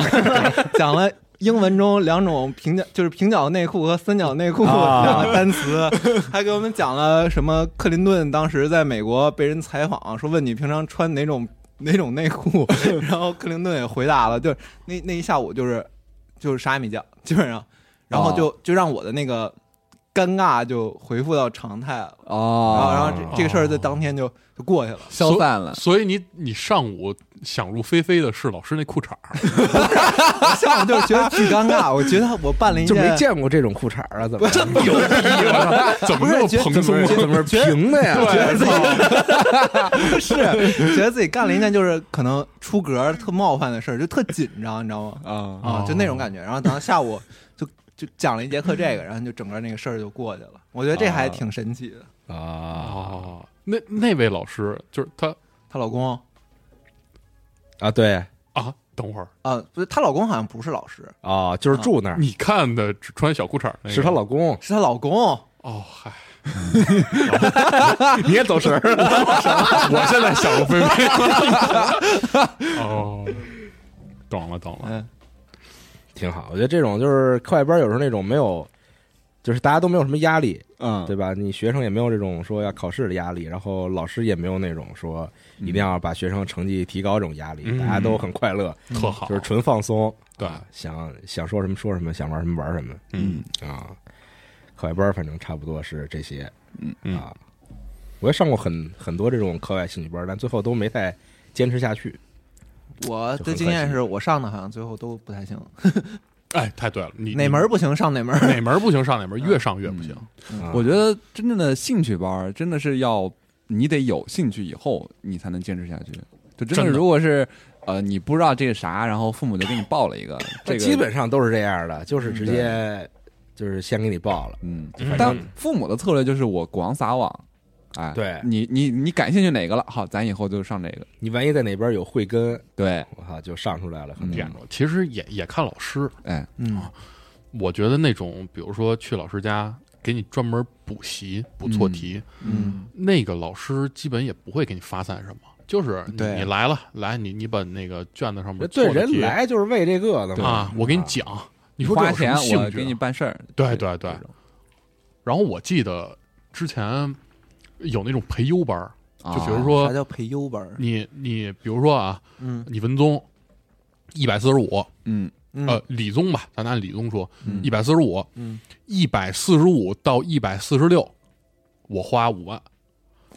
Speaker 6: 讲了 英文中两种平角，就是平角内裤和三角内裤
Speaker 4: 啊
Speaker 6: 两个单词，还给我们讲了什么克林顿当时在美国被人采访，说问你平常穿哪种 哪种 内裤，然后克林顿也回答了，就是那那一下午就是就是啥也没讲，基本上，然后
Speaker 4: 啊
Speaker 6: 就就让我的那个尴尬就恢复到常态了，
Speaker 4: 啊
Speaker 6: 然后然后
Speaker 7: 哦，
Speaker 6: 这这个事儿在当天就就过去了。
Speaker 7: 消散了。
Speaker 5: 所以你你上午想入非非的是老师那裤衩儿，
Speaker 6: 下午就是觉得巨尴尬，我觉得我办了一
Speaker 4: 就
Speaker 6: 件
Speaker 4: 没见过这种裤衩儿啊，怎么真
Speaker 5: 牛逼了，怎么那么
Speaker 6: 不是觉得
Speaker 5: 蓬松
Speaker 6: 觉得
Speaker 5: 啊？
Speaker 4: 怎么是平的呀？
Speaker 5: 对
Speaker 6: 是觉得自己干了一件就是可能出格儿特冒犯的事儿，就特紧张，你知道吗？
Speaker 7: 啊
Speaker 6: 啊，就那种感觉。然后等到下午就就讲了一节课这个，然后就整个那个事儿就过去了。我觉得这还挺神奇
Speaker 4: 啊
Speaker 6: 的。
Speaker 5: 哦，那那位老师就是他
Speaker 6: 她老公
Speaker 4: 啊，对
Speaker 5: 啊，等会儿
Speaker 6: 啊，不是她老公好像不是老师，
Speaker 4: 啊，就是住那儿
Speaker 5: 你看的只穿小裤衩儿那个
Speaker 4: 是她老公，
Speaker 6: 是她老公。
Speaker 5: 哦，嗨，
Speaker 4: 你也走神儿了。
Speaker 5: 我现在想入非非了。 哦，懂了懂了，
Speaker 6: 嗯，
Speaker 4: 挺好。我觉得这种就是课外班，有时候那种没有，就是大家都没有什么压力，
Speaker 7: 嗯，
Speaker 4: 对吧？你学生也没有这种说要考试的压力，然后老师也没有那种说一定要把学生成绩提高这种压力，
Speaker 5: 嗯
Speaker 4: 大家都很快乐，
Speaker 5: 特好，
Speaker 4: 就是纯放松，
Speaker 5: 对
Speaker 4: 啊想想说什么说什么，想玩什么玩什么
Speaker 5: 嗯
Speaker 4: 啊。课外班反正差不多是这些，
Speaker 5: 嗯
Speaker 4: 啊，我也上过很很多这种课外兴趣班，但最后都没太坚持下去。
Speaker 6: 我的经验是我上的好像最后都不太行，
Speaker 5: 哎，太对了，你
Speaker 6: 哪门儿不行上哪门儿。
Speaker 5: 哪门儿不行上哪门儿，越上越不行。
Speaker 4: 啊
Speaker 7: 我觉得真正的兴趣班儿真的是要你得有兴趣以后你才能坚持下去。就真
Speaker 5: 真
Speaker 7: 的，
Speaker 5: 的
Speaker 7: 如果是呃你不知道这是啥，然后父母就给你报了一个，
Speaker 5: 呃
Speaker 7: 这个
Speaker 4: 基本上都是这样的，就是直接就是先给你报了，
Speaker 7: 嗯
Speaker 5: 嗯，
Speaker 7: 但父母的策略就是我广撒网，哎，
Speaker 4: 对
Speaker 7: 你你你感兴趣哪个了？好，咱以后就上这个。
Speaker 4: 你万一在哪边有慧根，
Speaker 7: 对，嗯
Speaker 4: 我靠，就上出来了，可能
Speaker 5: 点着，其实也也看老师。
Speaker 7: 哎，
Speaker 6: 嗯，
Speaker 5: 我觉得那种，比如说去老师家给你专门补习补错题，
Speaker 6: 嗯，
Speaker 5: 那个老师基本也不会给你发散什么，就是你
Speaker 6: 对
Speaker 5: 你来了，来你你把那个卷子上面错
Speaker 4: 对
Speaker 5: 的题
Speaker 4: 人来就是为这个的嘛
Speaker 5: 啊，我给你，讲，你说这
Speaker 7: 花
Speaker 5: 有什
Speaker 7: 钱
Speaker 5: 么
Speaker 7: 我
Speaker 5: 兴趣
Speaker 7: 给
Speaker 5: 啊
Speaker 7: 你办事儿。
Speaker 5: 对对对
Speaker 7: 这种
Speaker 5: 然后我记得之前有那种培优班儿，就比如
Speaker 7: 啊
Speaker 5: 说
Speaker 6: 啥叫培优班儿？
Speaker 5: 你你比如说啊，
Speaker 6: 嗯
Speaker 5: 你文综一百四十五，
Speaker 7: 嗯
Speaker 6: 嗯
Speaker 5: 呃，理综吧，咱按理综说
Speaker 7: 嗯，
Speaker 5: 一百四十五，
Speaker 6: 嗯，
Speaker 5: 一百四十五到一百四十六，我花五万，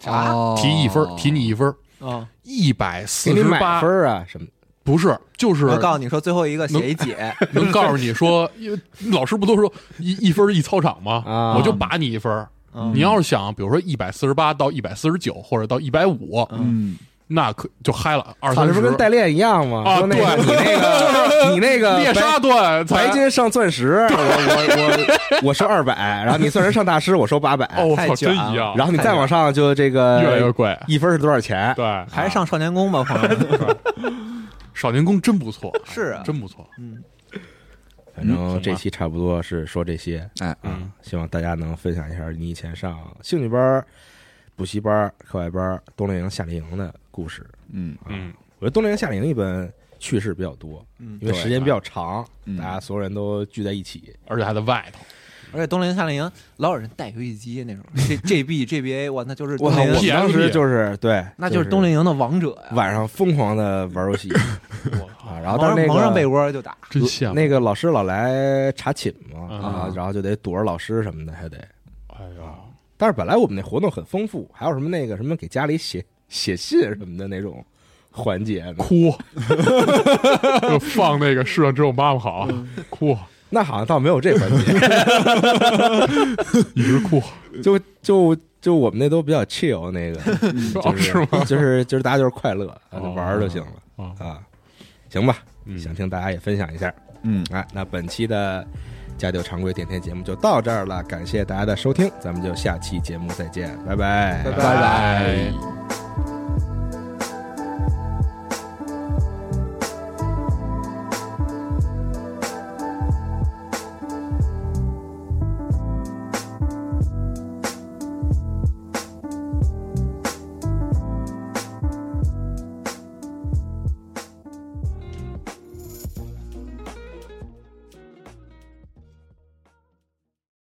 Speaker 7: 哦
Speaker 5: 提一分儿，提你一分儿，
Speaker 6: 啊，
Speaker 5: 一百四
Speaker 4: 给你
Speaker 5: 十
Speaker 4: 买
Speaker 5: 八
Speaker 4: 分儿啊什么的。
Speaker 5: 不是，就是
Speaker 6: 我告诉你说最后一个
Speaker 5: 能
Speaker 6: 写一解，
Speaker 5: 能告诉你说，因为老师不都说一一分儿一操场吗？
Speaker 4: 啊
Speaker 5: 我就把你一分儿。
Speaker 6: 嗯
Speaker 5: 你要是想，比如说一百四十八到一百四十九，或者到一百五，
Speaker 7: 嗯，
Speaker 5: 那可就嗨了，二
Speaker 4: 操，
Speaker 5: 三
Speaker 4: 这
Speaker 5: 十
Speaker 4: 不。跟代练一样吗？
Speaker 5: 啊
Speaker 4: 说那个
Speaker 5: 对
Speaker 4: 你那个就是你那个
Speaker 5: 猎杀
Speaker 4: 白
Speaker 5: 段才
Speaker 4: 白金上钻石，我我我我收二百，然后你钻石上大师，我收八百，
Speaker 5: 哦，我
Speaker 6: 太
Speaker 5: 操，
Speaker 6: 卷
Speaker 5: 真
Speaker 6: 了
Speaker 5: 一样，
Speaker 4: 然后你再往上哎就这个
Speaker 5: 越来越贵，
Speaker 4: 一分是多少钱？
Speaker 5: 对，啊
Speaker 6: 还是上少年宫吧，朋友们。
Speaker 5: 少年宫真不错，
Speaker 6: 是啊
Speaker 5: 真不错，
Speaker 6: 嗯，
Speaker 4: 反
Speaker 5: 嗯
Speaker 4: 正这期差不多是说这些，
Speaker 7: 哎
Speaker 4: 啊，希望大家能分享一下你以前上兴趣班儿、补习班儿、课外班儿、冬令营、夏令营的故事。
Speaker 7: 嗯
Speaker 5: 嗯，
Speaker 4: 我觉得冬令营、夏令营一般趣事比较多，
Speaker 6: 嗯
Speaker 4: 因为时间比较长，
Speaker 7: 嗯
Speaker 4: 大家所有人都聚在一起。
Speaker 6: 嗯
Speaker 5: 而且还在外 头，
Speaker 6: 而且冬令营夏令营老有人带游戏机那种，J J B J B A，我那就是
Speaker 4: 我
Speaker 6: 冬
Speaker 4: 操，
Speaker 6: 令
Speaker 4: 我
Speaker 6: 营
Speaker 4: 们当时就是对，
Speaker 6: 那
Speaker 4: 就
Speaker 6: 就是冬令营的王者呀。
Speaker 4: 晚上疯狂的玩游戏啊，然后
Speaker 6: 蒙
Speaker 4: 但是
Speaker 6: 上
Speaker 4: 那个
Speaker 6: 蒙上被窝就打，
Speaker 5: 真羡慕
Speaker 4: 那个老师老来查寝嘛，
Speaker 5: 嗯
Speaker 4: 啊，然后就得躲着老师什么的，还得。
Speaker 5: 哎呀，
Speaker 4: 但是本来我们那活动很丰富，还有什么那个什么给家里写写信什么的那种环节呢。
Speaker 5: 哭，就放那个世上只有妈妈好，
Speaker 4: 嗯
Speaker 5: 哭，
Speaker 4: 那好像倒没有这环 节，
Speaker 5: 一直哭，
Speaker 4: 就就就我们那都比较 chill 那 个，
Speaker 5: 哦
Speaker 4: 嗯就是
Speaker 5: 吗？
Speaker 4: 就是就是大家就是快乐，啊就
Speaker 5: 哦
Speaker 4: 玩儿就行了
Speaker 5: 哦
Speaker 4: 啊，行吧，
Speaker 5: 嗯
Speaker 4: 想听大家也分享一下。
Speaker 7: 嗯，
Speaker 4: 哎，那本期的家就常规点天节目就到这儿了，感谢大家的收听，咱们就下期节目再见，拜拜
Speaker 5: 哎
Speaker 6: 拜
Speaker 7: 拜拜。